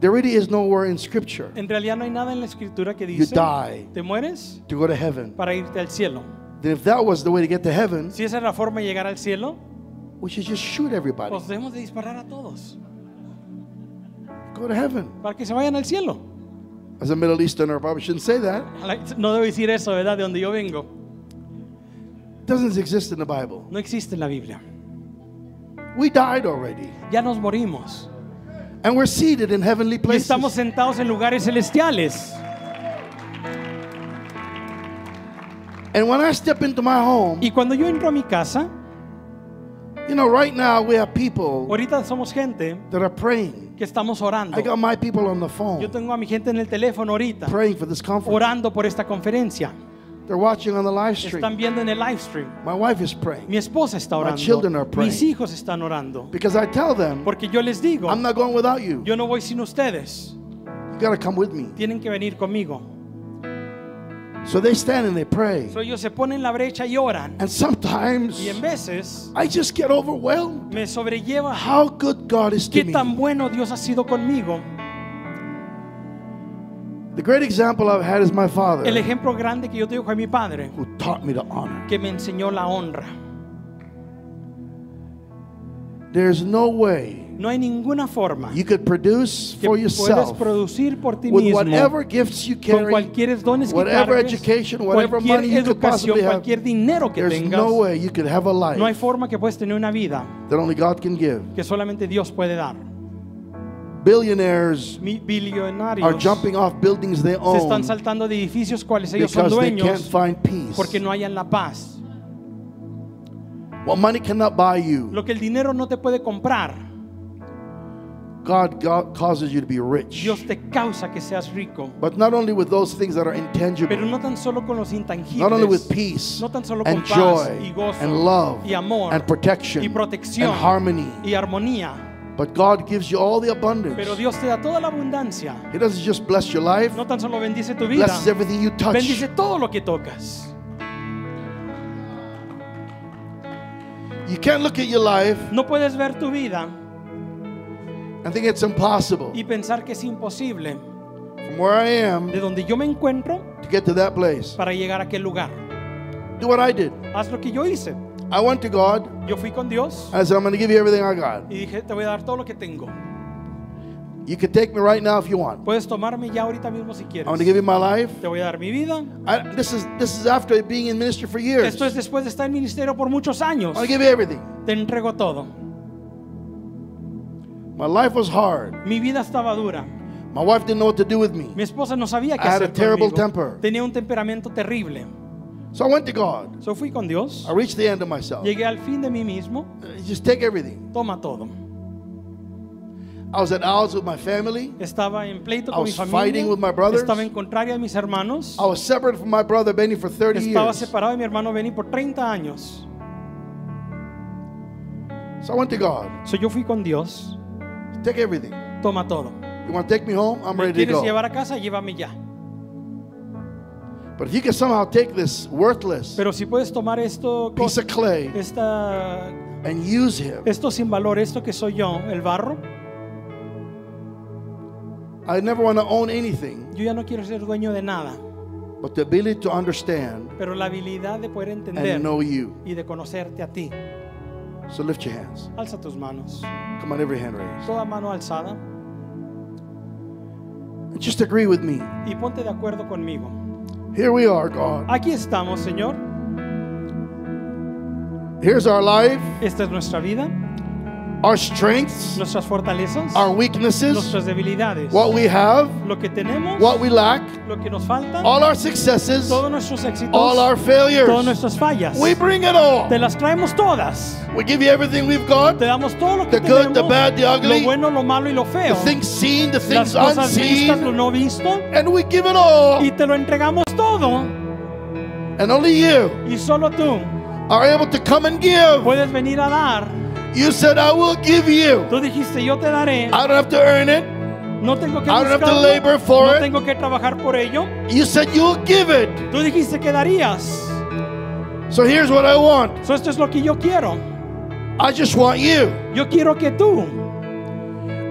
There really is nowhere in Scripture
En realidad no hay nada en la escritura que
you
dice,
die
te mueres
to go to heaven.
para irte al cielo.
Then if that was the way to get to heaven,
Si esa es la forma de llegar al cielo,
we should just shoot everybody.
pues debemos de disparar a todos
Go to heaven.
para que se vayan al cielo.
As a Middle Easterner, I probably shouldn't say that.
No debo decir eso, ¿verdad? De donde yo vengo.
doesn't exist in the Bible.
No existe en la Biblia.
We died already,
Ya nos morimos.
and we're seated in heavenly
Y estamos
places.
sentados en lugares celestiales.
And when I step into my home,
Y cuando yo entro a mi casa,
you know, right now we have people
ahorita somos gente
that are praying.
que estamos orando.
I got my people on the
Yo
phone
tengo a mi gente en el teléfono ahorita,
praying for this conference.
orando por esta conferencia.
They're watching on the live
Están
stream.
viendo en el live stream.
My wife is
Mi
praying
esposa está
My children are
orando.
praying.
Mis hijos están orando.
because I tell them
Porque yo les digo,
I'm not going without you.
yo no voy sin ustedes.
You got to come with me.
Tienen que venir conmigo.
So they stand and they pray.
So, ellos se ponen en la brecha y oran.
And sometimes
Y en veces
I just get overwhelmed.
me sobrelleva
How good God is to
qué
me.
tan bueno Dios ha sido conmigo.
The great example I've had is my
El
father,
ejemplo grande que yo tengo es mi padre,
who taught me to honor.
que me enseñó la honra.
There's no way
No hay ninguna forma
you could produce
que
for
puedes
yourself
producir por ti
with
mismo
whatever gifts you
con
carry,
cualquier dones que
whatever
cargues,
education, whatever
cualquier
money you could
educación,
possibly have.
cualquier dinero que
There's
tengas.
no way you could have a
No hay
life
forma que puedas tener una vida
that only God can give.
que solamente Dios puede dar.
Billionaires
Mi-
are
Billonarios
jumping off buildings they
se están
own
saltando de edificios cuales ellos son
because they can't
dueños
find peace.
porque no hayan la paz.
What money cannot buy you,
Lo que el dinero no te puede comprar,
God, God causes you to be rich.
Dios te causa que seas rico.
But not only with those things that are
Pero
intangible,
no tan solo con los
not only
intangibles,
with peace
no tan solo con
and
paz
joy
y gozo
and love
y amor
and protection
y protección
and harmony,
y armonía,
but God gives you all the
pero
abundance.
Dios te da toda la abundancia.
He doesn't just bless your life,
No tan solo bendice tu vida,
blesses everything you touch.
bendice todo lo que tocas.
You can't look at your life
No puedes ver tu vida
and think it's impossible
y pensar que es imposible
from where I am
de donde yo me encuentro
to get to that place.
para llegar a aquel lugar.
Do what I did.
Haz lo que yo hice.
I went to God.
Yo fui con Dios
I said, I'm going to give you everything I got.
y dije, te voy a dar todo lo que tengo.
You can take me right now if you want.
Puedes tomarme ya ahorita mismo si
I'm
quieres.
going to give you my life.
Te voy a dar mi vida.
I, this is this is after being in ministry for years.
Esto es después de estar en ministerio por muchos
I'm
años.
going to give you everything.
Te entrego todo.
My life was hard.
Mi vida estaba dura.
My wife didn't know what to do with me.
Mi esposa no sabía qué
I had
hacer
a terrible
conmigo.
temper.
Tenía un temperamento terrible.
So I went to God.
So fui con Dios.
I reached the end of myself.
Llegué al fin de mí mismo.
Uh, Just take everything.
Toma todo.
I was at odds with my family.
Estaba en pleito
I
con mi
was fighting with my
familia.
brothers.
Estaba en contraria de mis hermanos.
I was separated from my brother Benny for 30
Estaba
years.
separado de mi hermano Benny por 30 años.
So I went to God.
So yo fui con Dios.
Take everything.
Toma todo.
You want to take me home? I'm
¿Me
ready to
quieres
go.
llevar a casa? Llévame ya.
But if you can somehow take this worthless
Pero si puedes tomar esto,
piece
cosa-
of clay
esta,
and use him,
esto sin valor, esto que soy yo, el barro,
I never want to own anything,
yo ya no quiero ser dueño de nada.
but the ability to understand
Pero la habilidad de poder entender
and know you.
y de conocerte a ti.
So lift your hands.
Alza tus manos.
Come on, every hand raised.
Toda mano alzada.
And Just agree with me.
Y ponte de acuerdo conmigo.
Here we are, God.
Aquí estamos, Señor.
Here's our life,
Esta es nuestra vida,
our strengths,
nuestras fortalezas,
our weaknesses,
nuestras debilidades.
what we have,
Lo que tenemos,
what we lack,
lo que nos falta,
all our successes,
todos nuestros éxitos,
all our
todas
failures.
nuestras fallas.
We bring it all.
Te las traemos todas.
We give you everything we've got
Te damos todo lo que
The good,
tenemos,
the bad, the ugly,
lo bueno, lo malo y lo feo.
the things seen, the
las
things
cosas vistas,
unseen,
lo no visto,
and we give it all.
y te lo entregamos todo.
And only you
Y solo tú
are able to come and give.
puedes venir a dar.
You said, I will give you.
Tú dijiste, yo te daré.
I don't have to earn it.
No tengo que
I don't have to
buscarlo,
labor for
no
it.
tengo que trabajar por ello.
You said, You'll give it.
Tú dijiste que darías.
So here's what I want
So, esto es lo que yo quiero.
I just want you.
Yo quiero que tú,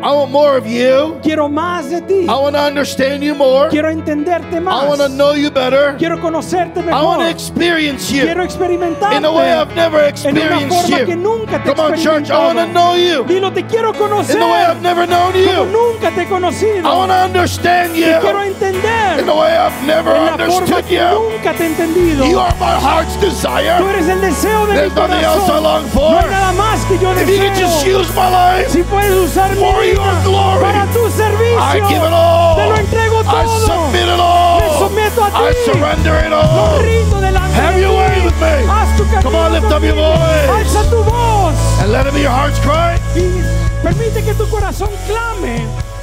I want more of you.
quiero más de ti.
I want to understand you more.
Quiero entenderte
I
más.
want to know you better.
Quiero conocerte
I want
mejor.
to experience you
Quiero experimentarte
in a way I've never
en una
experienced
forma
you.
que nunca te he
Come on, church. I want to
experimentado.
know you
Dilo, te quiero
in
conocer
the way I've never known
como
you.
nunca te he
I
conocido.
want to understand
Te quiero
you in
entender
the way I've never
en la forma
understood
que
you.
nunca te he entendido.
You are my heart's
Tú
desire.
eres el deseo de mi
There's nothing else I
corazón.
long
No
for.
hay nada más que yo
If you could just
deseo.
use my life
Si puedes usar mi
for your
vida
glory,
para tu
I give it
servicio,
all.
Te lo entrego
I
todo.
submit it all.
Me someto a
I
ti.
surrender it
lo Ah.
all.
rindo delante
Have
de
your
ti.
way with me.
Haz tu
Come on,
camino
lift up your
conmigo.
voice.
Alza tu voz.
And let it be your heart's cry.
Y permite que tu corazón clame.